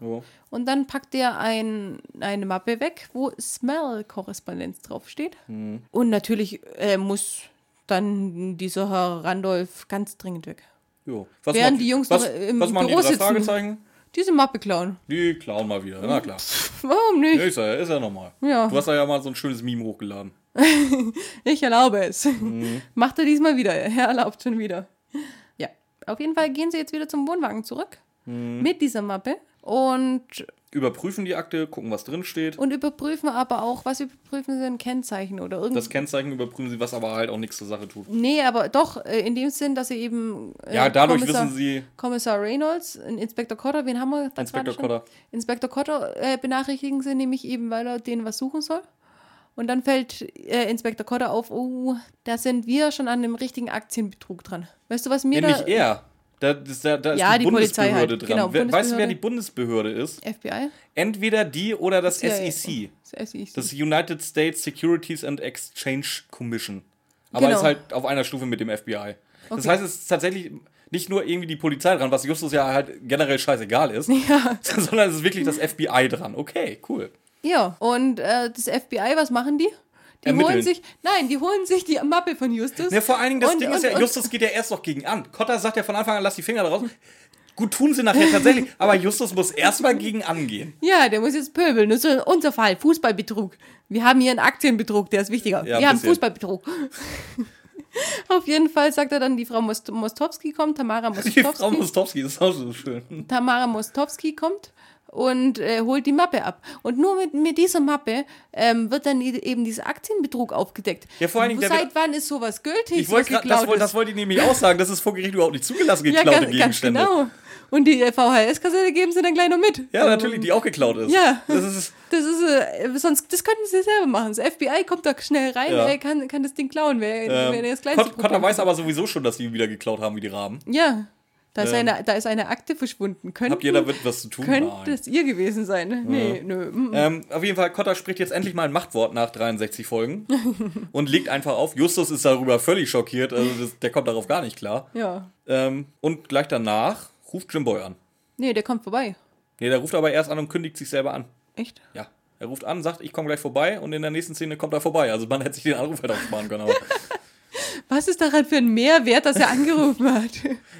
Speaker 2: Ja.
Speaker 1: Und dann packt er ein, eine Mappe weg, wo Smell-Korrespondenz draufsteht. Und natürlich äh, muss dann dieser Herr Randolph ganz dringend weg.
Speaker 2: Jo. Was
Speaker 1: Während
Speaker 2: macht-
Speaker 1: die Jungs
Speaker 2: was,
Speaker 1: noch im
Speaker 2: was machen
Speaker 1: Büro
Speaker 2: die drei
Speaker 1: sitzen.
Speaker 2: Fragezeichen?
Speaker 1: Diese Mappe klauen.
Speaker 2: Die klauen mal wieder, na klar.
Speaker 1: Warum
Speaker 2: Ja,
Speaker 1: nicht?
Speaker 2: ist ja, ist ja normal.
Speaker 1: Ja.
Speaker 2: Du hast da ja mal so ein schönes Meme hochgeladen.
Speaker 1: Ich erlaube es.
Speaker 2: Mhm.
Speaker 1: Macht er diesmal wieder. Er erlaubt schon wieder. Ja, auf jeden Fall gehen sie jetzt wieder zum Wohnwagen zurück
Speaker 2: Mhm.
Speaker 1: mit dieser Mappe und,
Speaker 2: Überprüfen die Akte, gucken, was drin steht.
Speaker 1: und überprüfen aber auch, was überprüfen sie, ein Kennzeichen oder irgendwas.
Speaker 2: Das Kennzeichen überprüfen sie, was aber halt auch nichts zur Sache tut.
Speaker 1: Nee, aber doch, äh, in dem Sinn, dass sie eben. äh,
Speaker 2: Ja, dadurch
Speaker 1: Kommissar-
Speaker 2: wissen sie,
Speaker 1: Kommissar Reynolds, äh, Inspektor Cotter, wen haben wir? da
Speaker 2: Inspektor
Speaker 1: gerade schon?
Speaker 2: Cotter.
Speaker 1: Inspektor Cotter äh, benachrichtigen sie nämlich eben, weil er denen was suchen soll. Und dann fällt äh, Inspektor Kotter auf, oh, da sind wir schon an dem richtigen Aktienbetrug dran. Weißt du, was mir
Speaker 2: Nämlich
Speaker 1: da...
Speaker 2: er. Da, das- da, da ist
Speaker 1: Ja,
Speaker 2: die
Speaker 1: die Polizei
Speaker 2: Bundesbehörde
Speaker 1: halt.
Speaker 2: dran.
Speaker 1: Genau,
Speaker 2: Wer- Weißt du, wer
Speaker 1: Bundesbehörde.
Speaker 2: die Bundesbehörde ist?
Speaker 1: FBI?
Speaker 2: Entweder die oder das
Speaker 1: CIA.
Speaker 2: SEC.
Speaker 1: Das SEC.
Speaker 2: Das United States Securities and Exchange Commission. Aber
Speaker 1: Genau.
Speaker 2: ist halt auf einer Stufe mit dem FBI. Das
Speaker 1: Okay.
Speaker 2: heißt, es ist tatsächlich nicht nur irgendwie die Polizei dran, was Justus ja halt generell scheißegal ist, sondern es ist wirklich das FBI dran. Okay, cool.
Speaker 1: Ja, und äh, das FBI, was machen die? Die
Speaker 2: Ermitteln.
Speaker 1: holen sich, nein, die holen sich die Mappe von Justus.
Speaker 2: Ja, Ne, vor allen Dingen, das
Speaker 1: Und-
Speaker 2: Ding
Speaker 1: und-
Speaker 2: ist ja,
Speaker 1: und-
Speaker 2: Justus geht ja erst noch gegen an. Kotta sagt ja von Anfang an, lass die Finger da raus. Gut tun sie nachher tatsächlich, aber Justus muss erstmal gegen angehen.
Speaker 1: Ja, der muss jetzt pöbeln. Das ist unser Fall, Fußballbetrug. Wir haben hier einen Aktienbetrug, der ist wichtiger.
Speaker 2: Ja,
Speaker 1: wir haben
Speaker 2: bisschen.
Speaker 1: Fußballbetrug. Auf jeden Fall sagt er dann, die Frau Most Mostowski kommt, Tamara
Speaker 2: Die Frau
Speaker 1: Mostowski,
Speaker 2: Mostowski ist auch so schön.
Speaker 1: Tamara Mostowski kommt und äh, holt die Mappe ab. Und nur mit, mit dieser Mappe ähm, wird dann i- eben dieser Aktienbetrug aufgedeckt.
Speaker 2: Ja, vor allen Dingen, der wird-
Speaker 1: Seit wann ist sowas gültig?
Speaker 2: Ich wollte
Speaker 1: was
Speaker 2: grad- das,
Speaker 1: geklaut
Speaker 2: wollte-
Speaker 1: ist?
Speaker 2: das wollte ich nämlich auch sagen, das ist vor Gericht überhaupt nicht zugelassen, geklaute
Speaker 1: ganz- ganz
Speaker 2: Gegenstände.
Speaker 1: Genau. Und die VHS-Kassette geben sie dann gleich noch mit.
Speaker 2: Ja, natürlich, die auch geklaut ist.
Speaker 1: Ja.
Speaker 2: Das ist,
Speaker 1: Das ist, äh, sonst, das könnten sie selber machen. Das FBI kommt da schnell rein,
Speaker 2: Ja.
Speaker 1: wer kann, kann das Ding klauen, wer, wer
Speaker 2: ähm,
Speaker 1: das kleinste
Speaker 2: Cot Cotter weiß aber sowieso schon, dass die wieder geklaut haben wie die Raben.
Speaker 1: Ja, da ist,
Speaker 2: Ähm.
Speaker 1: eine, da ist eine Akte verschwunden. Könnten,
Speaker 2: Habt ihr damit was zu tun?
Speaker 1: Könnte es ihr gewesen sein. Nee, nö. mm.
Speaker 2: Ähm, auf jeden Fall, Cotter spricht jetzt endlich mal ein Machtwort nach 63 Folgen und legt einfach auf. Justus ist darüber völlig schockiert, also das, der kommt darauf gar nicht klar.
Speaker 1: Ja.
Speaker 2: Ähm, und gleich danach ruft Jim Boy an.
Speaker 1: Nee, der kommt vorbei.
Speaker 2: Nee, der ruft aber erst an und kündigt sich selber an.
Speaker 1: Echt?
Speaker 2: Ja. Er ruft an, sagt, ich komme gleich vorbei und in der nächsten Szene kommt er vorbei. Also man hätte sich den Anruf halt auch sparen können, aber
Speaker 1: Was ist daran für ein Mehrwert, dass er angerufen hat?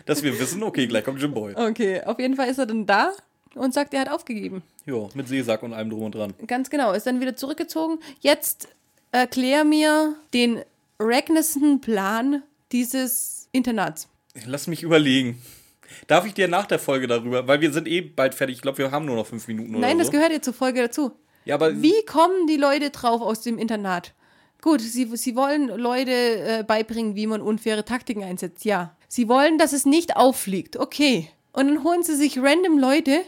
Speaker 2: dass wir wissen, okay, gleich kommt Jim Boy.
Speaker 1: Okay, auf jeden Fall ist er dann da und sagt, er hat aufgegeben.
Speaker 2: Jo, mit Seesack und allem drum und dran.
Speaker 1: Ganz genau, ist dann wieder zurückgezogen. Jetzt erklär mir den Ragnissen-Plan dieses Internats.
Speaker 2: Lass mich überlegen. Darf ich dir nach der Folge darüber, weil wir sind eh bald fertig. Ich glaube, wir haben nur noch fünf Minuten oder
Speaker 1: Nein, das
Speaker 2: so.
Speaker 1: gehört jetzt zur Folge dazu.
Speaker 2: Ja, aber
Speaker 1: Wie kommen die Leute drauf aus dem Internat? Gut, sie, sie wollen Leute äh, beibringen, wie man unfaire Taktiken einsetzt, ja. Sie wollen, dass es nicht auffliegt, okay. Und dann holen sie sich random Leute,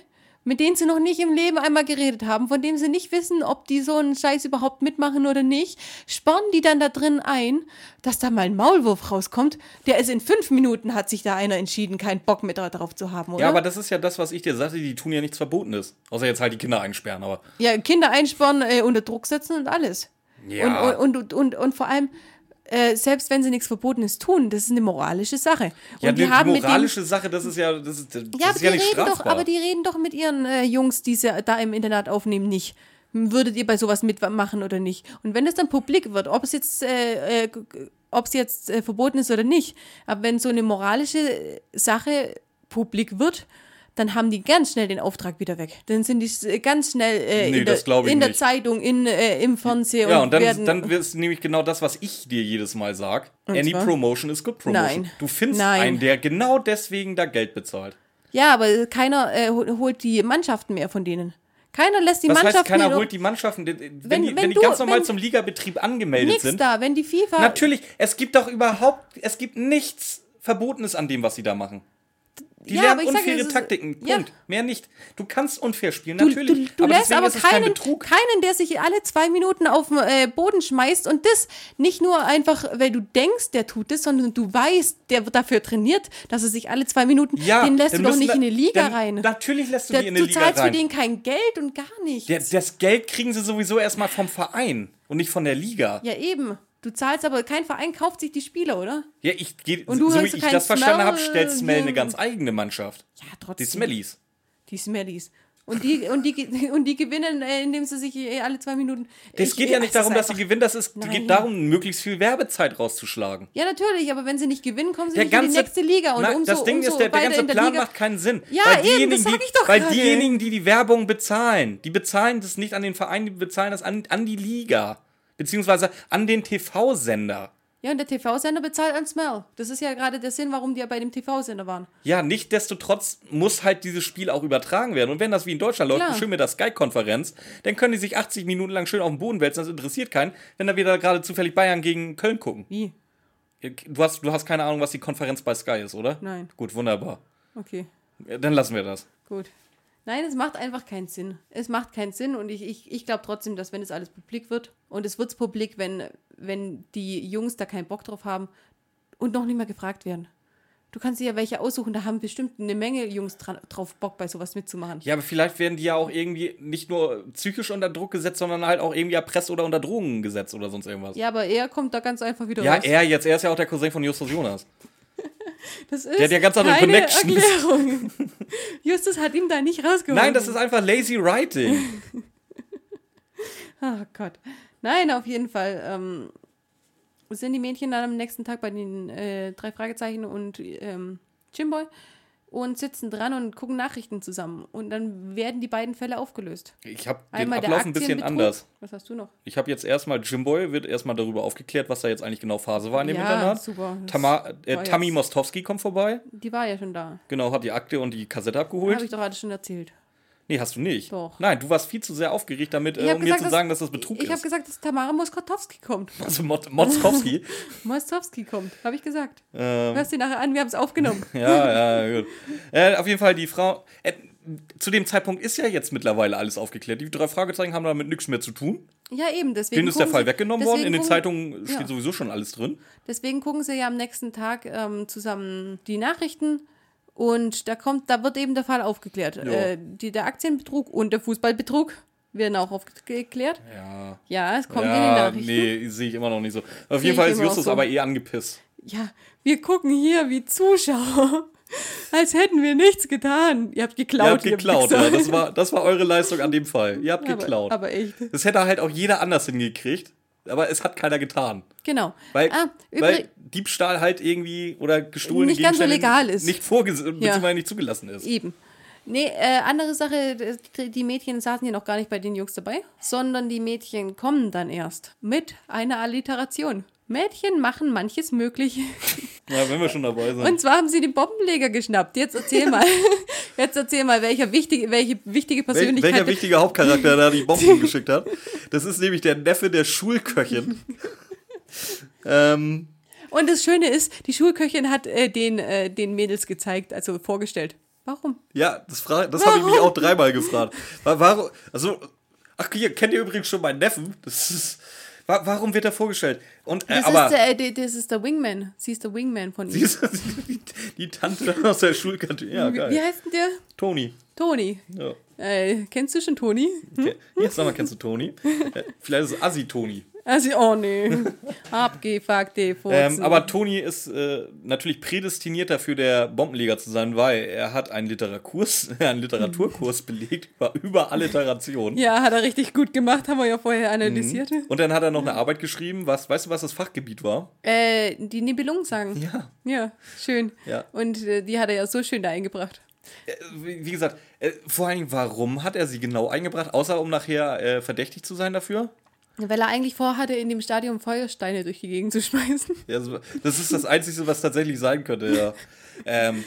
Speaker 1: mit denen sie noch nicht im Leben einmal geredet haben, von denen sie nicht wissen, ob die so einen Scheiß überhaupt mitmachen oder nicht, spannen die dann da drin ein, dass da mal ein Maulwurf rauskommt, der ist in fünf Minuten, hat sich da einer entschieden, keinen Bock mehr drauf zu haben, oder?
Speaker 2: Ja, aber das ist ja das, was ich dir sagte, die tun ja nichts Verbotenes. Außer jetzt halt die Kinder einsperren, aber.
Speaker 1: Ja, Kinder einsperren, äh, unter Druck setzen und alles.
Speaker 2: Ja.
Speaker 1: Und, und, und, und, und vor allem, äh, selbst wenn sie nichts Verbotenes tun, das ist eine moralische Sache. Und
Speaker 2: Ja, die, die
Speaker 1: mit dem-
Speaker 2: moralische Sache, das ist ja, das ist, das
Speaker 1: ja, aber
Speaker 2: ist
Speaker 1: die
Speaker 2: ja nicht
Speaker 1: reden
Speaker 2: strafbar.
Speaker 1: doch, aber die reden doch mit ihren äh, Jungs, die sie da im Internat aufnehmen, nicht. Würdet ihr bei sowas mitmachen oder nicht? Und wenn es dann publik wird, ob es jetzt, äh, äh, ob es jetzt äh, verboten ist oder nicht, aber wenn so eine moralische äh, Sache publik wird, dann haben die ganz schnell den Auftrag wieder weg. Dann sind die s- ganz schnell äh,
Speaker 2: Nee,
Speaker 1: in, der,
Speaker 2: das glaub ich
Speaker 1: in der
Speaker 2: nicht.
Speaker 1: Zeitung, in, äh, im Fernsehen
Speaker 2: ja, und dann,
Speaker 1: werden
Speaker 2: dann ist nämlich genau das, was ich dir jedes Mal sag. Any
Speaker 1: zwar?
Speaker 2: promotion is good promotion.
Speaker 1: Nein.
Speaker 2: Du findest
Speaker 1: Nein.
Speaker 2: einen, der genau deswegen da Geld bezahlt.
Speaker 1: Ja, aber keiner äh, hol- holt die Mannschaften mehr von denen. Keiner lässt die
Speaker 2: Was
Speaker 1: Mannschaften
Speaker 2: heißt, keiner
Speaker 1: mehr
Speaker 2: holt die Mannschaften, wenn, wenn,
Speaker 1: Wenn-
Speaker 2: die, wenn,
Speaker 1: wenn
Speaker 2: die
Speaker 1: du-
Speaker 2: ganz normal
Speaker 1: wenn-
Speaker 2: zum Ligabetrieb angemeldet
Speaker 1: nix
Speaker 2: sind.
Speaker 1: da, wenn die FIFA
Speaker 2: Natürlich, es gibt doch überhaupt, es gibt nichts Verbotenes an dem, was sie da machen. Die
Speaker 1: Ja, aber
Speaker 2: lernen
Speaker 1: ich sag,
Speaker 2: unfaire
Speaker 1: es ist-
Speaker 2: Taktiken.
Speaker 1: ja.
Speaker 2: Punkt. Mehr nicht. Du kannst unfair spielen,
Speaker 1: Du, du,
Speaker 2: natürlich.
Speaker 1: du lässt
Speaker 2: deswegen
Speaker 1: aber
Speaker 2: ist es kein
Speaker 1: keinen,
Speaker 2: Betrug.
Speaker 1: keinen, der sich alle zwei Minuten auf den äh, Boden schmeißt und das nicht nur einfach, weil du denkst, der tut das, sondern du weißt, der wird dafür trainiert, dass er sich alle zwei Minuten, den lässt
Speaker 2: dann
Speaker 1: du doch
Speaker 2: müssen
Speaker 1: nicht
Speaker 2: da-
Speaker 1: in eine Liga
Speaker 2: dann-
Speaker 1: rein.
Speaker 2: Natürlich lässt du
Speaker 1: Da-
Speaker 2: die in eine
Speaker 1: du
Speaker 2: Liga
Speaker 1: zahlst für
Speaker 2: rein.
Speaker 1: den kein Geld und gar nichts.
Speaker 2: Der, das Geld kriegen sie sowieso erstmal vom Verein und nicht von der Liga.
Speaker 1: ja, eben. Du zahlst aber, kein Verein kauft sich die Spieler, oder?
Speaker 2: Ja, ich gehe,
Speaker 1: Und du
Speaker 2: so wie
Speaker 1: hast
Speaker 2: ich
Speaker 1: keinen
Speaker 2: das verstanden habe,
Speaker 1: Smell-
Speaker 2: stellt Smell eine
Speaker 1: hier.
Speaker 2: ganz eigene Mannschaft.
Speaker 1: Ja, trotzdem.
Speaker 2: Die Smellies.
Speaker 1: Die Smellies. Und die, und die, und die gewinnen, äh, indem sie sich äh, alle zwei Minuten.
Speaker 2: Es
Speaker 1: Ich-
Speaker 2: geht ja
Speaker 1: äh,
Speaker 2: nicht
Speaker 1: es ist
Speaker 2: darum, dass sie
Speaker 1: einfach-
Speaker 2: gewinnen, das ist,
Speaker 1: Nein.
Speaker 2: geht darum, möglichst viel Werbezeit rauszuschlagen.
Speaker 1: Ja, natürlich, aber wenn sie nicht gewinnen, kommen sie nicht in die nächste Liga. Und um
Speaker 2: Nein,
Speaker 1: umso,
Speaker 2: das Ding
Speaker 1: umso
Speaker 2: ist, der, der
Speaker 1: weiter
Speaker 2: ganze
Speaker 1: in der
Speaker 2: Plan
Speaker 1: Liga,
Speaker 2: macht keinen Sinn.
Speaker 1: Ja, eben, das sag
Speaker 2: die,
Speaker 1: ich doch
Speaker 2: Weil
Speaker 1: gerade.
Speaker 2: diejenigen, die die Werbung bezahlen, die bezahlen das nicht an den Verein, die bezahlen das an, an die Liga. Beziehungsweise an den TV-Sender.
Speaker 1: Ja, und der TV-Sender bezahlt an Smell. Das ist ja gerade der Sinn, warum die ja bei dem TV-Sender waren.
Speaker 2: Ja, nichtdestotrotz muss halt dieses Spiel auch übertragen werden. Und wenn das wie in Deutschland läuft,
Speaker 1: Klar.
Speaker 2: schön mit der Sky-Konferenz, dann können die sich 80 Minuten lang schön auf den Boden wälzen, das interessiert keinen, wenn da wieder gerade zufällig Bayern gegen Köln gucken.
Speaker 1: Wie?
Speaker 2: Du hast, du hast keine Ahnung, was die Konferenz bei Sky ist, oder?
Speaker 1: Nein.
Speaker 2: Gut, wunderbar.
Speaker 1: Okay,
Speaker 2: Ja, Dann lassen wir das.
Speaker 1: gut. Nein, es macht einfach keinen Sinn. Es macht keinen Sinn und ich, ich, ich glaube trotzdem, dass wenn es alles publik wird, und es wird publik, wenn, wenn die Jungs da keinen Bock drauf haben und noch nicht mal gefragt werden. Du kannst dir ja welche aussuchen, da haben bestimmt eine Menge Jungs dran, drauf Bock, bei sowas mitzumachen.
Speaker 2: Ja, aber vielleicht werden die ja auch irgendwie nicht nur psychisch unter Druck gesetzt, sondern halt auch irgendwie erpresst oder unter Drogen gesetzt oder sonst irgendwas.
Speaker 1: Ja, aber er kommt da ganz einfach wieder
Speaker 2: Ja,
Speaker 1: raus.
Speaker 2: er jetzt, er ist ja auch der Cousin von Justus Jonas.
Speaker 1: das ist
Speaker 2: der hat ja ganz andere
Speaker 1: keine
Speaker 2: Connections.
Speaker 1: Erklärung. Justus hat ihm da nicht rausgeholt.
Speaker 2: Nein, das ist einfach lazy writing.
Speaker 1: Oh Gott. Nein, auf jeden Fall. Ähm, sind die Mädchen dann am nächsten Tag bei den äh, drei Fragezeichen und ähm, Jimboy und sitzen dran und gucken Nachrichten zusammen. Und dann werden die beiden Fälle aufgelöst.
Speaker 2: Ich habe den Ablauf ein bisschen
Speaker 1: Aktienbetrug.
Speaker 2: anders.
Speaker 1: Was hast du noch?
Speaker 2: Ich habe jetzt erstmal Jimboy, wird erstmal darüber aufgeklärt, was da jetzt eigentlich genau Phase war in dem
Speaker 1: Ja,
Speaker 2: Internat.
Speaker 1: super. Das
Speaker 2: Tama, äh,
Speaker 1: war
Speaker 2: Tammy
Speaker 1: jetzt-
Speaker 2: Mostowski kommt vorbei.
Speaker 1: Die war ja schon da.
Speaker 2: Genau, hat die Akte und die Kassette
Speaker 1: Habe ich
Speaker 2: abgeholt.
Speaker 1: doch gerade schon erzählt.
Speaker 2: Nee, hast du nicht.
Speaker 1: Doch.
Speaker 2: Nein, du warst viel zu sehr aufgeregt damit,
Speaker 1: Ich
Speaker 2: äh,
Speaker 1: hab
Speaker 2: um mir
Speaker 1: gesagt,
Speaker 2: zu
Speaker 1: dass-
Speaker 2: sagen, dass das Betrug
Speaker 1: Ich habe
Speaker 2: ist.
Speaker 1: gesagt, dass Tamara Moskotowski kommt.
Speaker 2: Also Mot Mostowski.
Speaker 1: Moskotowski kommt, habe ich gesagt.
Speaker 2: ähm,
Speaker 1: Hörst dir nachher an, wir haben es aufgenommen.
Speaker 2: Ja, ja, gut. Äh, auf jeden Fall, die Frau. Äh, zu dem Zeitpunkt ist ja jetzt mittlerweile alles aufgeklärt. Die drei Fragezeichen haben damit nichts mehr zu tun.
Speaker 1: Ja, eben, deswegen.
Speaker 2: Denen ist der
Speaker 1: gucken
Speaker 2: Fall
Speaker 1: sie-
Speaker 2: weggenommen worden.
Speaker 1: deswegen
Speaker 2: In den
Speaker 1: gucken-
Speaker 2: Zeitungen steht
Speaker 1: ja.
Speaker 2: sowieso schon alles drin.
Speaker 1: Deswegen gucken sie ja am nächsten Tag ähm, zusammen die Nachrichten und da kommt, da wird eben der Fall aufgeklärt. Äh, die, der Aktienbetrug und der Fußballbetrug werden auch aufgeklärt.
Speaker 2: Ja.
Speaker 1: Ja, es kommt in die
Speaker 2: ja,
Speaker 1: Nachrichten.
Speaker 2: nee, sehe ich immer noch nicht so. Auf
Speaker 1: Sehe
Speaker 2: jeden Fall
Speaker 1: ich
Speaker 2: ist
Speaker 1: immer auch
Speaker 2: Justus
Speaker 1: so.
Speaker 2: aber eh angepisst.
Speaker 1: Ja, wir gucken hier wie Zuschauer, als hätten wir nichts getan. Ihr habt geklaut.
Speaker 2: Ihr habt geklaut,
Speaker 1: Wichser.
Speaker 2: ja. Das war, das war eure Leistung an dem Fall. Ihr habt geklaut.
Speaker 1: Aber, aber echt.
Speaker 2: das hätte halt auch jeder anders hingekriegt, aber es hat keiner getan.
Speaker 1: Genau.
Speaker 2: Weil,
Speaker 1: ah,
Speaker 2: weil
Speaker 1: übrig,
Speaker 2: Diebstahl halt irgendwie oder gestohlene
Speaker 1: Nicht ganz so
Speaker 2: Gegenstände
Speaker 1: legal ist.
Speaker 2: Nicht vorgesehen,
Speaker 1: Ja.
Speaker 2: beziehungsweise nicht zugelassen ist.
Speaker 1: Eben. Nee, äh, andere Sache, die- die Mädchen saßen hier noch gar nicht bei den Jungs dabei, sondern die Mädchen kommen dann erst mit einer Alliteration. Mädchen machen manches möglich.
Speaker 2: Ja, wenn wir schon dabei sind.
Speaker 1: Und zwar haben sie den Bombenleger geschnappt. Jetzt erzähl mal. Jetzt erzähl mal, welcher wichtig, welche wichtige
Speaker 2: Wel
Speaker 1: Persönlichkeit.
Speaker 2: welcher wichtige Hauptcharakter da die Bomben geschickt hat. Das ist nämlich der Neffe der Schulköchin. ähm,
Speaker 1: Und das Schöne ist, die Schulköchin hat äh, den, äh, den Mädels gezeigt, also vorgestellt. Warum?
Speaker 2: ja, das, fra- das habe ich mich
Speaker 1: Warum?
Speaker 2: auch dreimal gefragt. Wa- Warum? Also, ach, hier, kennt ihr übrigens schon meinen Neffen? Das ist, wa warum wird er vorgestellt? Und, äh,
Speaker 1: Das,
Speaker 2: aber
Speaker 1: ist der, äh, die- das ist der Wingman. Sie ist der Wingman von
Speaker 2: die,
Speaker 1: ihm.
Speaker 2: ist, die, die Tante aus der Schulkantine. Ja,
Speaker 1: Wie, wie
Speaker 2: geil.
Speaker 1: heißt denn der?
Speaker 2: Toni.
Speaker 1: Toni.
Speaker 2: Ja.
Speaker 1: Äh, kennst du schon Toni?
Speaker 2: Jetzt sag mal, kennst du Toni? Äh, Vielleicht ist es Assi-Toni.
Speaker 1: Also, oh nee. Abgefuckte Furzen.
Speaker 2: Ähm, aber Toni ist äh, natürlich prädestiniert dafür, der Bombenleger zu sein, weil er hat einen, Literakurs, einen Literaturkurs belegt über, über Alliteration.
Speaker 1: Hm. ja, hat er richtig gut gemacht, haben wir ja
Speaker 2: Mhm.
Speaker 1: vorher analysiert.
Speaker 2: Und dann hat er noch eine Arbeit geschrieben, was, weißt du, was das Fachgebiet war?
Speaker 1: Äh, die Nibelungen sagen.
Speaker 2: Ja.
Speaker 1: Ja, schön.
Speaker 2: Ja.
Speaker 1: Und äh, die hat er ja so schön da eingebracht.
Speaker 2: Äh, Wie wie gesagt, äh, vor allem, warum hat er sie genau eingebracht, außer um nachher äh, verdächtig zu sein dafür?
Speaker 1: Weil er eigentlich vorhatte, in dem Stadion Feuersteine durch die Gegend zu schmeißen.
Speaker 2: Ja, so- das ist das Einzige, was tatsächlich sein könnte, ja. ähm,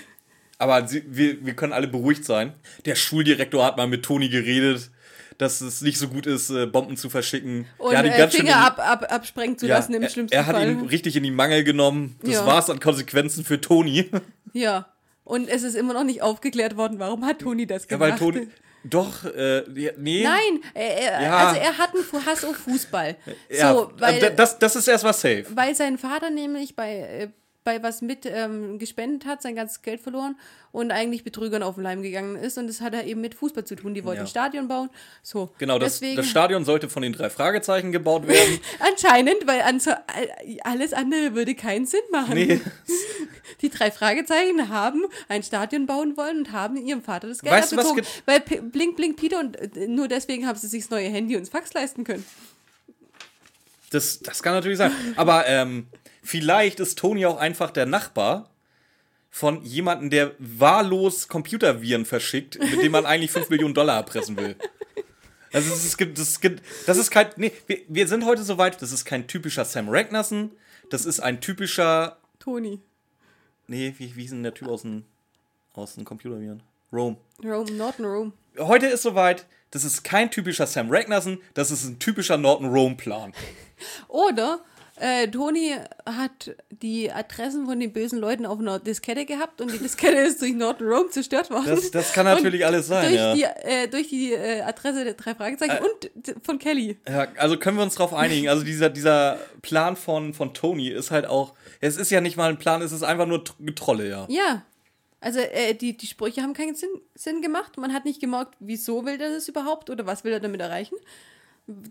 Speaker 2: aber sie, wir, wir können alle beruhigt sein. Der Schuldirektor hat mal mit Toni geredet, dass es nicht so gut ist, äh, Bomben zu verschicken.
Speaker 1: Und
Speaker 2: er hat ihn
Speaker 1: äh,
Speaker 2: ganz schön in
Speaker 1: Finger
Speaker 2: die-
Speaker 1: ab, ab, absprengen zu
Speaker 2: ja,
Speaker 1: lassen im
Speaker 2: er,
Speaker 1: schlimmsten
Speaker 2: Er hat
Speaker 1: Fall.
Speaker 2: ihn richtig in die Mangel genommen. Das
Speaker 1: Ja.
Speaker 2: war's an Konsequenzen für Toni.
Speaker 1: ja. Und es ist immer noch nicht aufgeklärt worden, warum hat Toni das
Speaker 2: ja,
Speaker 1: gemacht?
Speaker 2: weil Toni. Doch, äh, ja, nee.
Speaker 1: Nein, äh, äh,
Speaker 2: Ja.
Speaker 1: also er hat einen Fu- Hass auf Fußball.
Speaker 2: Ja,
Speaker 1: so, weil,
Speaker 2: äh, das, das ist erstmal safe.
Speaker 1: weil sein Vater nämlich bei, äh, bei was mit ähm, gespendet hat, sein ganzes Geld verloren und eigentlich Betrügern auf den Leim gegangen ist. Und das hat er eben mit Fußball zu tun. Die wollten
Speaker 2: Ja.
Speaker 1: ein Stadion bauen. So,
Speaker 2: Genau, das,
Speaker 1: deswegen
Speaker 2: das Stadion sollte von den drei Fragezeichen gebaut werden.
Speaker 1: anscheinend, weil an, alles andere würde keinen Sinn machen.
Speaker 2: Nee.
Speaker 1: Die drei Fragezeichen haben ein Stadion bauen wollen und haben ihrem Vater das Geld
Speaker 2: Weißt du, was
Speaker 1: abgezogen. Weil P- Blink Blink Peter und äh, nur deswegen haben sie sich das neue Handy und das Fax leisten können.
Speaker 2: Das, das kann natürlich sein. Aber ähm, vielleicht ist Tony auch einfach der Nachbar von jemandem, der wahllos Computerviren verschickt, mit dem man eigentlich 5 Millionen Dollar erpressen will. Also es, es gibt, es gibt, das ist kein, nee, wir, wir sind heute so weit, das ist kein typischer Sam Ragnarsson, das ist ein typischer,
Speaker 1: Toni.
Speaker 2: nee, wie, wie hieß denn der Typ aus den, aus den Computerviren? Rome.
Speaker 1: Rome, Norton Rome.
Speaker 2: Heute ist soweit, das ist kein typischer Sam Ragnarsson, das ist ein typischer Norton Rome Plan.
Speaker 1: Oder Äh, Toni hat die Adressen von den bösen Leuten auf einer Diskette gehabt und die Diskette ist durch Northern Rome zerstört worden.
Speaker 2: Das, das kann natürlich alles sein,
Speaker 1: durch,
Speaker 2: ja.
Speaker 1: die, äh, durch die äh, Adresse der drei Fragezeichen
Speaker 2: Äh.
Speaker 1: und von Kelly.
Speaker 2: Ja, also können wir uns darauf einigen. Also dieser, dieser Plan von, von Tony ist halt auch, es ist ja nicht mal ein Plan, es ist einfach nur Tr- Getrolle, ja.
Speaker 1: Ja. Also äh, die, die Sprüche haben keinen Sinn, Sinn gemacht. Man hat nicht gemerkt, wieso will er das überhaupt oder was will er damit erreichen.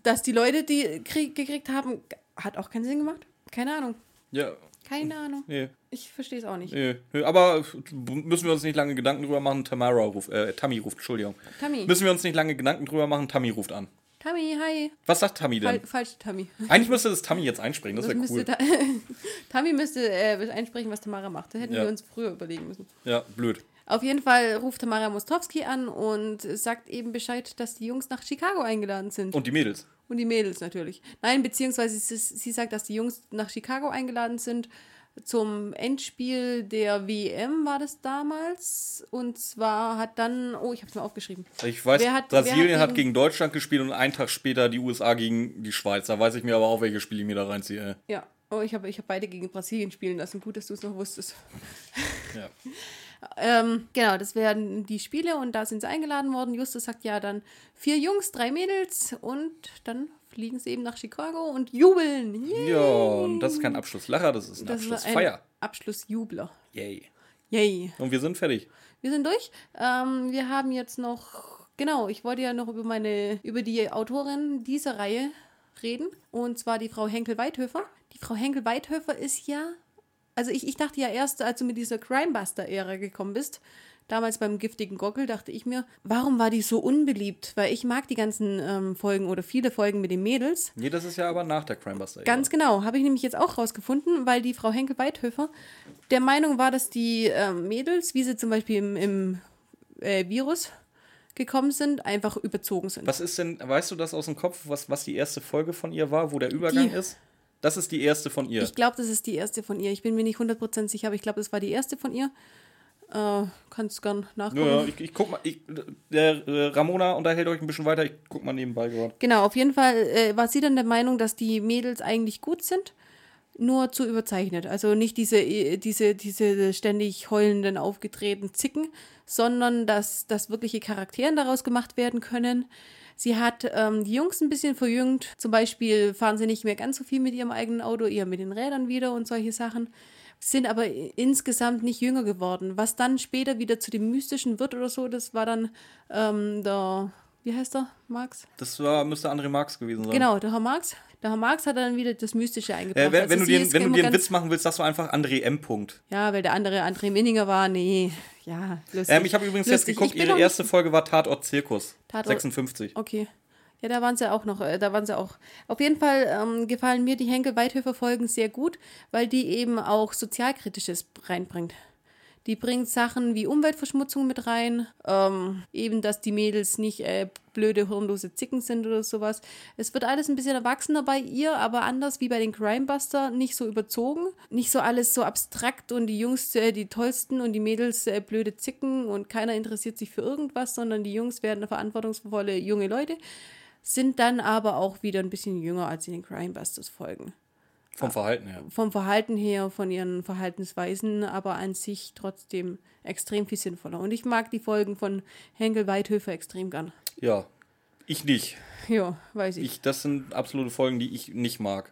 Speaker 1: Dass die Leute, die krieg gekriegt haben, g- hat auch keinen Sinn gemacht. Keine Ahnung.
Speaker 2: Ja,
Speaker 1: Keine Ahnung.
Speaker 2: nee,
Speaker 1: Ich verstehe es auch nicht.
Speaker 2: nee, nee. Aber müssen wir uns nicht lange Gedanken drüber machen. Tamara ruft, äh, Tammy ruft, Entschuldigung.
Speaker 1: Tammy.
Speaker 2: Müssen wir uns nicht lange Gedanken drüber machen. Tammy ruft an.
Speaker 1: Tammy, hi.
Speaker 2: Was sagt Tammy denn?
Speaker 1: Fal falsch, Tammy.
Speaker 2: Eigentlich müsste das Tammy jetzt einspringen, das
Speaker 1: Halt. Das
Speaker 2: wäre
Speaker 1: müsste
Speaker 2: cool.
Speaker 1: Ta Tammy müsste äh, einsprechen, was Tamara macht. Das hätten
Speaker 2: Ja.
Speaker 1: wir uns früher überlegen müssen.
Speaker 2: Ja, blöd.
Speaker 1: Auf jeden Fall ruft Tamara Mostowski an und sagt eben Bescheid, dass die Jungs nach Chicago eingeladen sind.
Speaker 2: Und die Mädels.
Speaker 1: Und die Mädels natürlich. Nein, beziehungsweise sie, sie sagt, dass die Jungs nach Chicago eingeladen sind zum Endspiel der WM war das damals. Und zwar hat dann, oh, ich habe es mir aufgeschrieben.
Speaker 2: Ich weiß,
Speaker 1: Wer hat-
Speaker 2: Brasilien
Speaker 1: wer hat
Speaker 2: hat gegen Deutschland gespielt und einen Tag später die USA gegen die Schweiz. Da weiß ich mir aber auch, welche Spiele ich mir da reinziehe.
Speaker 1: Ja, oh, ich habe ich hab beide gegen Brasilien spielen lassen. Gut, dass du es noch wusstest.
Speaker 2: Ey. Ja.
Speaker 1: Ähm, genau, das wären die Spiele und da sind sie eingeladen worden. Justus sagt ja dann vier Jungs, drei Mädels und dann fliegen sie eben nach Chicago und jubeln. Yay!
Speaker 2: Ja, und das ist kein Abschlusslacher, das ist ein
Speaker 1: Das war ein
Speaker 2: Abschlussfeier.
Speaker 1: Abschlussjubler.
Speaker 2: Yay.
Speaker 1: Yay.
Speaker 2: Und wir sind fertig.
Speaker 1: Wir sind durch. Ähm, wir haben jetzt noch, genau, ich wollte ja noch über meine, über die Autorin dieser Reihe reden. Und zwar die Frau Henkel-Weithöfer. Die Frau Henkel-Weithöfer ist ja, also ich, ich dachte ja erst, als du mit dieser Crimebuster-Ära gekommen bist, damals beim giftigen Gockel, dachte ich mir, warum war die so unbeliebt? Weil ich mag die ganzen ähm, Folgen oder viele Folgen mit den Mädels.
Speaker 2: Nee, das ist ja aber nach der Crimebuster.
Speaker 1: Ganz genau, habe ich nämlich jetzt auch rausgefunden, weil die Frau Henkel-Weithöfer der Meinung war, dass die ähm, Mädels, wie sie zum Beispiel im, im äh, Virus gekommen sind, einfach überzogen sind.
Speaker 2: Was ist denn, weißt du das aus dem Kopf, was, was die erste Folge von ihr war, wo der Übergang
Speaker 1: Die-
Speaker 2: ist? Das ist die erste von ihr.
Speaker 1: Ich glaube, das ist die erste von ihr. Ich bin mir nicht 100% sicher, aber ich glaube, das war die erste von ihr. Äh, kannst gern nachgucken.
Speaker 2: ja, ich, ich guck mal, ich, der, äh, Ramona unterhält euch ein bisschen weiter, ich guck mal nebenbei gerade.
Speaker 1: Genau, auf jeden Fall äh, war sie dann der Meinung, dass die Mädels eigentlich gut sind, nur zu überzeichnet. Also nicht diese, äh, diese, diese ständig heulenden, aufgetretenen Zicken, sondern dass, dass wirkliche Charakteren daraus gemacht werden können. Sie hat ähm, die Jungs ein bisschen verjüngt. Zum Beispiel fahren sie nicht mehr ganz so viel mit ihrem eigenen Auto, eher mit den Rädern wieder und solche Sachen. Sind aber i- insgesamt nicht jünger geworden. Was dann später wieder zu dem Mystischen wird oder so, das war dann ähm, der, wie heißt er, Max?
Speaker 2: Das war, müsste André Marx gewesen sein.
Speaker 1: Genau, der Herr Marx. Der Herr Marx hat dann wieder das Mystische eingebracht.
Speaker 2: Ne? Äh, wenn,
Speaker 1: Also
Speaker 2: wenn du
Speaker 1: sie
Speaker 2: dir,
Speaker 1: ist
Speaker 2: wenn du
Speaker 1: immer
Speaker 2: dir einen
Speaker 1: ganz-
Speaker 2: Witz machen willst, sagst du einfach André M. Punkt.
Speaker 1: Ja, weil der andere André Minninger war. Nee, ja, lustig.
Speaker 2: Ähm, ich habe übrigens
Speaker 1: Lustig.
Speaker 2: jetzt geguckt,
Speaker 1: Ich bin
Speaker 2: ihre
Speaker 1: noch nicht-
Speaker 2: erste Folge war Tatort Zirkus.
Speaker 1: Tatort-
Speaker 2: 56.
Speaker 1: Okay. Ja, da waren sie auch noch, äh, da waren sie auch. Auf jeden Fall ähm, gefallen mir die Henkel-Weithöfer-Folgen sehr gut, weil die eben auch Sozialkritisches reinbringt. Die bringt Sachen wie Umweltverschmutzung mit rein, ähm, eben, dass die Mädels nicht äh, blöde, hirnlose Zicken sind oder sowas. Es wird alles ein bisschen erwachsener bei ihr, aber anders wie bei den Crimebuster, nicht so überzogen, nicht so alles so abstrakt und die Jungs äh, die tollsten und die Mädels äh, blöde Zicken und keiner interessiert sich für irgendwas, sondern die Jungs werden verantwortungsvolle junge Leute, sind dann aber auch wieder ein bisschen jünger als in den Crimebusters folgen Ah.
Speaker 2: Vom Verhalten her.
Speaker 1: vom Verhalten her, von ihren Verhaltensweisen, aber an sich trotzdem extrem viel sinnvoller. Und ich mag die Folgen von Henkel Weidhöfer extrem gern.
Speaker 2: Ja. Ich nicht.
Speaker 1: Ja, weiß ich.
Speaker 2: Ich, das sind absolute Folgen, die ich nicht mag.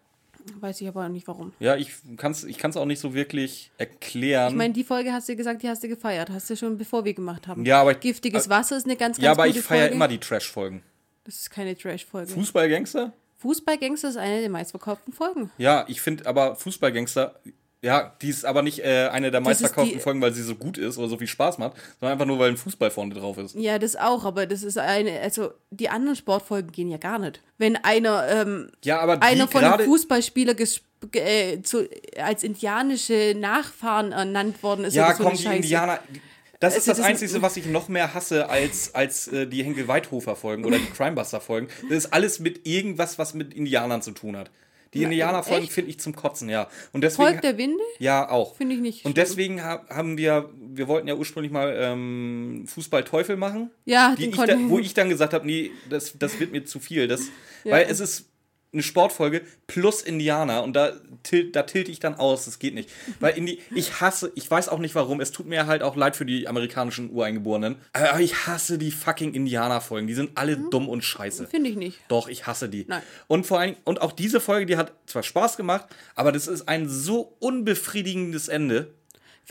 Speaker 1: Weiß ich aber auch nicht warum.
Speaker 2: Ja, ich kann es ich kann's auch nicht so wirklich erklären.
Speaker 1: Ich meine, die Folge hast du gesagt, die hast du gefeiert. Hast du schon bevor wir gemacht haben.
Speaker 2: Ja, aber ich-
Speaker 1: Giftiges
Speaker 2: äh,
Speaker 1: Wasser ist eine ganz, ganz
Speaker 2: ja, aber
Speaker 1: gute
Speaker 2: ich feiere
Speaker 1: Folge.
Speaker 2: immer die Trash-Folgen.
Speaker 1: Das ist keine Trash-Folge.
Speaker 2: Fußballgangster?
Speaker 1: Fußballgangster ist eine der meistverkauften Folgen.
Speaker 2: Ja, ich finde aber Fußballgangster, ja, die ist aber nicht äh, eine der
Speaker 1: Das ist
Speaker 2: meistverkauften
Speaker 1: die-
Speaker 2: Folgen, weil sie so gut ist oder so viel Spaß macht, sondern einfach nur, weil ein Fußball vorne drauf ist.
Speaker 1: Ja, das auch, aber das ist eine, also die anderen Sportfolgen gehen ja gar nicht. Wenn einer ähm,
Speaker 2: Ja, aber die
Speaker 1: einer von
Speaker 2: gerade-
Speaker 1: einem Fußballspieler ges- ge- äh, zu, als indianische Nachfahren ernannt worden ist.
Speaker 2: Ja,
Speaker 1: oder so
Speaker 2: komm,
Speaker 1: eine
Speaker 2: die
Speaker 1: Scheiße.
Speaker 2: Indianer. Das
Speaker 1: Es
Speaker 2: ist das
Speaker 1: ist ein-
Speaker 2: Einzige, was ich noch mehr hasse als, als äh, die Henkel-Weithofer-Folgen oder die Crimebuster-Folgen. Das ist alles mit irgendwas, was mit Indianern zu tun hat. Die Indianer-Folgen
Speaker 1: äh, echt?
Speaker 2: finde ich zum Kotzen, ja. Und deswegen.
Speaker 1: Volk der Winde?
Speaker 2: ja, auch.
Speaker 1: Finde ich nicht
Speaker 2: Und
Speaker 1: schlimm.
Speaker 2: deswegen ha haben wir, wir wollten ja ursprünglich mal ähm, Fußball-Teufel machen.
Speaker 1: Ja,
Speaker 2: die
Speaker 1: den
Speaker 2: ich
Speaker 1: konnte-
Speaker 2: da, wo ich dann gesagt habe, nee, das, das wird mir zu viel. Das, Weil es ist eine Sportfolge plus Indianer und da, til- da tilte ich dann aus, das geht nicht. Weil Indi ich hasse, ich weiß auch nicht warum, es tut mir halt auch leid für die amerikanischen Ureingeborenen, aber ich hasse die fucking Indianer-Folgen, die sind alle
Speaker 1: Mhm.
Speaker 2: dumm und scheiße.
Speaker 1: Finde ich nicht.
Speaker 2: Doch, ich hasse die.
Speaker 1: Nein.
Speaker 2: Und vor allem, und auch diese Folge, die hat zwar Spaß gemacht, aber das ist ein so unbefriedigendes Ende.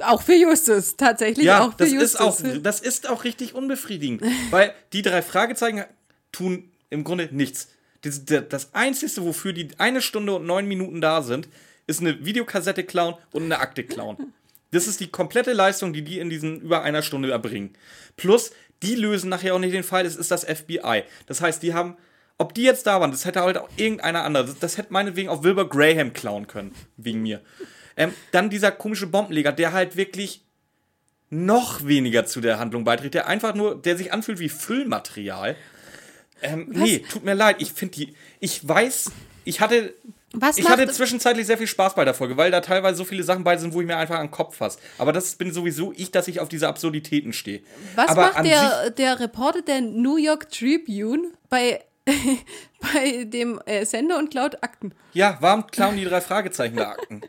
Speaker 1: Auch für Justus, tatsächlich.
Speaker 2: Ja,
Speaker 1: auch für
Speaker 2: das
Speaker 1: Justus. ne?
Speaker 2: ist auch, das ist auch richtig unbefriedigend, weil die drei Fragezeichen tun im Grunde nichts. Das, das Einzige, wofür die eine Stunde und neun Minuten da sind, ist eine Videokassette klauen und eine Akte klauen. Das ist die komplette Leistung, die die in diesen über einer Stunde erbringen. Plus, die lösen nachher auch nicht den Fall, es ist das FBI. Das heißt, die haben, ob die jetzt da waren, das hätte halt auch irgendeiner andere, das, das hätte meinetwegen auch Wilbur Graham klauen können, wegen mir. Ähm, dann dieser komische Bombenleger, der halt wirklich noch weniger zu der Handlung beiträgt, der einfach nur, der sich anfühlt wie Füllmaterial. Ähm, nee, tut mir leid, ich finde die, ich weiß, ich hatte,
Speaker 1: Was
Speaker 2: ich hatte
Speaker 1: macht-
Speaker 2: zwischenzeitlich sehr viel Spaß bei der Folge, weil da teilweise so viele Sachen bei sind, wo ich mir einfach an den Kopf fasse. Aber das bin sowieso ich, dass ich auf diese Absurditäten stehe.
Speaker 1: Was
Speaker 2: Aber an
Speaker 1: macht der, der Reporter der New York Tribune bei, bei dem äh, Sender und klaut Akten?
Speaker 2: Sich, ja, warum klauen die drei Fragezeichen da Akten?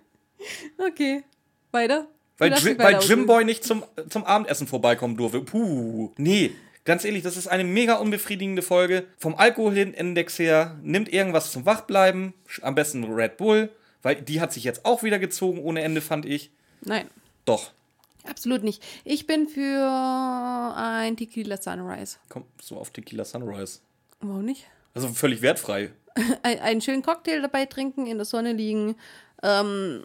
Speaker 1: Okay, weiter.
Speaker 2: Weil,
Speaker 1: Lass
Speaker 2: Jim,
Speaker 1: mich weiter
Speaker 2: weil
Speaker 1: ausführen.
Speaker 2: Jimboy nicht zum, zum Abendessen vorbeikommen durfte. Puh. Nee, ganz ehrlich, das ist eine mega unbefriedigende Folge. Vom Alkoholindex her, nimmt irgendwas zum Wachbleiben. sch- Am besten Red Bull, weil die hat sich jetzt auch wieder gezogen ohne Ende, fand ich.
Speaker 1: Nein,
Speaker 2: Doch.
Speaker 1: absolut nicht. Ich bin für ein Tequila Sunrise.
Speaker 2: Komm so auf Tequila Sunrise.
Speaker 1: Warum nicht?
Speaker 2: Also völlig wertfrei.
Speaker 1: Ein, einen schönen Cocktail dabei trinken, in der Sonne liegen, ähm,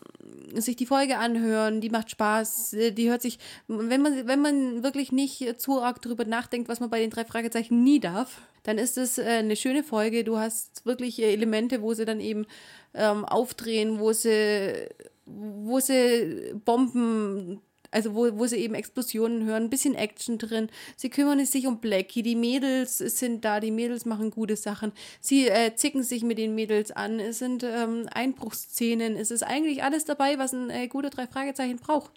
Speaker 1: sich die Folge anhören, die macht Spaß, äh, die hört sich, wenn man, wenn man wirklich nicht äh, zu arg drüber nachdenkt, was man bei den drei Fragezeichen nie darf, dann ist es äh, eine schöne Folge. Du hast wirklich äh, Elemente, wo sie dann eben ähm, aufdrehen, wo sie, wo sie Bomben also wo, wo sie eben Explosionen hören, ein bisschen Action drin. Sie kümmern sich um Blackie, die Mädels sind da, die Mädels machen gute Sachen. Sie äh, zicken sich mit den Mädels an, es sind ähm, Einbruchsszenen, es ist eigentlich alles dabei, was ein äh, guter Drei-Fragezeichen braucht.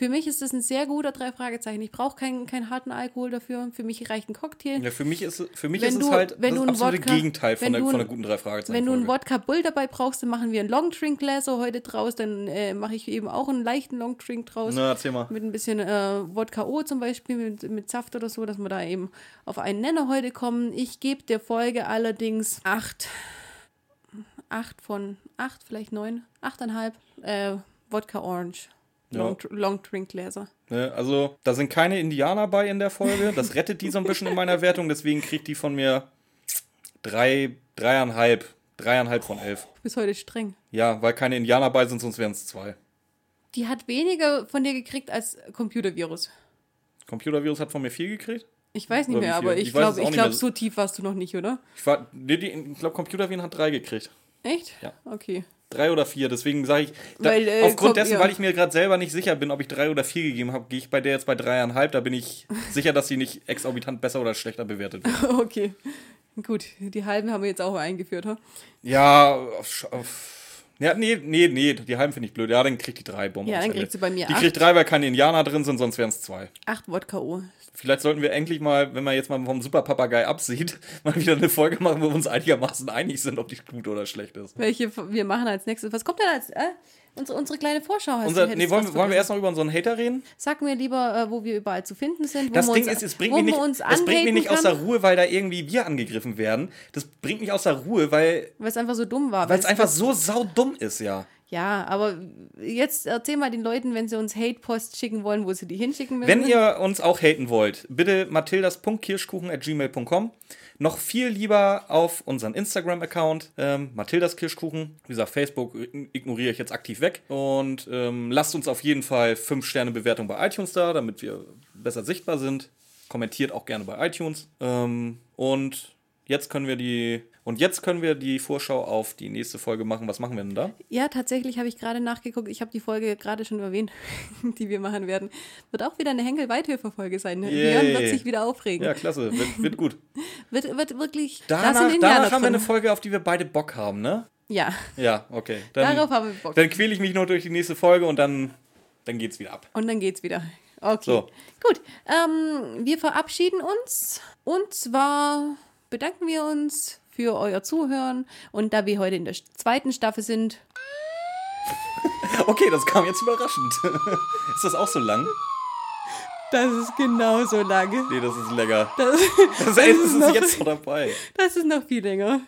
Speaker 1: Für mich ist es ein sehr guter Drei-Fragezeichen. Ich brauche keinen keinen harten Alkohol dafür. Für mich reicht ein Cocktail.
Speaker 2: Ja, für mich ist, es- für mich
Speaker 1: Wenn
Speaker 2: ist es
Speaker 1: du-
Speaker 2: halt
Speaker 1: wenn
Speaker 2: das
Speaker 1: du einen
Speaker 2: absolute
Speaker 1: Wodka-
Speaker 2: Gegenteil von
Speaker 1: wenn
Speaker 2: der,
Speaker 1: du
Speaker 2: von der
Speaker 1: einen-
Speaker 2: guten drei Fragezeichen.
Speaker 1: Wenn du einen
Speaker 2: Folge.
Speaker 1: Wodka Bull dabei brauchst, dann machen wir einen Long-Drink-Gläser heute draus. Dann äh, mache ich eben auch einen leichten Long-Drink draus.
Speaker 2: Na, erzähl mal.
Speaker 1: Mit ein bisschen äh, Wodka O zum Beispiel, mit, mit Saft oder so, dass wir da eben auf einen Nenner heute kommen. Ich gebe der Folge allerdings acht, acht von acht vielleicht neun, 8,5 äh, Wodka Orange.
Speaker 2: Ja.
Speaker 1: Long, Long Drink Gläser.
Speaker 2: Ne, also, da sind keine Indianer bei in der Folge. Das rettet die so ein bisschen in meiner Wertung. Deswegen kriegt die von mir drei, dreieinhalb. Dreieinhalb von elf.
Speaker 1: Bis heute streng.
Speaker 2: Ja, weil keine Indianer bei sind, sonst wären es zwei.
Speaker 1: Die hat weniger von dir gekriegt als Computervirus.
Speaker 2: Computervirus hat von mir vier gekriegt.
Speaker 1: Ich weiß
Speaker 2: Oder
Speaker 1: nicht mehr,
Speaker 2: wie viel?
Speaker 1: aber ich
Speaker 2: Ich weiß
Speaker 1: glaube,
Speaker 2: es auch
Speaker 1: ich
Speaker 2: nicht
Speaker 1: glaub,
Speaker 2: mehr.
Speaker 1: so tief warst du noch nicht, oder?
Speaker 2: Ich, war- nee, die- ich glaube, Computervirus hat drei gekriegt.
Speaker 1: Echt?
Speaker 2: Ja.
Speaker 1: Okay.
Speaker 2: Drei oder vier. Deswegen sage ich, da,
Speaker 1: Weil, äh,
Speaker 2: aufgrund
Speaker 1: komm,
Speaker 2: dessen,
Speaker 1: ja.
Speaker 2: weil ich mir gerade selber nicht sicher bin, ob ich drei oder vier gegeben habe, gehe ich bei der jetzt bei dreieinhalb. Da bin ich sicher, dass sie nicht exorbitant besser oder schlechter bewertet wird.
Speaker 1: Okay. Gut, die halben haben wir jetzt auch eingeführt, ha?
Speaker 2: Ja, auf, auf, ja, nee, nee, nee, die halben finde ich blöd. Ja, dann kriegt die drei Bomben.
Speaker 1: Ja,
Speaker 2: aufs
Speaker 1: dann
Speaker 2: Ende.
Speaker 1: kriegt sie bei mir
Speaker 2: Die
Speaker 1: acht.
Speaker 2: kriegt drei, weil keine Indianer drin sind, sonst wären es zwei.
Speaker 1: Acht Wodka O.
Speaker 2: Vielleicht sollten wir endlich mal, wenn man jetzt mal vom Superpapagei absieht, mal wieder eine Folge machen, wo wir uns einigermaßen einig sind, ob die gut oder schlecht ist.
Speaker 1: welche wir machen als nächstes. Was kommt denn als äh? unsere, unsere kleine Vorschau? hast du-
Speaker 2: Unser,
Speaker 1: hättest
Speaker 2: nee,
Speaker 1: du
Speaker 2: wollen,
Speaker 1: was
Speaker 2: wir- wollen wir
Speaker 1: vergessen?
Speaker 2: erst noch über unseren Hater reden?
Speaker 1: Sag mir lieber, äh, wo wir überall zu finden sind. Wo
Speaker 2: Das
Speaker 1: man
Speaker 2: Ding
Speaker 1: uns,
Speaker 2: ist, es bringt
Speaker 1: wo
Speaker 2: mich nicht,
Speaker 1: man uns
Speaker 2: es bringt mich
Speaker 1: anhaten
Speaker 2: nicht aus der
Speaker 1: kann,
Speaker 2: Ruhe, weil da irgendwie wir angegriffen werden. Das bringt mich aus der Ruhe, weil
Speaker 1: Weil es einfach so dumm war.
Speaker 2: weil es einfach so saudumm ist, ja.
Speaker 1: ja, aber jetzt erzähl mal den Leuten, wenn sie uns Hate-Post schicken wollen, wo sie die hinschicken müssen.
Speaker 2: Wenn ihr uns auch haten wollt, bitte mathildas.kirschkuchen.gmail.com. Noch viel lieber auf unseren Instagram-Account, ähm, mathildaskirschkuchen. Wie gesagt, Facebook ignoriere ich jetzt aktiv weg. Und ähm, lasst uns auf jeden Fall 5-Sterne-Bewertung bei iTunes da, damit wir besser sichtbar sind. Kommentiert auch gerne bei iTunes. Ähm, und jetzt können wir die. Und jetzt können wir die Vorschau auf die nächste Folge machen. Was machen wir denn da?
Speaker 1: Ja, tatsächlich habe ich gerade nachgeguckt. Ich habe die Folge gerade schon erwähnt, die wir machen werden. Wird auch wieder eine Henkel-Weithöfer-Folge sein. Ne?
Speaker 2: Yay.
Speaker 1: Björn wird sich wieder aufregen.
Speaker 2: Ja, klasse. Wird, wird gut.
Speaker 1: Wird, wird wirklich. da sind
Speaker 2: Danach,
Speaker 1: Indianer
Speaker 2: danach haben wir
Speaker 1: drin.
Speaker 2: eine Folge, auf die wir beide Bock haben, ne?
Speaker 1: Ja,
Speaker 2: Ja, okay. Dann,
Speaker 1: Darauf haben wir Bock.
Speaker 2: Dann quäle ich mich noch durch die nächste Folge und dann, dann geht's wieder ab.
Speaker 1: Und dann geht's wieder. Okay.
Speaker 2: So.
Speaker 1: Gut. Ähm, wir verabschieden uns. Und zwar bedanken wir uns für euer Zuhören. Und da wir heute in der zweiten Staffel sind,
Speaker 2: Okay, das kam jetzt überraschend. ist das auch so lang?
Speaker 1: das ist genauso lange.
Speaker 2: Nee, das ist länger.
Speaker 1: Das,
Speaker 2: Das, das ist,
Speaker 1: noch-
Speaker 2: jetzt noch dabei.
Speaker 1: das ist noch viel länger.